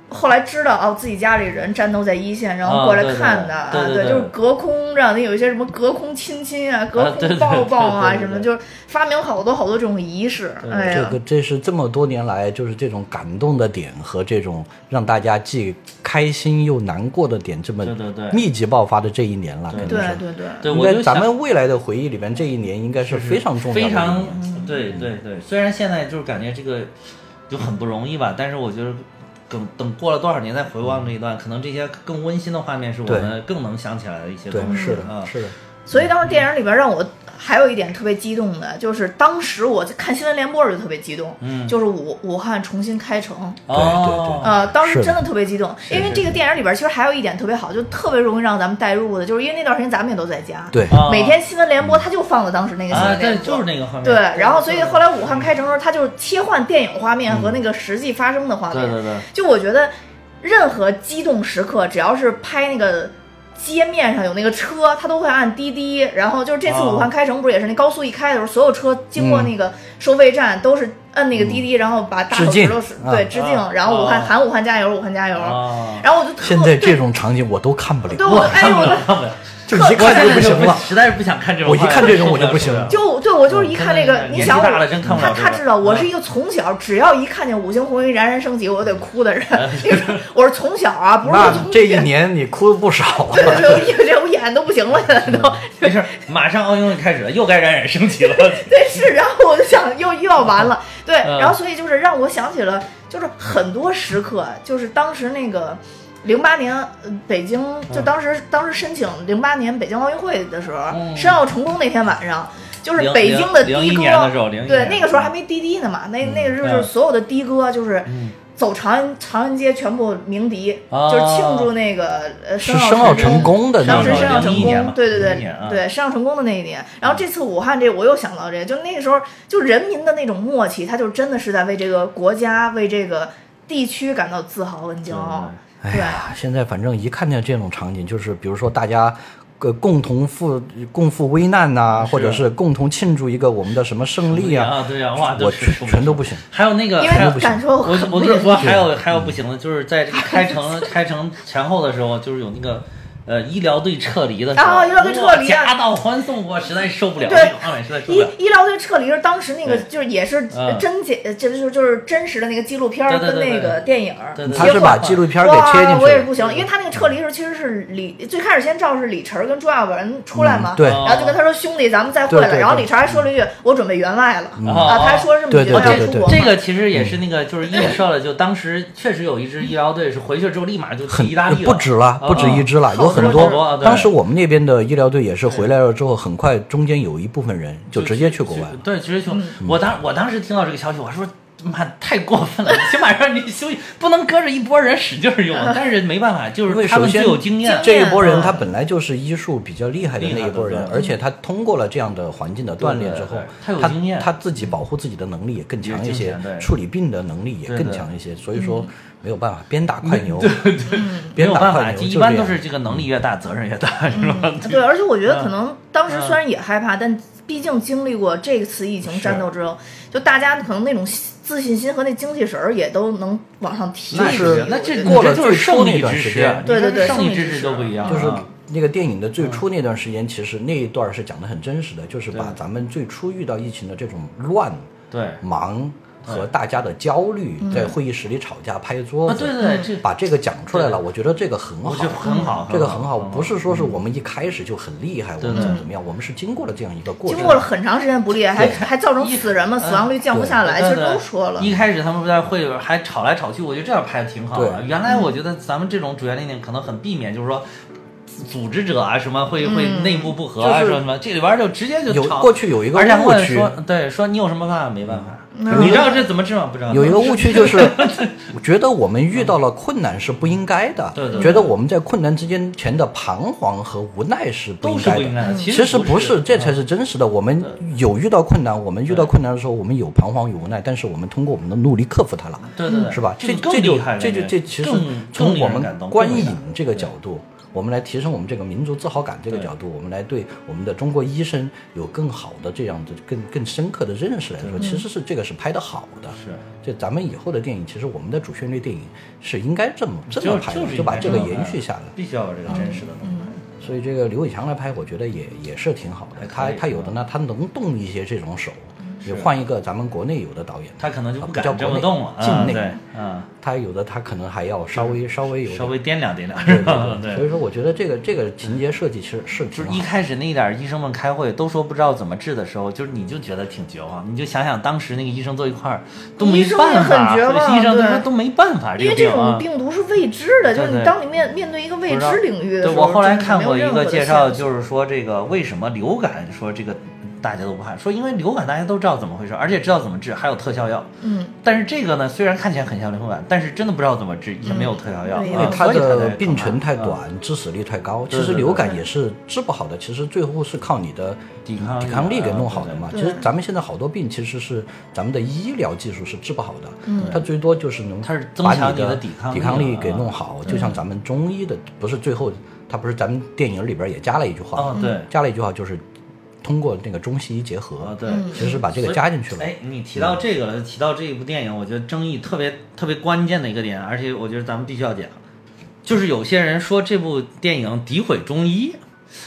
B: 后来知道哦，自己家里人战斗在一线，然后过来看的
C: 啊
B: 啊，
C: 对对对对对
B: 就是隔空让你有一些什么隔空亲亲啊、隔
C: 对
B: 空
C: 对
B: 抱抱啊
C: 对对对对
B: 什么，就是发明好多好多这种仪式。哎
D: 这
B: 呀
D: 个，这是这么多年来，就是这种感动的点和这种让大家既开心又难过的点，这么
C: 对对对
D: 密集爆发的这一年了，
C: 对
D: 肯定
B: 对啊
D: 是。
B: 对对，
C: 对，
D: 应
C: 我就
D: 该咱
C: 想
D: 们未来的回忆里边，这一年应该是非常重要的一
C: 非常嗯
D: 年。，
C: 对对对。虽然现在就是感觉这个就很不容易吧，但是我觉得等等过了多少年再回望这一段，可能这些更温馨的画面是我
D: 对
C: 们更能想起来的一些
D: 对，
C: 东西。
D: 是
C: 啊
D: 的，是的，
B: 所以当时电影里边让我还有一点特别激动的，就是当时我看新闻联播就特别激动，
C: 嗯
B: 就是武武汉重新开城。
C: 哦，
D: 对
B: 呃，当时
D: 是的
B: 真的特别激动，因为这个电影里边其实还有一点特别好，就特别容易让咱们代入的，就是因为那段时间咱们也都在家，
D: 对，
C: 啊
B: 每天新闻联播他就放了当时那个新
C: 啊，
B: 闻
C: 对，
B: 联播，
C: 就是那个画面。
B: 对，然后所以后来武汉开城的时候，他就切换电影画面和那个实际发生的画面，
C: 嗯对对对，
B: 就我觉得任何激动时刻，只要是拍那个。街面上有那个车，他都会按滴滴。然后就是这次
D: 啊
C: 哦
B: 武汉开城，不是也是那高速一开的时候，所有车经过那个收费站都是摁那个滴滴，然后把大手
D: 嗯致敬
B: 指头是
D: 啊
B: 对致敬，
C: 啊
B: 然后武汉
C: 啊
B: 喊武汉加油，武汉加油。
C: 啊，
B: 然后我就特
D: 现在这种场景我都看不了
B: 对，我哎呦我就
C: 看不了，看不了。
D: 就一看就不行了。
C: 实在是不想看这种
D: 我
C: 画
D: 一
C: 面。 <laughs>
D: 看这种我就不行了
B: 就对我就是一看那个，
C: 嗯
B: 你想我
C: 年纪大了真看不
B: 他
C: 了这个
B: 他知道我
C: 嗯
B: 是一个从小只要一看见五星红旗冉冉升起 <laughs> 我就得哭的人，那种我是从小啊，
C: <laughs>
B: 不是说
D: 嗯那
B: 从
D: 这一年你哭的不少
B: 对
D: 了。
B: 对对，因为这我眼都不行
C: <laughs>
B: 了，现在都。
C: 没事儿，马上奥运会开始了，又该冉冉升
D: <laughs>
C: 起了。
B: 对，是，然后我就想又又要完了，对，
C: 嗯
B: 然后所以就是让我想起了，就是很多时刻，就是当时那个零八年呃北京，就当时、当时申请零八年北京奥运会的时候，
C: 嗯
B: 申奥成功那天晚上，就是
C: 零
B: 北京的的
C: 零
B: 的哥，
C: 01年的时候01
B: 对，
C: 年
B: 那个时候还没滴滴呢嘛，那那个时候就
C: 嗯
B: 是所有的的哥就是。
C: 嗯
B: 走长安长安街全部鸣笛，
C: 啊
B: 就是庆祝那个呃
D: 是
B: 申奥
D: 申奥成功的
B: 当
D: 那
B: 时
D: 种
B: 申奥
C: 上
B: 成
C: 01年嘛
B: 功，对对
C: 01
B: 对
C: 年啊
B: 对，申奥成功的那一年。然后
D: 嗯
B: 这次武汉这，我又想到这，就那个时候，就人民的那种默契，他就真的是在为这个国家、为这个地区感到自豪跟骄傲。
D: 哎呀，现在反正一看见这种场景，就是比如说大家。呃，共同赴共赴危难呐、或者是共同庆祝一个我们的什么胜利
C: 对
D: 啊，
C: 啊，对啊，哇，
D: 我
C: 就是
D: 全全都不行。
C: 还有那个，
B: 因
C: 还有
B: 为感受
C: 我
B: 很
C: 我
B: 累
C: 跟你说，还有还有不行的，就是在开
D: <laughs>
C: 城开城前后的时候，就是有那个呃医疗队撤离的时候，
B: 啊医疗队撤离啊
C: 哇夹道欢送，我实在受不了，哎
B: 对
C: 那个画面实在受不
B: 医
C: 了。
B: 医疗队撤离是当时那个
C: 对
B: 就是也是
C: 嗯
B: 真解，就是就是就是真实的那个纪录片儿
C: 对对
B: 跟
C: 对
B: 那
C: 对
B: 个电影儿
C: 对对对
D: 他
B: 结
D: 是
B: 合
D: 把纪录片给
B: 哇，
D: 切进去
B: 我也是
D: 了，
B: 不行，因为他那个撤离时候其实是李最开始先照是李晨儿跟朱亚文出来嘛，
D: 嗯对
C: 哦
B: 然后就跟他说兄弟咱们再会
D: 对对
B: 了，
D: 对
B: 然后李晨还说了一句我准备员外了
C: 哦
B: 啊，他还说这么一句
D: 对对
B: 我要
D: 对
B: 出
D: 对
B: 国嘛
C: 这个其实也是那个，就是映射了，就当时确实有一支医疗队是回去之后立马就去
D: 很
C: 意大利了，
D: 不止了，
C: 啊
D: 不止一支了，
B: 嗯
D: 有很
C: 好多好
D: 多。
C: 多对
D: 当时我们那边的医疗队也是回来了之后，很快中间有一部分人就直接去国外了。嗯
C: 对，直接去。我当我当时听到这个消息，我说。妈，太过分了！起码让你休息，不能跟着一波人使劲儿用。但是没办法，就
D: 啊因为
C: 是他们
D: 首
C: 最
D: 先
C: 有经验，
D: 这一波人
B: 嗯
D: 他本来就是医术比较厉害的
C: 厉害
D: 那一波人
C: 的，对
D: 而且他通过了这样的环境的锻炼之后
C: 对对对，他有
D: 他
C: 经验
D: 他自己保护自己的能力也更强一
C: 有经
D: 些
C: 验对，
D: 处理病的能力也
C: 对
D: 更
C: 对
D: 强一些，所以说没有办法，边打快牛，
C: 没
D: 边
C: 有
D: 打
C: 办
D: 快
C: 法，
D: 牛，
C: 就
D: 就
C: 一般都
D: 这
C: 是
D: 样
C: 这个能力越大，责任越大，是吧？ <laughs>
B: <laughs> 对，而且我觉得可
C: 嗯
B: 能当时
C: 嗯
B: 虽然也害怕，但毕竟经历过这次疫情战斗之后，就大家可能那种自信心和那精气神儿也都能往上提
C: 那
B: 一提
C: 是那这
D: 过了
C: 你这就是
D: 最初
C: 胜
D: 那
C: 利
D: 段
C: 之
D: 时
C: 时
D: 间
C: 啊，
B: 对对对
C: 胜
B: 胜
C: 利
B: 利
C: 之
B: 之
C: 时
B: 时
C: 都不一样，
D: 就是
C: 啊
D: 那个电影的
C: 嗯
D: 最初那段时间，其实那一段是讲的很真实的，就是把
C: 对
D: 咱们最初遇到疫情的这种乱
C: 对
D: 忙和大家的焦虑，在会议室里吵架、拍桌
C: 啊，
D: 子，
C: 对对对，这
D: 把这个讲出来了，
C: 对
D: 我觉得这个很好，
C: 我觉得很好
D: 嗯这个
C: 很
D: 很
C: 好
D: 好，
C: 很好
D: 不是说是我们一开始就很厉害，我
C: 啊嗯对
D: 们
C: 对
D: 怎么怎么样，我们是经过了这样一个过
B: 经
D: 程。
B: 过了很长时间不利，还还造成
C: 一
B: 死人嘛，
C: 嗯
B: 死亡率降不
D: 对
B: 下来，
C: 对嗯
B: 其实
C: 对
B: 都说了。
C: 一开始他们在会里边还吵来吵去，我觉得这样拍的挺好的。
D: 对
C: 原来我觉得咱们这种主旋律呢，可能很避免，就是说。组织者啊，什么会
B: 嗯
C: 会内部不和啊，
D: 就是
C: 什么什么，这里边就直接就
D: 有
C: 吵。
D: 过去有一个
C: 而且还
D: 误
C: 会
D: 区嗯
C: 说，对，说你有什么办法？没办法，你知道这怎么治吗？不知道。
D: 有一个误区就是，
C: <laughs>
D: 觉得我们遇到了困难是不应该的，
C: 对对对
D: 觉得我们在困难之间前的彷徨和无奈是不
C: 都
D: 应
C: 是
D: 该
C: 不
D: 的。
C: 应该的，
B: 嗯
D: 其
C: 实
D: 实不
C: 不嗯
D: 是，这才是真实的。我们有遇到困难，我们遇到困难的时候，我们有彷徨与无奈，但是我们通过我们的努力克服它了，
C: 对对对，
D: 是吧？
C: 这
D: 这
C: 个更
D: 这就
C: 厉害了，
D: 这就
C: 个
D: 这其实
C: 更更
D: 从
C: 令
D: 我
C: 人
D: 们
C: 感动
D: 观
C: 更伟
D: 影
C: 大
D: 这个角度，我们来提升我们这个民族自豪感这个
C: 对
D: 角度，我们来对我们的中国医生有更好的这样的更更深刻的认识来说，其
C: 嗯
D: 实是这个是拍的好的。
C: 是
D: 就咱们以后的电影，其实我们的主旋律电影是应该这么这
C: 就
D: 么
C: 是
D: 拍
C: 就
D: 的，
C: 是
D: 就把
C: 应该
D: 这个
C: 么
D: 延
C: 办
D: 续下来。
C: 必须要有这个真实的东
B: 嗯
C: 西。
D: 所以这个刘伟强来拍，我觉得也也是挺好的。他
C: 可以嗯
D: 他有的呢，他能动一些这种手，也
C: 是
D: 换一个咱们国内有的导演，
C: 他可能就不
D: 啊
C: 敢
D: 叫
C: 这
D: 国
C: 么
D: 内
C: 动了，啊，
D: 境内
C: 对，啊，
D: 他有的他可能还要稍微稍微有
C: 嗯
D: 点
C: 稍微掂量掂量，
D: <laughs> 对
C: 是吧？
D: 对对，所
C: <laughs>
D: 以
C: 对，
D: 说我觉得这个这个情节设计其实是
C: 就
D: 挺
C: 是
D: 好
C: 一
D: 的。
C: 开始那一点儿医生们开会都说不知道怎么治的时候，就是你就觉得挺绝望，你就想想当时那个医生坐一块儿都没
B: 医生也
C: 办
B: 很
C: 法，
B: 绝望
C: 医生都说
B: 对
C: 都没办法，
B: 因
C: 个
B: 为
C: 病
B: 这
C: 啊
B: 种。病毒是未知的，就
C: 对
B: 是
C: 对
B: 你当你面面对一个未
C: 不知道
B: 知领域的
C: 对，
B: 时候，
C: 我后来
B: 就是
C: 看
B: 没有
C: 过一
B: 任何
C: 个
B: 的
C: 介
B: 线
C: 绍，
B: 索
C: 就是说这个为什么流感说这个大家都不怕，说因为流感大家都知道怎么回事，而且知道怎么治，还有特效药。
B: 嗯，
C: 但是这个呢，虽然看起来很像流感，但是真的不知道怎么治，也没有特效药，
B: 对
D: 因为
C: 啊
B: 它
C: 所
D: 他
C: 以才
D: 的
C: 得
D: 病
C: 干
D: 程
C: 嘛
D: 太
C: 啊
D: 短，致死率太高。
C: 对
D: 其实
C: 对对
D: 流感
C: 对
D: 也是治不好的，其实最后是靠你的
C: 抵抗
D: 抵抗
C: 力
D: 力给
C: 啊
D: 弄好
C: 对
D: 的嘛。
B: 对
D: 其实咱们现在好多病其实是咱们的医疗技术是治不好的，它最多就是能
C: 嗯它是增
D: 把
C: 强
D: 你
C: 你的
D: 的
C: 抵抗
D: 抵
C: 力
D: 抗力
C: 啊
D: 给弄好。就像咱们中医的，不是最后他不是咱们电影里边也加了一句话
C: 哦
D: 吗，
C: 对
D: 加了一句话就是通过那个中西医结合
C: 啊，对。
B: 嗯
D: 其实是把这个加进去了。
C: 哎，你提到这个了，提到这一部电影，我觉得争议特别特别关键的一个点，而且我觉得咱们必须要讲，就是有些人说这部电影诋毁中医，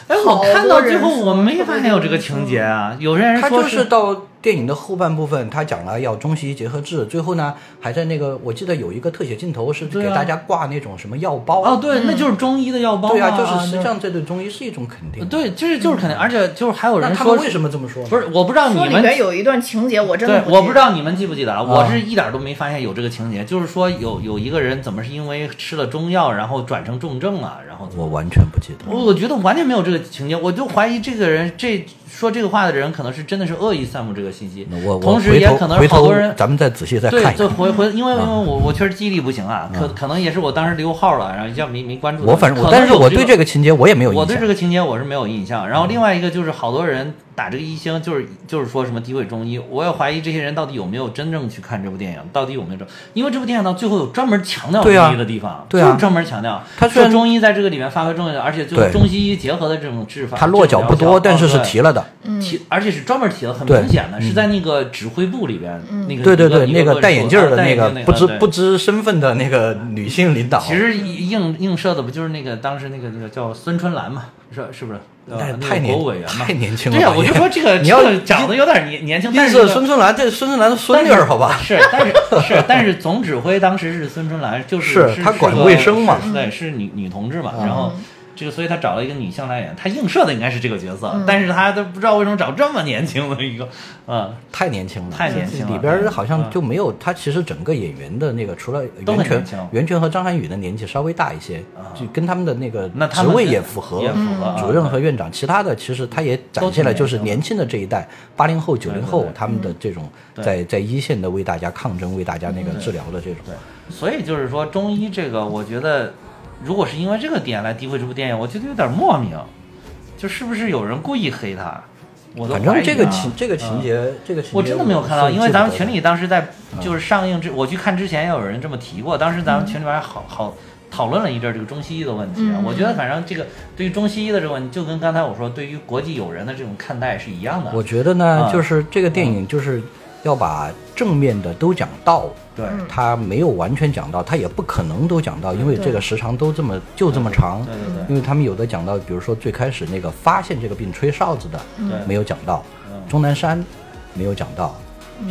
C: 哎，我
B: 好
C: 看
B: 多
C: 到最
B: 人
C: 后
B: 说
C: 我没
B: 特别
C: 发现有
B: 多
C: 这个
B: 人
C: 情节啊，有些人
D: 他
C: 说
D: 就是到电影的后半部分，他讲了要中西医结合治，最后呢还在那个，我记得有一个特写镜头是
C: 对
D: 给
C: 啊
D: 大家挂那种什么药包啊
C: 哦，，对，
B: 嗯
C: 那就是中医的药包
D: 对啊，
C: 嘛
D: 就是实际
C: 那
D: 上这对中医是一种肯定。，
C: 对，就是就是肯定，而且就是还有
D: 那
C: 人
D: 他
C: 说
D: 们为什么这么说呢？
C: 不是，我不知道你
B: 说里
C: 们
B: 面有一段情节，我真
C: 对
B: 的，
C: 我不知
B: 道。
C: 道你们记不记得啊，我是一点都没发现有这个情节，就是说有有一个人怎么是因为吃了中药，然后转成重症了，然后怎么
D: 我完全不记得。
C: 我我觉得完全没有这个情节，我就怀疑这个人这说这个话的人可能是真的是恶意散布这个信息
D: 那我，我
C: 同时
D: 回
C: 也
D: 头
C: 可能
D: 回
C: 是好
D: 头
C: 多人
D: 咱们再仔细再
C: 对
D: 看一
C: 对
D: 看。啊
C: 回
D: <laughs>
C: 回，因为因为我我确实记忆力不行啊，可可能也是我当时留号了，然后一下没没关注到。
D: 我反正我，
C: 可能
D: 但是我对
C: 有
D: 这个情节我也没有
C: 我
D: 印
C: 对这
D: 象。
C: 个情节我是没有印象。然后另外一个就是好多人打这个一星，就是就是说什么诋毁中医，我也怀疑这些人到底有没有真正去看这部电影，到底有没有这，因为这部电影到最后有专门强调中
D: 对啊
C: 医的地方，
D: 对啊
C: 就是专门强调，
D: 他虽
C: 说
D: 然
C: 中医在这个里面发挥重要的，而且最后
D: 对
C: 中西医结合的这种治法，
D: 他落脚不多，
C: 这种
D: 但
C: 疗效
D: 是是提。了的。
C: 嗯提，而且是专门提了，很
D: 对嗯
C: 明显的是在那个指挥部里边，那个
D: 对对
C: 一
D: 对，
C: 一
D: 那
C: 个啊
D: 戴眼镜儿的
C: 戴眼镜
D: 个不知
C: 对
D: 不知身份的那个女性领导，
C: 其实映映射的不就是那个当时那个那个叫孙春兰嘛，是是不是？呃
D: 那也
C: 那
D: 太
C: 个
D: 年
C: 国务委员嘛，
D: 太年轻了
C: 对呀、
D: 吧
C: 我就
D: 也
C: 说这个
D: 你要
C: 这个长得有点年年轻，但
D: 但
C: 是这
D: 是
C: 个
D: 孙春兰，这孙春兰的孙女儿，好吧？
C: 是，但是是，但是总指挥当时是孙春兰，就是
D: 是她管卫生嘛啊
C: 是对，是女女同志嘛，然后。这个，所以他找了一个女性来演，他映射的应该是这个角色，但是他都不知道为什么找这么年轻的一个，嗯，
D: 太年轻了，
C: 太年轻了嗯
D: 里边儿好像就没有他。其实整个演员的那个，除了
C: 都
D: 袁
C: 很
D: 泉
C: 年轻，啊
D: 袁泉和张涵予的年纪稍微大一些，就跟他们的那个
C: 那他
D: 职
C: 们
D: 位
C: 跟
D: 也符合嗯
C: 也符合啊
D: 主任和院长。其他的其实他也展现了，就是年轻的这一代，八零后、九零后
C: 对对
D: 他们的这种
C: 对嗯
D: 在在一线的为大家抗争、为大家那个治疗的这种。
C: 所以就是说，中医这个，我觉得如果是因为这个点来诋毁这部电影，我觉得有点莫名，就是不是有人故意黑他？我都
D: 反
C: 怀疑啊
D: 正这个情这个情。
C: 嗯
D: 节，这个情节
C: 我真的没有看到，
D: 是
C: 因为
D: 记
C: 咱们
D: 不得嗯
C: 群
D: 的
C: 里当时在就是上映之，我去看之前也有人这么提过，当时
D: 嗯
C: 咱们群里边还好好讨论了一阵儿这个中西医的问题啊。我觉得反正这个对于中西医的这个问题，就跟刚才我说对于国际友人的这种看待是一样的。
D: 我觉得呢，
C: 嗯
D: 就是这个电影就是要把正面的都讲到，
C: 对，
D: 他没有完全讲到，他也不可能都讲到，因为
B: 对
D: 这个时长都这么就这么长
C: 嗯对。对
D: 因为他们有的讲到，比如说最开始那个发现这个病吹哨子的
C: 对，对
D: 没有讲到，
C: 嗯
D: 钟南山没有讲到，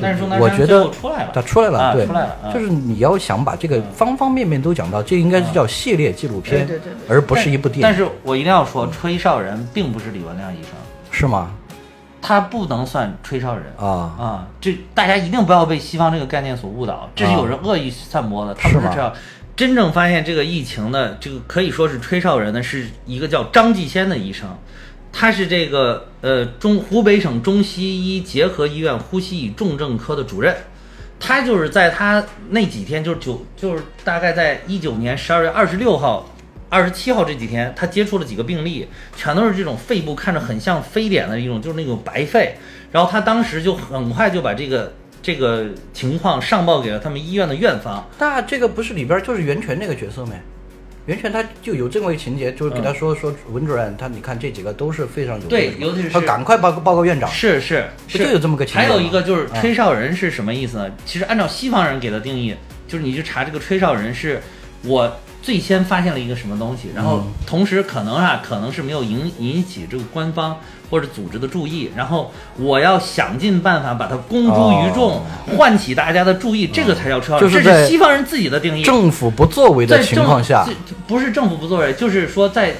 C: 但是钟南
D: 我
C: 山
D: 觉
C: 最
D: 得
C: 后出来了，
D: 他出来
C: 啊
D: 了，对，
C: 出来了嗯啊
D: 就是你要想把这个方方面面都讲到，这
C: 嗯
D: 应该是叫系列纪录片，
B: 对对对对
D: 而不是一部电
C: 但
D: 影，
C: 是我一定要说，吹哨人并不是李文亮医生，
D: 是吗？
C: 他不能算吹哨人
D: 啊
C: 啊！这大家一定不要被西方这个概念所误导，这是
D: 哦
C: 有人恶意散播的，他不
D: 是
C: 是
D: 吗
C: 这样。真正发现这个疫情的，这个可以说是吹哨人的，是一个叫张继先的医生，他是这个呃中湖北省中西医结合医院呼吸与重症科的主任。他就是在他那几天，就是九，就是大概在一九年十二月二十六号、二十七号这几天，他接触了几个病例，全都是这种肺部看着很像非典的一种，就是那种白肺。然后他当时就很快就把这个这个情况上报给了他们医院的院方。
D: 那这个不是里边儿就是袁泉那个角色没？袁泉他就有这么一个情节，就是给他说、说文主任，他你看这几个都是非常有
C: 对
D: 那个什么
C: 尤其是
D: 他赶快报告报告院长。
C: 是是，
D: 不
C: 是
D: 就有这么个情
C: 还有
D: 况
C: 一
D: 吗嗯
C: 个就是吹哨人是什么意思呢？其实按照西方人给的定义，就是你去查这个吹哨人是我。最先发现了一个什么东西，然后
D: 嗯
C: 同时可能啊，可能是没有引引起这个官方或者组织的注意，然后我要想尽办法把它公诸于众，
D: 哦
C: 唤起大家的注意，这个才叫吹哨人。
D: 就
C: 这
D: 是
C: 是
D: 在
C: 西方人自己的定义，
D: 政府不作为
C: 在
D: 的情况下
C: 政，这不是政府不作为，就是说在，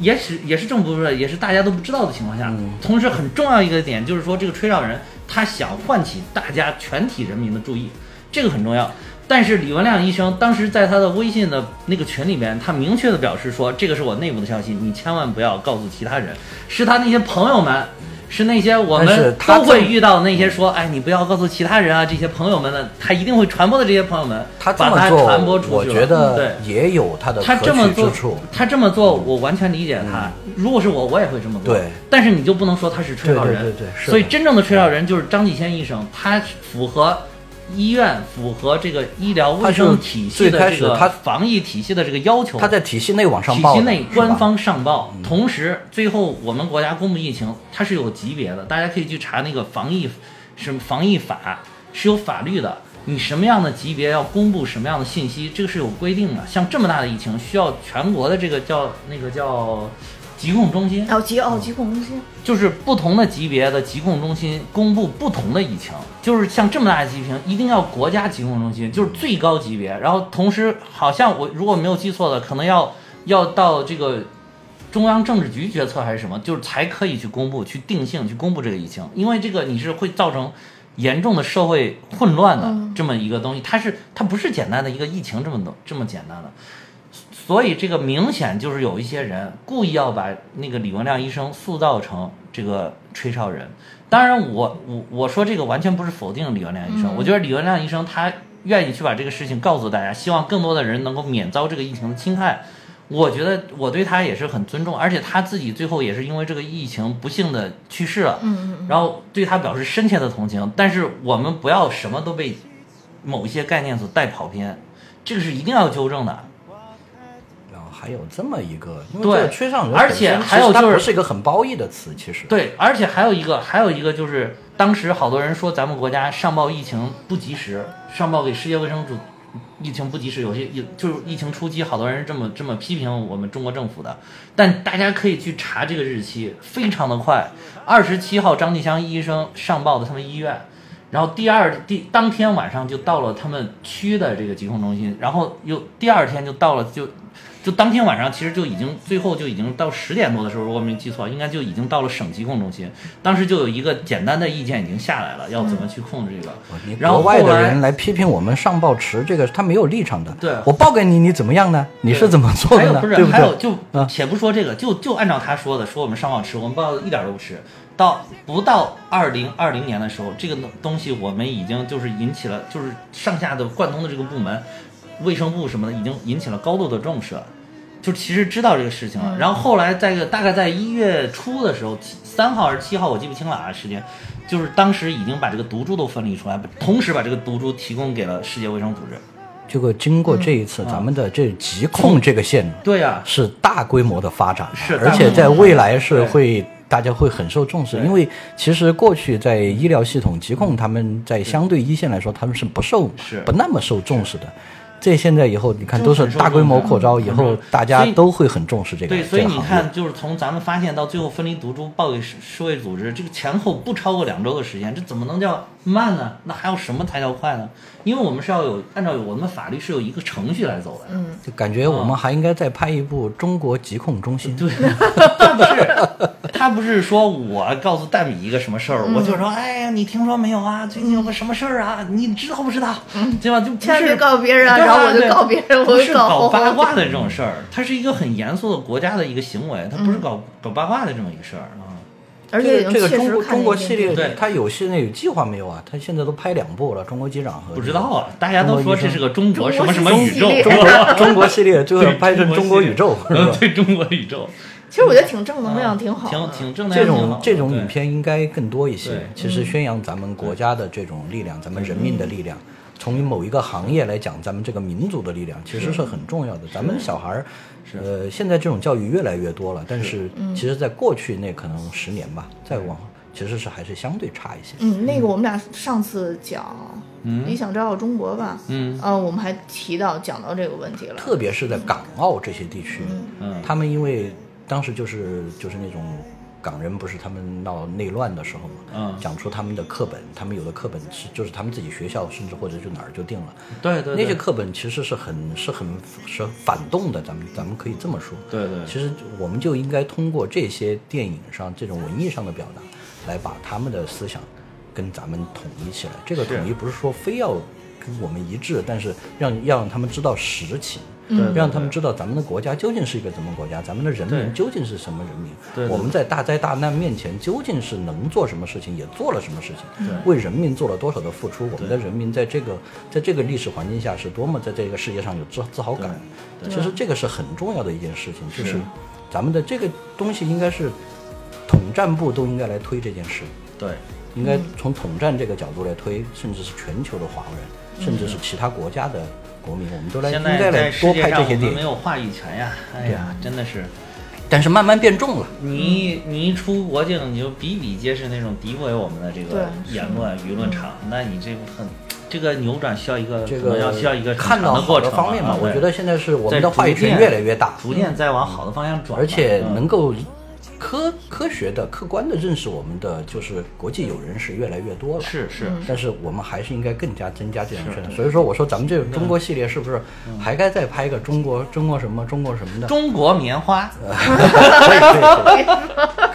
C: 也许也是政府不作为，也是大家都不知道的情况下。
D: 嗯
C: 同时，很重要一个点就是说，这个吹哨人他想唤起大家全体人民的注意，这个很重要。但是李文亮医生当时在他的微信的那个群里面，他明确的表示说，这个是我内部的消息，你千万不要告诉其他人，是他那些朋友们。是那些我
D: 但是
C: 们
D: 他
C: 都会
D: 这嗯
C: 遇到那些说，哎，你不要告诉其他人啊，这些朋友们的，他一定会传播的这些朋友们，
D: 他这
C: 把
D: 么
C: 它
D: 做
C: 传播，出去
D: 我
C: 了嗯
D: 觉
C: 对
D: 得也有他的
C: 他
D: 可
C: 这么
D: 取
C: 做
D: 之处。，嗯
C: 他这么做，我完全理解他。如果是我，我也会这么做。
D: 对，
C: 但是你就不能说他是吹哨人，
D: 对对对对是的
C: 所以真正的吹哨人就是张继先医生，他符合医院、符合这个医疗卫生体系的
D: 他
C: 这
D: 是最
C: 个
D: 开始他
C: 防疫体系的这个要求。
D: 他在体系内往上
C: 体
D: 报的，
C: 系内
D: 是吧嗯
C: 官方上报，同时最后我们国家公布疫情，它是有级别的，大家可以去查那个防疫什么防疫法是有法律的，你什么样的级别要公布什么样的信息，这个是有规定的。像这么大的疫情，需要全国的这个叫那个叫。疾控中心
B: 哦，疾哦疾控中心，
C: 就是不同的级别的疾控中心公布不同的疫情，就是像这么大的疫情，一定要国家疾控中心，就是最高级别。然后同时，好像我如果没有记错的，可能要要到这个中央政治局决策还是什么，就是才可以去公布、去定性、去公布这个疫情，因为这个你是会造成严重的社会混乱的这么一个东西，它是它不是简单的一个疫情这么多这么简单的。所以这个明显就是有一些人故意要把那个李文亮医生塑造成这个吹哨人。当然我，我我说这个完全不是否定李文亮医生，我觉得李文亮医生他愿意去把这个事情告诉大家，希望更多的人能够免遭这个疫情的侵害。我觉得我对他也是很尊重，而且他自己最后也是因为这个疫情不幸的去世了，嗯嗯，然后对他表示深切的同情。但是我们不要什么都被某一些概念所带跑偏，这个是一定要纠正的。
D: 然后还有这么一个，因为
C: 对
D: 这个吹上人
C: 而
D: 本
C: 且
D: 身
C: 还
D: 其实
C: 有
D: 它
C: 就是
D: 不是一个很褒义的词，其实
C: 对，而且还有一个，还有一个就是，当时好多人说咱们国家上报疫情不及时，上报给世界卫生组，疫情不及时，有些有就是疫情初期，好多人是这么这么批评我们中国政府的。但大家可以去查这个日期，非常的快，二十七号张继香医生上报的他们医院，然后第二第当天晚上就到了他们区的这个疾控中心，然后又第二天就到了就。就当天晚上，其实就已经最后就已经到十点多的时候，如果没记错，应该就已经到了省疾控中心。当时就有一个简单的意见已经下来了，要怎么去控制这个。
D: 哦你
C: 然后
D: 国外
C: 后
D: 的
C: 来
D: 人来批评我们上报迟，这个他没有立场的。
C: 对
D: 我报给你，你怎么样呢？你是怎么做
C: 还
D: 的
C: 有
D: 呢？
C: 不是，
D: 对不
C: 还有
D: 对？
C: 就
D: 啊
C: 且不说这个，就就按照他说的，说我们上报迟，我们报的一点儿都不迟。到不到二零二零年的时候，这个东西我们已经就是引起了，就是上下的贯通的这个部门，卫生部什么的，已经引起了高度的重视了。就其实知道这个事情了，然后后来在个大概在一月初的时候，三号还是七号，我记不清了啊，时间，就是当时已经把这个毒株都分离出来，同时把这个毒株提供给了世界卫生组织。
D: 结果经过
C: 嗯
D: 这一次，咱们的这疾控这个线
C: 对啊呀、
D: 是大规模的发展的，
C: 是
D: 而
C: 大规模
D: 且
C: 地
D: 在未来
C: 对
D: 是会大家会很受重视，
C: 对
D: 因为其实过去在医疗系统疾控，他们在相对一线来说，他们是不受
C: 是
D: 不那么受重视的。这现在以后，你看
C: 就
D: 都是
C: 很受
D: 大规模
C: 重视
D: 扩招，
C: 嗯
D: 以
C: 很
D: 后
C: 受
D: 大家
C: 所以
D: 都会很重视这个。
C: 对，所以
D: 这个
C: 你
D: 行业
C: 看，就是从咱们发现到最后分离毒株报给世世卫组织，这个前后不超过两周的时间，这怎么能叫慢呢？那还有什么才叫快呢？因为我们是要有按照我们法律是有一个程序来走的。嗯，
D: 就感觉我们还应该再拍一部《中国疾控中心》。
C: 对， <laughs> 他不是他不是说我告诉蛋米一个什么事儿，
B: 嗯
C: 我就说，哎呀，你听说没有啊？最近有个什么事儿啊？你知道不知道？对吧？就不
B: 嗯千万
C: 是
B: 别告别人啊
C: 对啊
B: 然后我就
C: 对
B: 告别人
C: 不
B: 我就是告后后
C: 搞八
B: <laughs>
C: 卦的这种事儿，它是一个很严肃的国家的一个行为，它
B: 嗯
C: 不是搞搞八卦的这么一个事儿啊。
B: 而且已经
D: 这个
B: 切
D: 中
B: 实
D: 国
B: 看
D: 中国系列，
C: 对
D: 它有现在有计划没有啊？它现在都拍两部了，《中国机长》和
C: 不知道啊，大家都说这是个中国什么什么宇宙，
B: 中
D: 中 <laughs> 国中国系
C: <laughs>
D: 列最后
C: 对
D: 拍成《中国
C: <laughs>
D: 宇宙》是
C: 嗯
D: 吧？
C: 对中国宇宙，
B: 其实我觉得挺正能量，
C: 啊
B: 挺好的，
C: 挺挺正能
D: 这
C: 量挺好
D: 种
C: 的
D: 这种
C: 对
D: 影片应该更多一些
C: 对。
D: 其实宣扬咱们国家的这种力量，咱们人民的力量，从某一个行业来讲，咱们这个民族的力量其实是很重要的。咱们小孩儿，呃，现在这种教育越来越多了，但是嗯其实，在过去那可能十年吧，再往后其实是还是相对差一些。
B: 嗯，那个我们俩上次讲《理想照耀中国》吧，
C: 嗯
B: 呃，我们还提到讲到这个问题了，
D: 特别是在港澳这些地区，
C: 嗯
D: 他们因为当时就是就是那种港人不是他们闹内乱的时候嘛，
C: 嗯
D: 讲出他们的课本，他们有的课本是就是他们自己学校甚至或者就哪儿就定了，
C: 对对
D: 那
C: 对
D: 些课本其实是很是很是反动的，咱们咱们可以这么说。
C: 对对
D: 其实我们就应该通过这些电影上这种文艺上的表达，来把他们的思想跟咱们统一起来。这个
C: 是
D: 统一不是说非要跟我们一致，但是让要让他们知道实情。
C: 对对
D: 让他们知道咱们的国家究竟是一个什么国家，咱们的人
C: 嗯对
D: 民究竟是什么人民，
C: 对对
D: 我们在大灾大难面前究竟是能做什么事情，也做了什么事情，为人民做了多少的付出，我们的人民在这个在这个历史环境下是多么在这个世界上有自自豪感。其实这个是很重要的一件事情，就是是咱们的这个东西应该是统战部都应该来推这件事，
C: 对
D: 应该从统战这个角度来推，甚至是全球的华人，甚至是其他国家的国民，我们都来
C: 嗯
D: 应
C: 现
D: 该
C: 在
D: 来
C: 在
D: 多
C: 世界
D: 拍这
C: 上我
D: 些
C: 们
D: 电
C: 没
D: 影。
C: 有话语权呀，哎呀，真的是。
D: 但是慢慢变重了，
C: 你一你一出国境，你就比比皆是那种诋毁我们的这
B: 对
C: 个言论舆论场，那你这个很这个扭转需要一个
D: 这
C: 可能
D: 个
C: 要需要一个很
D: 看
C: 长
D: 到
C: 的
D: 好
C: 过
D: 的
C: 程
D: 方面
C: 啊
D: 嘛，我
C: 对
D: 觉得现在是我
C: 在
D: 们的话语
C: 逐
D: 权
C: 渐嗯
D: 越来越大，
C: 逐渐在往好的方向转吧，
D: 而且
C: 嗯
D: 能够科科学的、客观的认识我们的就是国际友人是越来越多了。
C: 是是
D: 但是我们还是应该更加增加这种宣传。所以说，我说咱们这种中国系列是不是还该再拍一个中国中国什么中国什么
C: 嗯
D: 的？
C: 中国棉花，
D: 嗯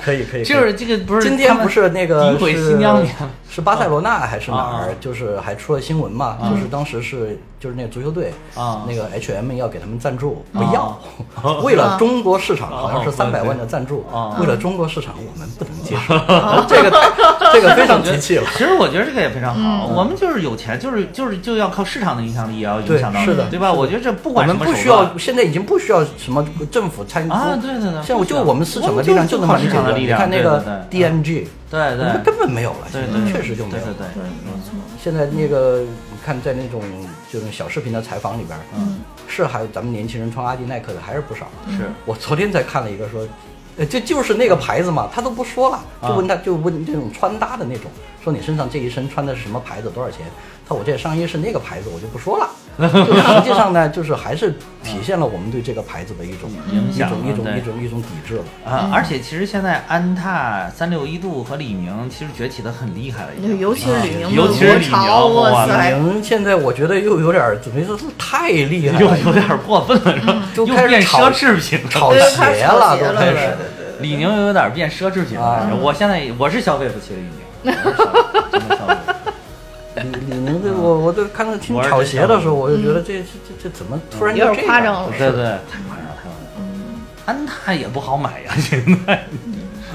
D: 可以可以，
C: 就是这个不是
D: 今天不是那个
C: 诋毁
D: 是
C: 新疆棉，
D: 是巴塞罗那还是哪
C: 啊嗯
D: 儿？就是还出了新闻嘛，就是当时是就是那个足球队
C: 啊
D: 那个 H&M 要给他们赞助，不要， <laughs> 为了中国市场好像是
C: 啊
D: 三百万的赞助
C: 啊，
D: 为了中国市场我们不能接受， <laughs> 这个
C: <laughs>
D: 这个非常提气了。
C: 其实我觉得这个也非常好，我们就是有钱，就是就是就要靠市场的影响力，也要影响到
D: 对
C: 你
D: 是的
C: 对吧？我觉得这不
D: 我
C: 管什
D: 们
C: 么
D: 不
C: 手
D: 需
C: 段
D: 要，现在已经不需要什么政府参与
C: 啊对对对
D: 现在我
C: 不需
D: 就
C: 要
D: 我们市
C: 我
D: 场的
C: 们
D: 力量
C: 就
D: 就能
C: 靠
D: 把你
C: 市
D: 解
C: 场的
D: 决。
C: 力
D: 你
C: 量
D: 看那
C: 对
D: 个
C: 对对
D: DMG，
C: 对
D: 我们
C: 对
D: 根本没有了，
C: 对
D: 现
C: 对，
D: 在确实就没有
C: 对
D: 了。
C: 对对，
D: 现在那个你看，在那种这种小视频的采访里边，嗯，是还有咱们年轻人穿阿迪耐克的还是不少。
C: 是
D: 我昨天才看了一个说，呃，就就是那个牌子嘛，他都不说了，就问他就问这种穿搭的那种，说你身上这一身穿的是什么牌子，多少钱？他说我这上衣是那个牌子，我就不说了。就实际上呢，就是还是体现了我们对这个牌子的一种
C: 影
D: 一
C: 响
D: 种
C: 啊
D: 一种
C: 对
D: 一种一种抵制了。
C: 啊，而且其实现在安踏、三六一度和李宁其实崛起的很厉害了，已经
B: 尤其是李宁
C: 尤
B: 的
C: 其是
B: 国
C: 李宁
B: 潮，
C: 哇
B: 哇
D: 李
B: 塞，
D: 宁现在我觉得又有点儿怎么说，太厉害
C: 又
D: 了，
C: 有点过分了，是吧？
D: 就
C: 又
D: 开始
C: 变奢
D: 炒
C: 侈品了。
D: 炒 <laughs>
B: 对
D: 鞋了都
B: 开
D: 开
B: 始炒鞋了
D: 始。
C: 李宁又有点变奢侈品了
D: 啊。
C: 我现在我是消费不起李宁，我是消费真的消费不起。
D: 李李宁这我我都看他听炒鞋的时候，我就觉得这这这这怎么突然就
B: 嗯有
D: 这
B: 点
D: 样
B: 夸张了。
C: 对对，太夸张了，太夸张了。安踏也不好买呀，现在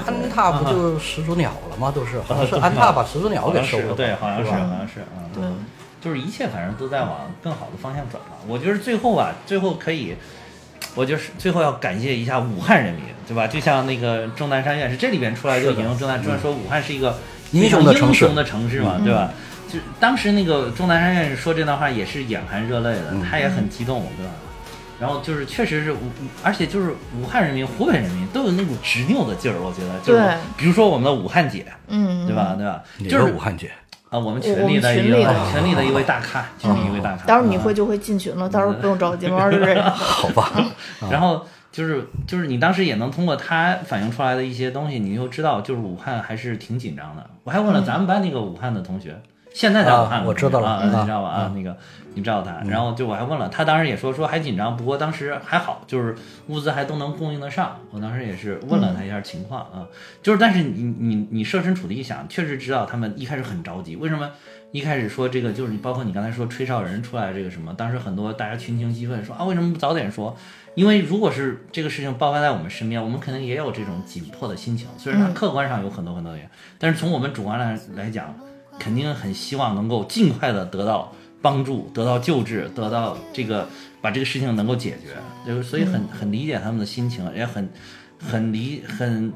D: 安踏不
C: 啊
D: 就始祖鸟了吗？都是好像是安踏把始祖鸟
C: 好
D: 给
C: 像
D: 收
C: 是
D: 了，
C: 对，好像是，
D: 吧
C: 好像是，嗯，对，就是一切反正都在往更好的方向转嘛。我觉得最后啊，最后可以，我就是最后要感谢一下武汉人民，对吧？就像那个钟南山院士这里边出来就已经钟南说说武汉是一个
D: 嗯英雄的城市
C: 英
D: 嗯
C: 雄的城市嘛，对吧？就当时那个钟南山院士说这段话也是眼含热泪的，
D: 嗯
C: 他也很激动，对吧？然后就是，确实是武，而且就是武汉人民、湖北人民都有那种执拗的劲儿，我觉得就是
B: 对，
C: 比如说我们的武汉姐，
B: 嗯，
C: 对吧？对吧？
D: 你
C: 就
D: 的
C: 是
D: 武汉姐，
C: 啊，我们
B: 我
C: 群
B: 我
C: 里
B: 们
C: 的
B: 群
C: 一
B: 里
C: 位
B: 的
C: 群里的一位大咖，群里一位大咖，
B: 哦到时候你
C: 嗯
B: 会就会进群了，到时候不用着急，慢慢就认识了。
D: 好吧？
B: <laughs>
D: 啊
C: 然后就是就是你当时也能通过他反映出来的一些东西，你就知道就是武汉还是挺紧张的。我还问了咱们班那个武汉的同学，现在在武汉的
D: 啊我知道了
C: 同学啊，
D: 嗯
C: 你知道吧？啊，那个你知道他，然后就我还问了他，当时也说说还紧张，不过当时还好，就是物资还都能供应得上。我当时也是问了他一下情况啊，就是但是你你你设身处地一想，确实知道他们一开始很着急，为什么？一开始说这个就是你，包括你刚才说吹哨人出来这个什么，当时很多大家群情激愤，说啊为什么不早点说？因为如果是这个事情爆发在我们身边，我们可能也有这种紧迫的心情。虽然它客观上有很多很多的原因，但是从我们主观来来讲，肯定很希望能够尽快的得到帮助、得到救治、得到这个把这个事情能够解决。就是所以很很理解他们的心情，也很很理很。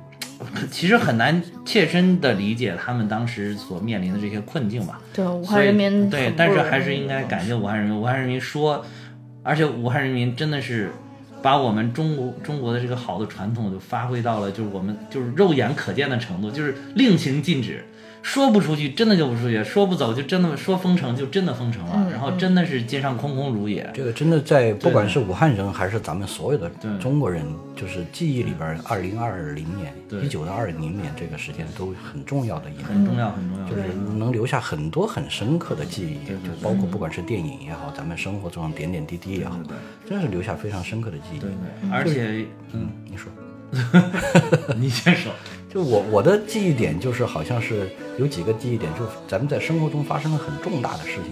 C: 其实很难切身的理解他们当时所面临的这些困境吧。
B: 对，武
C: 所
B: 汉
C: 以
B: 人嗯民
C: 对
B: 很，
C: 但是
B: 不容易
C: 还是应该感谢武汉人民。武汉人民说，而且武汉人民真的是把我们中国中国的这个好的传统就发挥到了，就是我们就是肉眼可见的程度，就是令行禁止，说不出去真的就不出去，说不走就真的说封城就真的封城了，
B: 嗯
C: 然后真的是街上空空如也。
D: 这个真的在不管是武汉人还是咱们所有的
C: 对
D: 中国人，就是记忆里边，二零二零年、
C: 对
D: 一九到二零年这个时间都很重要的一个。
C: 很重要，很重要。
D: 就是能留下很多很深刻的记忆，就包括不管是电影也好，咱们生活中点点滴滴也好，真是留下非常深刻的记忆。
C: 对，而且，嗯，
D: 你说，
C: 你先说。
D: 就我我的记忆点就是好像是有几个记忆点，就是咱们在生活中发生了很重大的事情，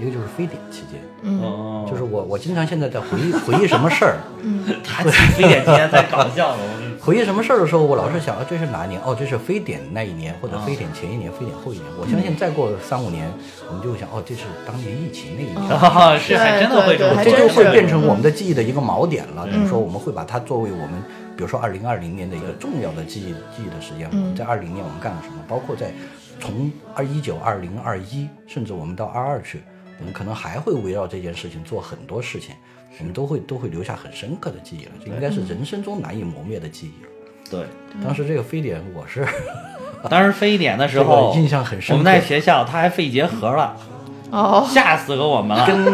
D: 一个就是非典期间，
B: 嗯
C: 哦，
D: 就是我我经常现在在回忆回忆什么事儿，
C: 他非典期间太搞笑了，我
B: <laughs>
C: 跟你
D: 回忆什么事儿的时候，我老是想，啊，这是哪一年？哦，这是非典那一年，或者非典前一年，非典后一年。我相信再过三五年，我们就会想，哦，这是当年疫情那一年。
C: 说，哦是还真嗯的会这么
B: 还
D: 这
B: 真
D: 就是会变成我们的记忆的一个锚点了。等于说，我们会把它作为我们，比如说二零二零年的一个重要的记忆记忆的时间。我
C: 嗯
D: 们在二零年我们干了什么？包括在从二一九、二零、二一，甚至我们到二二去，我们可能还会围绕这件事情做很多事情，我们都会都会留下很深刻的记忆了。这应该是人生中难以磨灭的记忆了。
C: 对。啊
D: 当时这个非典，我是
C: 当时非典的时候，
D: 这个印象很深刻
C: 我们在学校，他还肺结核了，
B: 哦， <laughs>
C: 吓死过我们了。
D: 跟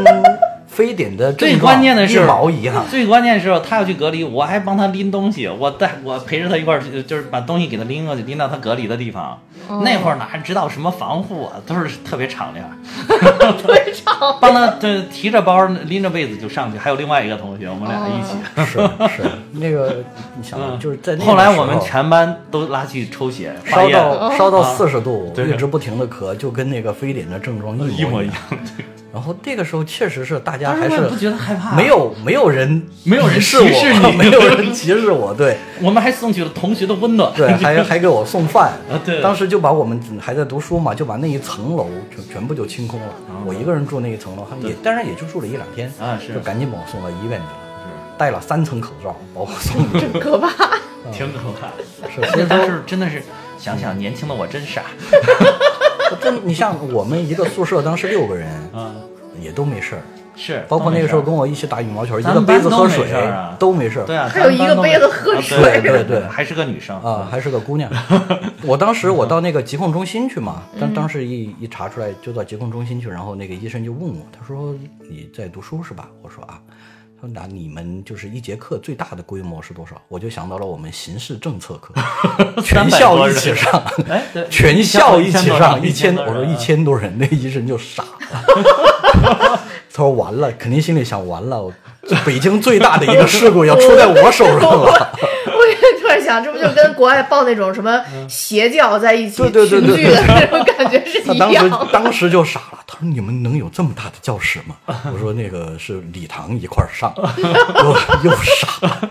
D: 非典的症
C: 最
D: 状
C: 关键的是
D: 一毛
C: <laughs>
D: 一样。
C: 最关键是他要去隔离，我还帮他拎东西，我带我陪着他一块儿去，就是把东西给他拎过去，拎到他隔离的地方。那会儿哪知道什么防护啊，都是特别敞亮， <laughs> 特别敞，帮他就提着包拎着被子就上去，还有另外一个同学，我们俩一起。嗯
D: 是是，那个你想，嗯就是在那个
C: 后来
D: 时
C: 我们
D: 候
C: 全班都拉去抽血化
D: 烧
C: 验，
D: 到烧到四十
C: 啊
D: 度，
C: 对
D: 一直不停的咳，就跟那个非典的症状
C: 一
D: 一模
C: 模一
D: 样
C: 样。。
D: 然后这个时候确实是大家还
C: 当时
D: 是
C: 我也不觉得害怕
D: 没有没有人
C: 没有人
D: 歧视
C: 歧视
D: 我，
C: 你
D: <laughs> 没有人歧视我，对
C: 我们还送去了同学的温暖。 <laughs>
D: 对，还还给我送饭
C: 啊对
D: 当时就把我们还在读书嘛，就把那一层楼全全部就清空了，我一个人住那一层楼，也当然也就住了一两天
C: 啊是
D: 就赶紧把我送到医院去了，戴了三层口罩把我送进去，
B: 真可怕。
C: 挺可怕的。
D: 是所以
C: 当
D: 说
C: 时真的是想想年轻的我真傻。
D: <laughs> 真你像我们一个宿舍当时六个人
C: 嗯，
D: 也都没事儿。
C: 是，
D: 包括那个时候跟
C: 我
D: 我一起打羽毛球，一
C: 咱
D: 个
C: 们
D: 杯子
C: 班
D: 喝
C: 都没
D: 水
C: 事儿啊
D: 都没事儿。
C: 对啊，
B: 还有一个
C: 咱们
B: 杯
C: 班都
B: 子喝
C: 啊
B: 水
C: 对
D: 对对
C: 还是个女生
D: 啊，还是个姑娘。我当时我到那个疾控中心去嘛，
C: 嗯
D: 当当时一一查出来就到疾控中心去，然后那个医生就问我，他说你在读书是吧？我说啊，他说那你们就是一节课最大的规模是多少？我就想到了我们刑事政策
C: <laughs>
D: 课，全校一起上，
C: 哎对
D: 全校一起上，一
C: 一千
D: 千
C: 多
D: 我
C: 人
D: 说一千多人，那医生就傻了。 <laughs> 他说完了，肯定心里想完了，我北京最大的一个事故要出在我手上了。
B: 我也突然想，这不就跟国外报那种什么邪教在一起
D: 对
B: 群
D: 对对对
B: 聚的那种感觉是
D: 他
B: 一
D: 当
B: 样
D: 时
B: 的？
D: 当时就傻了，他说：“你们能有这么大的教室
C: <laughs>
D: 吗？”我说：“那个是礼堂一块儿上。又”又傻了，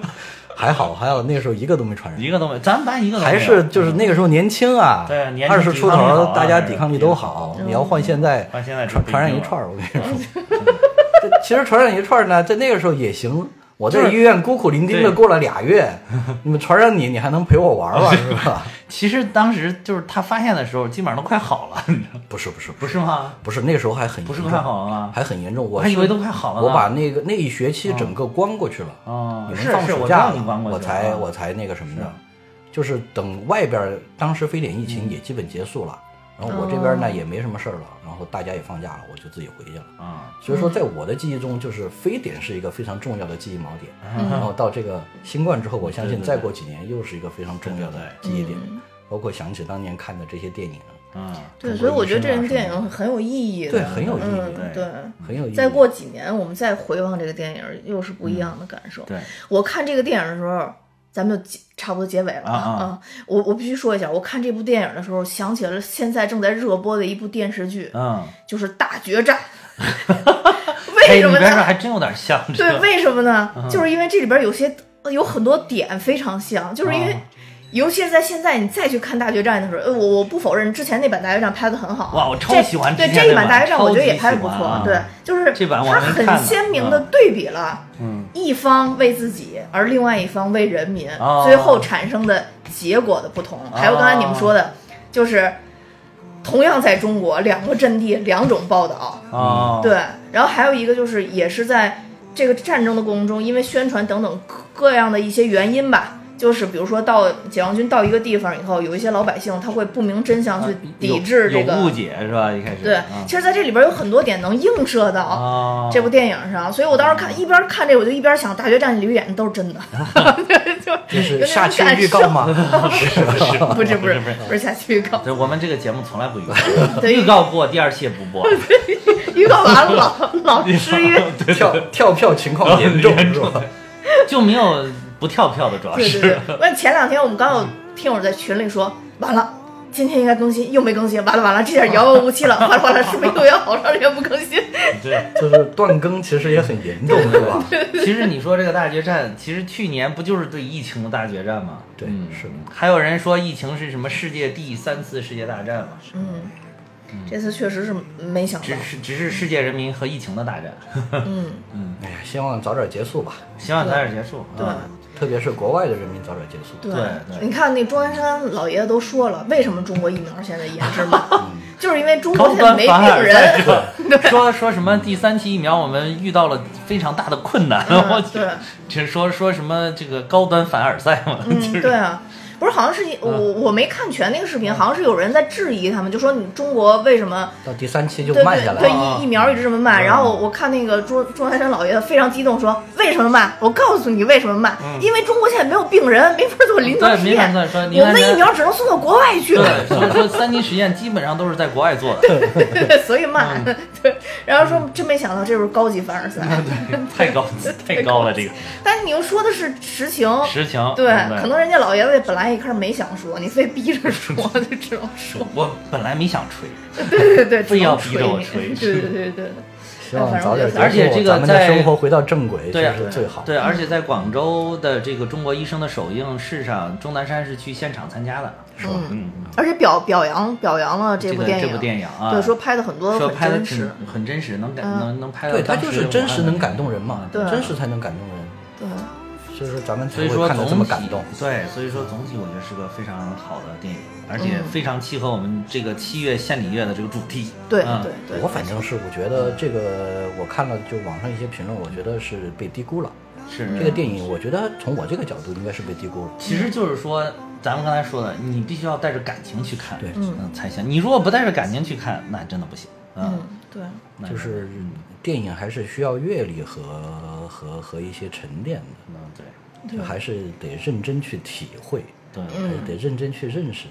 D: 还好还好，那个时候一个都没传染，
C: 一个都没，咱们班一个都没有
D: 还是就是那个时候年轻啊，
C: 对年轻
D: 二十出
C: 抵抗力好
D: 头
C: 啊，
D: 大家抵抗力都好。你要换现在，
C: 换现在就
D: 传
C: 不一定
D: 传染一
C: 了
D: 串儿，我跟
C: <laughs>
D: 你说， <laughs> 这其实传染一串儿呢，在那个时候也行。我在
C: 就是
D: 医院孤苦伶仃的
C: 对
D: 过了俩月， <laughs> 你们传染你，你还能陪我
C: <laughs>
D: 玩儿吧？是吧？ <laughs>
C: 其实当时就是他发现的时候，基本上都快好了，你知道吗
D: 不是不是不
C: 不
D: 是
C: 是吗？
D: 不是，那个时候还很
C: 不是
D: 严
C: 快
D: 重
C: 好了吗
D: 还很严重。
C: 我
D: 我
C: 还以
D: 是
C: 为都快好了呢。
D: 我把那个那一学期整个关过去了，
C: 哦
D: 你们
C: 是
D: 放
C: 是
D: 暑
C: 我
D: 假
C: 知道你关过
D: 我
C: 去
D: 才
C: 了啊嗯
D: 我才那个什么
C: 是嗯
D: 的，就是等外边儿当时非典疫情也基本结束了，然
C: 哦
D: 后我这边呢也没什么事儿了，然后大家也放假了，我就自己回去了。
C: 啊，
D: 所以说，在我的记忆中，就是非典是一个非常重要的记忆锚点，然后到这个新冠之后，我相
C: 对
D: 信
C: 嗯对
D: 再过几年又是一个非常重要的记忆点
B: 嗯，
D: 包括想起当年看的这些电影，
C: 嗯，
B: 对，所以我觉得这
D: 中
B: 部
D: 国医
B: 电
D: 生啊
B: 影很有意义的，
D: 对很有意义
B: 嗯，
C: 对
B: 对。
D: 很有意义。
B: 再过几年，我们再回望这个电影，又是不一样的感受。
C: 嗯对，
B: 我看这个电影的时候，咱们就结差不多结尾了
C: 啊啊
B: 我我必须说一下，我看这部电影的时候，想起了现在正在热播的一部电视剧，
C: 嗯，
B: 就是《大决战》。
C: <laughs> 哎，
B: 为
C: 你
B: 什么
C: 别说
B: 呢？
C: 还真有点像， <laughs> 这
B: 对，为什么呢？
C: 嗯
B: 就是因为这里边有些呃有很多点非常像，就是因为。
C: 啊
B: 尤其是在现在，你再去看《大决战》的时候，呃，我我不否认之前那版《大决战》拍的很好，
C: 哇我超
B: 这
C: 喜欢
B: 对
C: 之前
B: 这一版《
C: 那
B: 大
C: 版
B: 决战》，我觉得也
C: 超级
B: 拍的不
C: 喜欢
B: 错，
C: 啊
B: 对，就是
C: 这版我
B: 它
C: 还没
B: 很
C: 看呢
B: 鲜明的
C: 嗯
B: 对比了，
C: 嗯，
B: 一方为自己，而另外一方为人民，
C: 哦
B: 最后产生的结果的不同。还有刚才你们说的，就是同样在中国，两个阵地两种报道，
C: 哦，
B: 对，然后还有一个就是，也是在这个战争的过程中，因为宣传等等各各样的一些原因吧，就是比如说到解放军到一个地方以后，有一些老百姓他会不明真相去抵制这
C: 啊有有误
B: 个。
C: 解是吧？一开始
B: 对，
C: 嗯
B: 其实在这里边有很多点能映射到
C: 哦，
B: 这部电影上，所以我当时看一边看这，我就一边想，《大决战》里演的都是真的，
D: 就
B: 有
D: 是
B: 那种
D: 下期
B: 感
D: 预告
B: 受
D: 吗？
B: 不是不是
C: 不是
B: 不是下期预告，
C: 对，我们这个节目从来不预告，
B: 对
C: <laughs> 预告过第二期也不播，
B: 预告完了老老失约，
D: 跳 <laughs> 跳票情况
C: <laughs>
D: 严重是吧？
C: 就没有不跳票的，主
B: <laughs>
C: 要
B: 对
C: 是嗯
B: 对对，那前两天我们刚有听友在群里说，完了，今天应该更新，又没更新，完了完了，这下遥遥无期了，哗 <laughs> 啦哗啦，是不是又要好长时间不更新？
C: 对。
B: <laughs>
D: 就是断更其实也很严重是吧？
C: 其实你说这个大决战，其实去年不就是对疫情的大决战吗？
D: 对
C: 嗯
D: 是的
C: 还有人说疫情是什么世界第三次世界大战嘛？
B: 嗯，这次确实是没想到
C: 只，是只是世界人民和疫情的大战，
B: 嗯，
D: 哎呀，希望早点结束吧，
C: 希望早点结束。
B: 对
C: 啊
D: 特别是国外的人民早点结束。
B: 对
C: 对对
B: 你看那钟南山老爷子都说了，为什么中国疫苗现在研制慢？ <laughs> 就是因为中国
C: 嗯高
B: 现在
C: 端
B: 没
C: 凡
B: 病
C: 尔赛
B: 人， <laughs>
C: 是吧说说什么第三期疫苗，我们遇到了非常大的困难。
B: 嗯
C: <laughs> 我
B: 对
C: 去，这说说什么这个高端凡尔赛嘛？就
B: 嗯，
C: 是
B: 对啊，不是好像是
C: 嗯
B: 一我我没看全那个视频，好像是有人在质疑他们，就说你中国为什么
D: 到第三期就
B: 对
D: 慢下
B: 对
D: 来
B: 对
D: 了。
C: 啊
B: 疫疫苗一直这么慢？然后我看那个钟钟南山老爷非常激动说为什么慢？我告诉你为什么慢，因为中国现在没有病人，没法做临床
C: 对
B: 实
C: 没法
B: 验，
C: 做说你
B: 我们
C: 看
B: 的
C: 人
B: 疫苗只能送到国外去了。
C: 对，所以说三级实验基本上都是在国外做的，
B: <laughs> 所以慢，
C: 嗯
B: 对。然后说真没想到这是高级凡尔赛，
C: <laughs> 太高太高了这个
B: <laughs> 但是你又说的是实情，
C: 实情。
B: 哦对
C: 不，
B: 可能人家老爷子本来一开始没想说，你非逼着
C: <laughs>
B: 说，就只能说，
C: 我本来没想吹，
B: 对对对，
C: 非要
B: 只能
C: 逼着我
B: 吹你，
C: 吹
B: 对对对
C: <laughs>
B: 对。
D: 希望早点结束，
C: 而且这个
D: 咱们的
C: 在
D: 生活回到正轨，
C: 对
D: 这
C: 啊
D: 是最好。
C: 对，而且在广州的这个中国医生的首映式上，钟南山是去现场参加的，是吧？嗯，
B: 而且表表扬表扬了这
C: 这
B: 部
C: 个
B: 电
C: 这
B: 影，
C: 部电影啊，
B: 对，说拍的很多嗯
C: 说
B: 很
C: 拍的
B: 真
C: 挺
B: 实，
C: 很真实，能感
B: 嗯
C: 能能拍到
D: 对，他
C: 当
D: 就
C: 时
D: 是
C: 的
D: 真
C: 武汉
D: 实能感动人嘛，
B: 对啊
D: 真实才能感动人，
B: 对，
D: 所以说咱们才
C: 所以说
D: 会看
C: 总体
D: 得这么感动。
C: 对，所以说总体我觉得是个非常好的电影，而且
B: 嗯
C: 非常契合我们这个七月献礼月的这个主题。
B: 对
C: 嗯
B: 对对。
D: 我反正是我觉得这个，我看了就网上一些评论，我觉得是被低估了。
C: 是
D: 这个电影，我觉得从我这个角度应该是被低估了。
C: 其实就是说，咱们刚才说的，你必须要带着感情去看，
D: 对
C: 嗯，才行。你如果不带着感情去看，那真的不行，嗯，
B: 嗯，对，
C: 那
D: 就是电影还是需要阅历和和和一些沉淀
C: 嗯，对嗯
D: 的，就还是得认真去体会，
C: 对
D: 还是得认真去认识。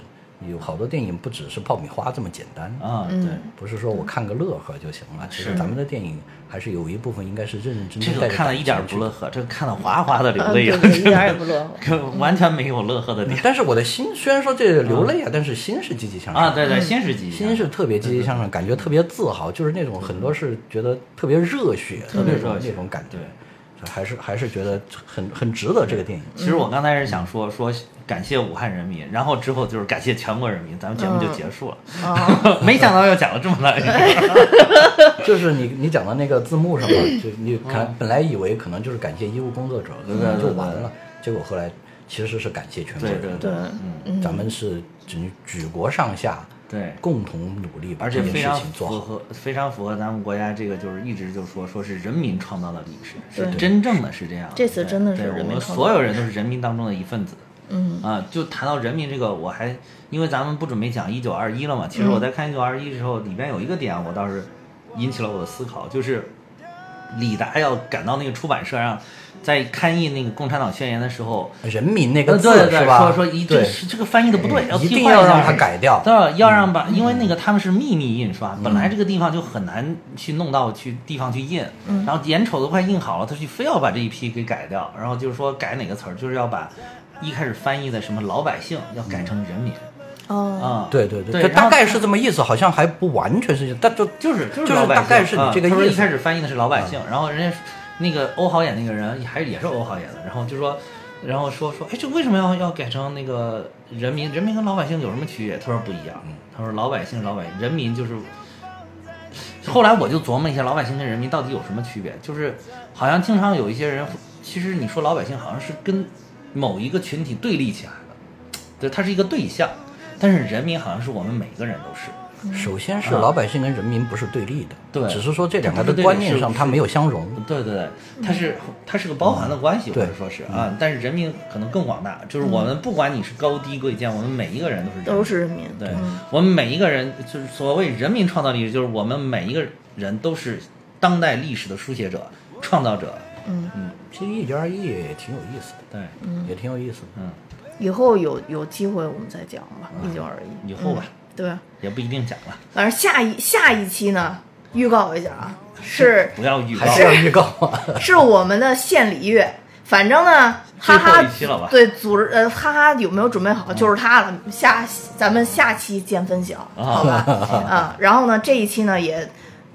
D: 有好多电影不只是爆米花这么简
B: 嗯
D: 单，
C: 啊，对。
D: 不是说我看个乐呵就行了。其实
C: 是
D: 咱们的电影还是有一部分应该是认认真
C: 这
D: 真
C: 个
D: 带着
C: 看了
D: 感
C: 一
D: 情
C: 点儿
D: 去
C: 不乐呵，这个看的哗哗的流泪啊
B: 嗯对对一
C: <laughs>
B: 点儿也不乐呵，
C: 这个完全没有乐呵的
D: 嗯
C: 点
D: 但是我的心虽然说这流泪啊，但是心是积极向
C: 嗯
D: 上
C: 啊！
D: 的，
C: 对对，新世纪，
D: 心是特别积极向上，感觉特别自豪，就是那种很多是觉得特别热血的
C: 嗯特别
D: 那种
C: 热血
D: 那种感觉
C: 对，
D: 还是还是觉得很很值得这个电影。
C: 其实我刚才是想说说感谢武汉人民，然后之后就是感谢全国人民，咱们节目就结束了。 <laughs> 没想到要讲了这么烂一 <laughs> 个，
D: 就是你你讲到那个字幕上嘛，就你看
C: 嗯
D: 本来以为可能就是感谢医务工作者，可能就完了，结果后来其实是感谢全国
C: 对对
D: 人，
C: 对
B: 嗯
D: 民，咱们是举举国上下
C: 对，
D: 共同努力把
C: 而
D: 这
C: 且
D: 件
C: 非
D: 事
C: 常
D: 情做
C: 符
D: 好。
C: 合非常符合咱们国家这个就是一直就说说是人民创造的历史，
B: 对
C: 是真正的是这样的。
B: 这次真的是
C: 对
B: 人
C: 对我
B: 民
C: 们
B: 创造
C: 所
B: 的
C: 有人都是人民当中的一份子。嗯啊，就谈到人民这个，我还因为咱们不准备讲一九二一了嘛，其
B: 嗯
C: 实我在看一九二一的时候，里边有一个点啊我倒是引起了我的思考，就是李达要赶到那个出版社上，在刊印那个《共产党宣言》的时候，
D: 人民那个字
C: 呃对对
D: 是吧？
C: 说说一这
D: 对
C: 个，这个翻译的不对，要
D: 一
C: 替
D: 定
C: 换
D: 要
C: 下
D: 让它改掉嗯
C: 对，要让把，因为那个他们是秘密印刷，本来这个地方就很难去弄到去地方去印，
D: 嗯
C: 然后眼瞅都快印好了，他就非要把这一批给改掉，然后就是说改哪个词儿，就是要把一开始翻译的什么老百姓要改成人民
B: 哦，
C: 啊，
D: 嗯对对
C: 对，
D: 就
C: 然
D: 大
C: 后
D: 概是这么意思，好像还不完全是，但就
C: 就是
D: 就是
C: 老百姓
D: 大概是你这个
C: 啊他说
D: 意
C: 一
D: 思嗯
C: 开。始翻译的是老百姓，然后人家那个欧豪演那个人还是也是欧豪演的，然后就说，然后说说，哎，这为什么要要改成那个人民？人民跟老百姓有什么区别？他说不一
D: 嗯
C: 样，他说老百姓老百人民就是。后来我就琢磨一下，老百姓跟人民到底有什么区别？就是好像经常有一些人，其实你说老百姓好像是跟某一个群体对立起来的，对，它是一个对象，但是人民好像是我们每个人都是，
D: 首先是
C: 啊
D: 老百姓跟人民不是对立的，
C: 对
D: 只是说这两个
C: 它不是
D: 的
C: 对立
D: 观念上
C: 是
D: 它没有相容。
C: 对对对，
B: 嗯
C: 它是它是个包含的关系，或
D: 对嗯
C: 者说是啊，但是人民可能更广大，就是我们不管你是高低贵贱，我们每一个人都是
B: 嗯
C: 人
B: 都是嗯人民，
C: 对，我们每一个人就是所谓人民创造历史，就是我们每一个人都是当代历史的书写者、创造者，
D: 其实一加一也挺有意思的，
C: 对，
D: 也挺有意思的。
C: 嗯，
B: 以后有有机会我们再讲吧，一九二一，嗯
C: 以后吧，
B: 对，
C: 也不一定讲了，
B: 反正下一下一期呢，预告一下啊，是
C: 不要预告
D: 还，是要预告啊，
B: 是我们的献礼月，反正呢，哈
C: 最
B: 哈
C: 后一期了吧，嗯
B: 对，组织呃，哈哈有没有准备好？就是他了，下咱们下期见分晓，好
C: <laughs>
B: 吧？啊，然后呢，这一期呢也。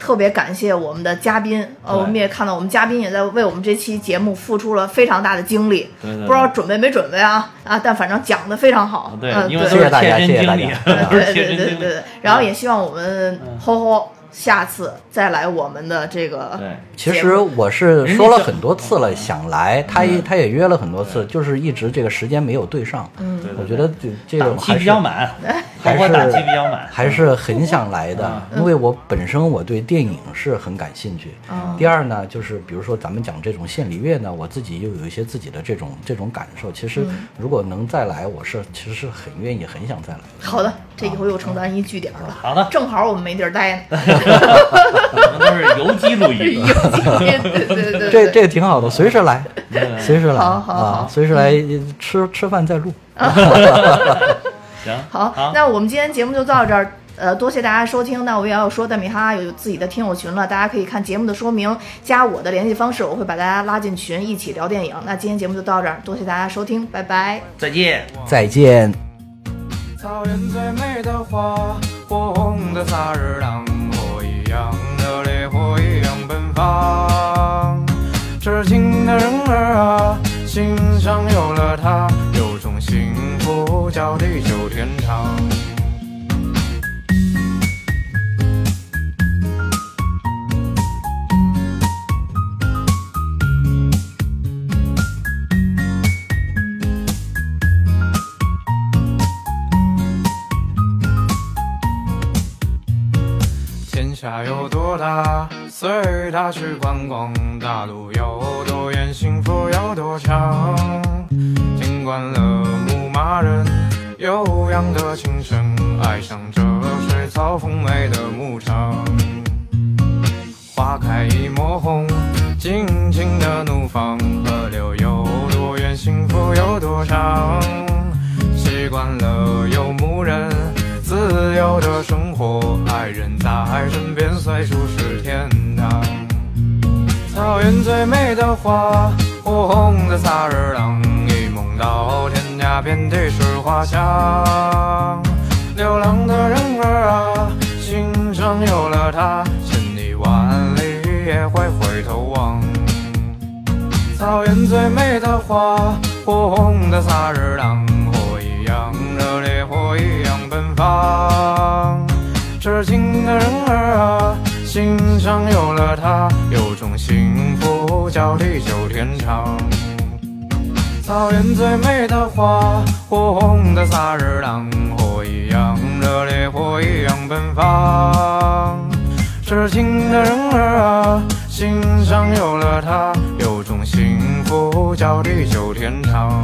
B: 特别感谢我们的嘉宾，呃，我
C: 对
B: 们也看到我们嘉宾也在为我们这期节目付出了非常大的精力，
C: 对对对
B: 不知道准备没准备啊啊，但反正讲的非常好，
C: 啊对
B: 嗯，，
C: 因为
B: 对
C: 都
D: 谢
C: 是
D: 谢大家
C: 贴身
D: 谢谢
C: 经
D: 大
C: 理
D: 家，
C: <laughs> 都是
B: 对
C: 贴
B: 对
C: 身
B: 对
C: 经
B: 对
C: 理
B: 对，，然后也希望我们
C: 嗯
B: 吼吼下次再来我们的这个
C: 对。
D: <laughs> 其实我是说了很多次了，想
C: 嗯
D: 来，他也他也约了很多次，就是一直这个时间没有对上。
C: 对对
D: 我觉得这这
C: 嗯档
D: 种
C: 期
D: 还
C: 比
D: 是
C: 较满，包
D: 还
C: 括
D: 是
C: 打击比较满。
D: 还是很想来的，
B: 嗯
D: 因为我本身我对电影是很感兴趣。
B: 嗯
D: 第二呢，就是比如说咱们讲这种献礼乐呢，我自己又有一些自己的这种这种感受。其实
B: 嗯
D: 如果能再来，我是其实是很愿意、很想再来的。
B: 好的，这以后又承担一据点了。
C: 好的
B: <laughs> 正好我们没地儿待呢。
C: 我们都是游击录
B: 对 <laughs>
C: 音，
B: 对对对，
D: 这这个挺好的，随时来，随时来
B: 好好嗯好
D: 啊，随时来吃吃饭再录。
C: 行，
B: 好
C: 好，，
B: 那我们今天节目就到这儿。呃，多谢大家收听。那我也要说，蛋米哈哈有自己的听友群了，大家可以看节目的说明，加我的联系方式，我会把大家拉进群，一起聊电影。那今天节目就到这儿，多谢大家收听，拜拜。
C: 再见。
D: 再见。
E: 草原最美的花，火红的萨日朗，火一样的烈火一样奔放。痴情的人儿啊，心上有了她，有种幸福叫地久天长。天下有多大，随它去宽广；大陆有多远，幸福有多长。听惯了牧马人悠扬的琴声，爱上这水草丰美的牧场。花开一抹红，尽情的怒放。河流有多远，幸福有多长。习惯了游牧人自由的生活，爱人在身边，随处是天堂。草原最美的花，火红的萨日朗，一梦到天涯，遍地是花香。流浪的人儿啊，心上有了她，千里万里也会回头望。草原最美的花，火红的萨日朗，火一样热烈，火一样奔放。痴情的人儿啊，心上有了她，有种幸福叫地久天长。草原最美的花，火红的萨日朗，火一样热烈，火一样奔放。痴情的人儿啊，心上有了她，有种幸福叫地久天长。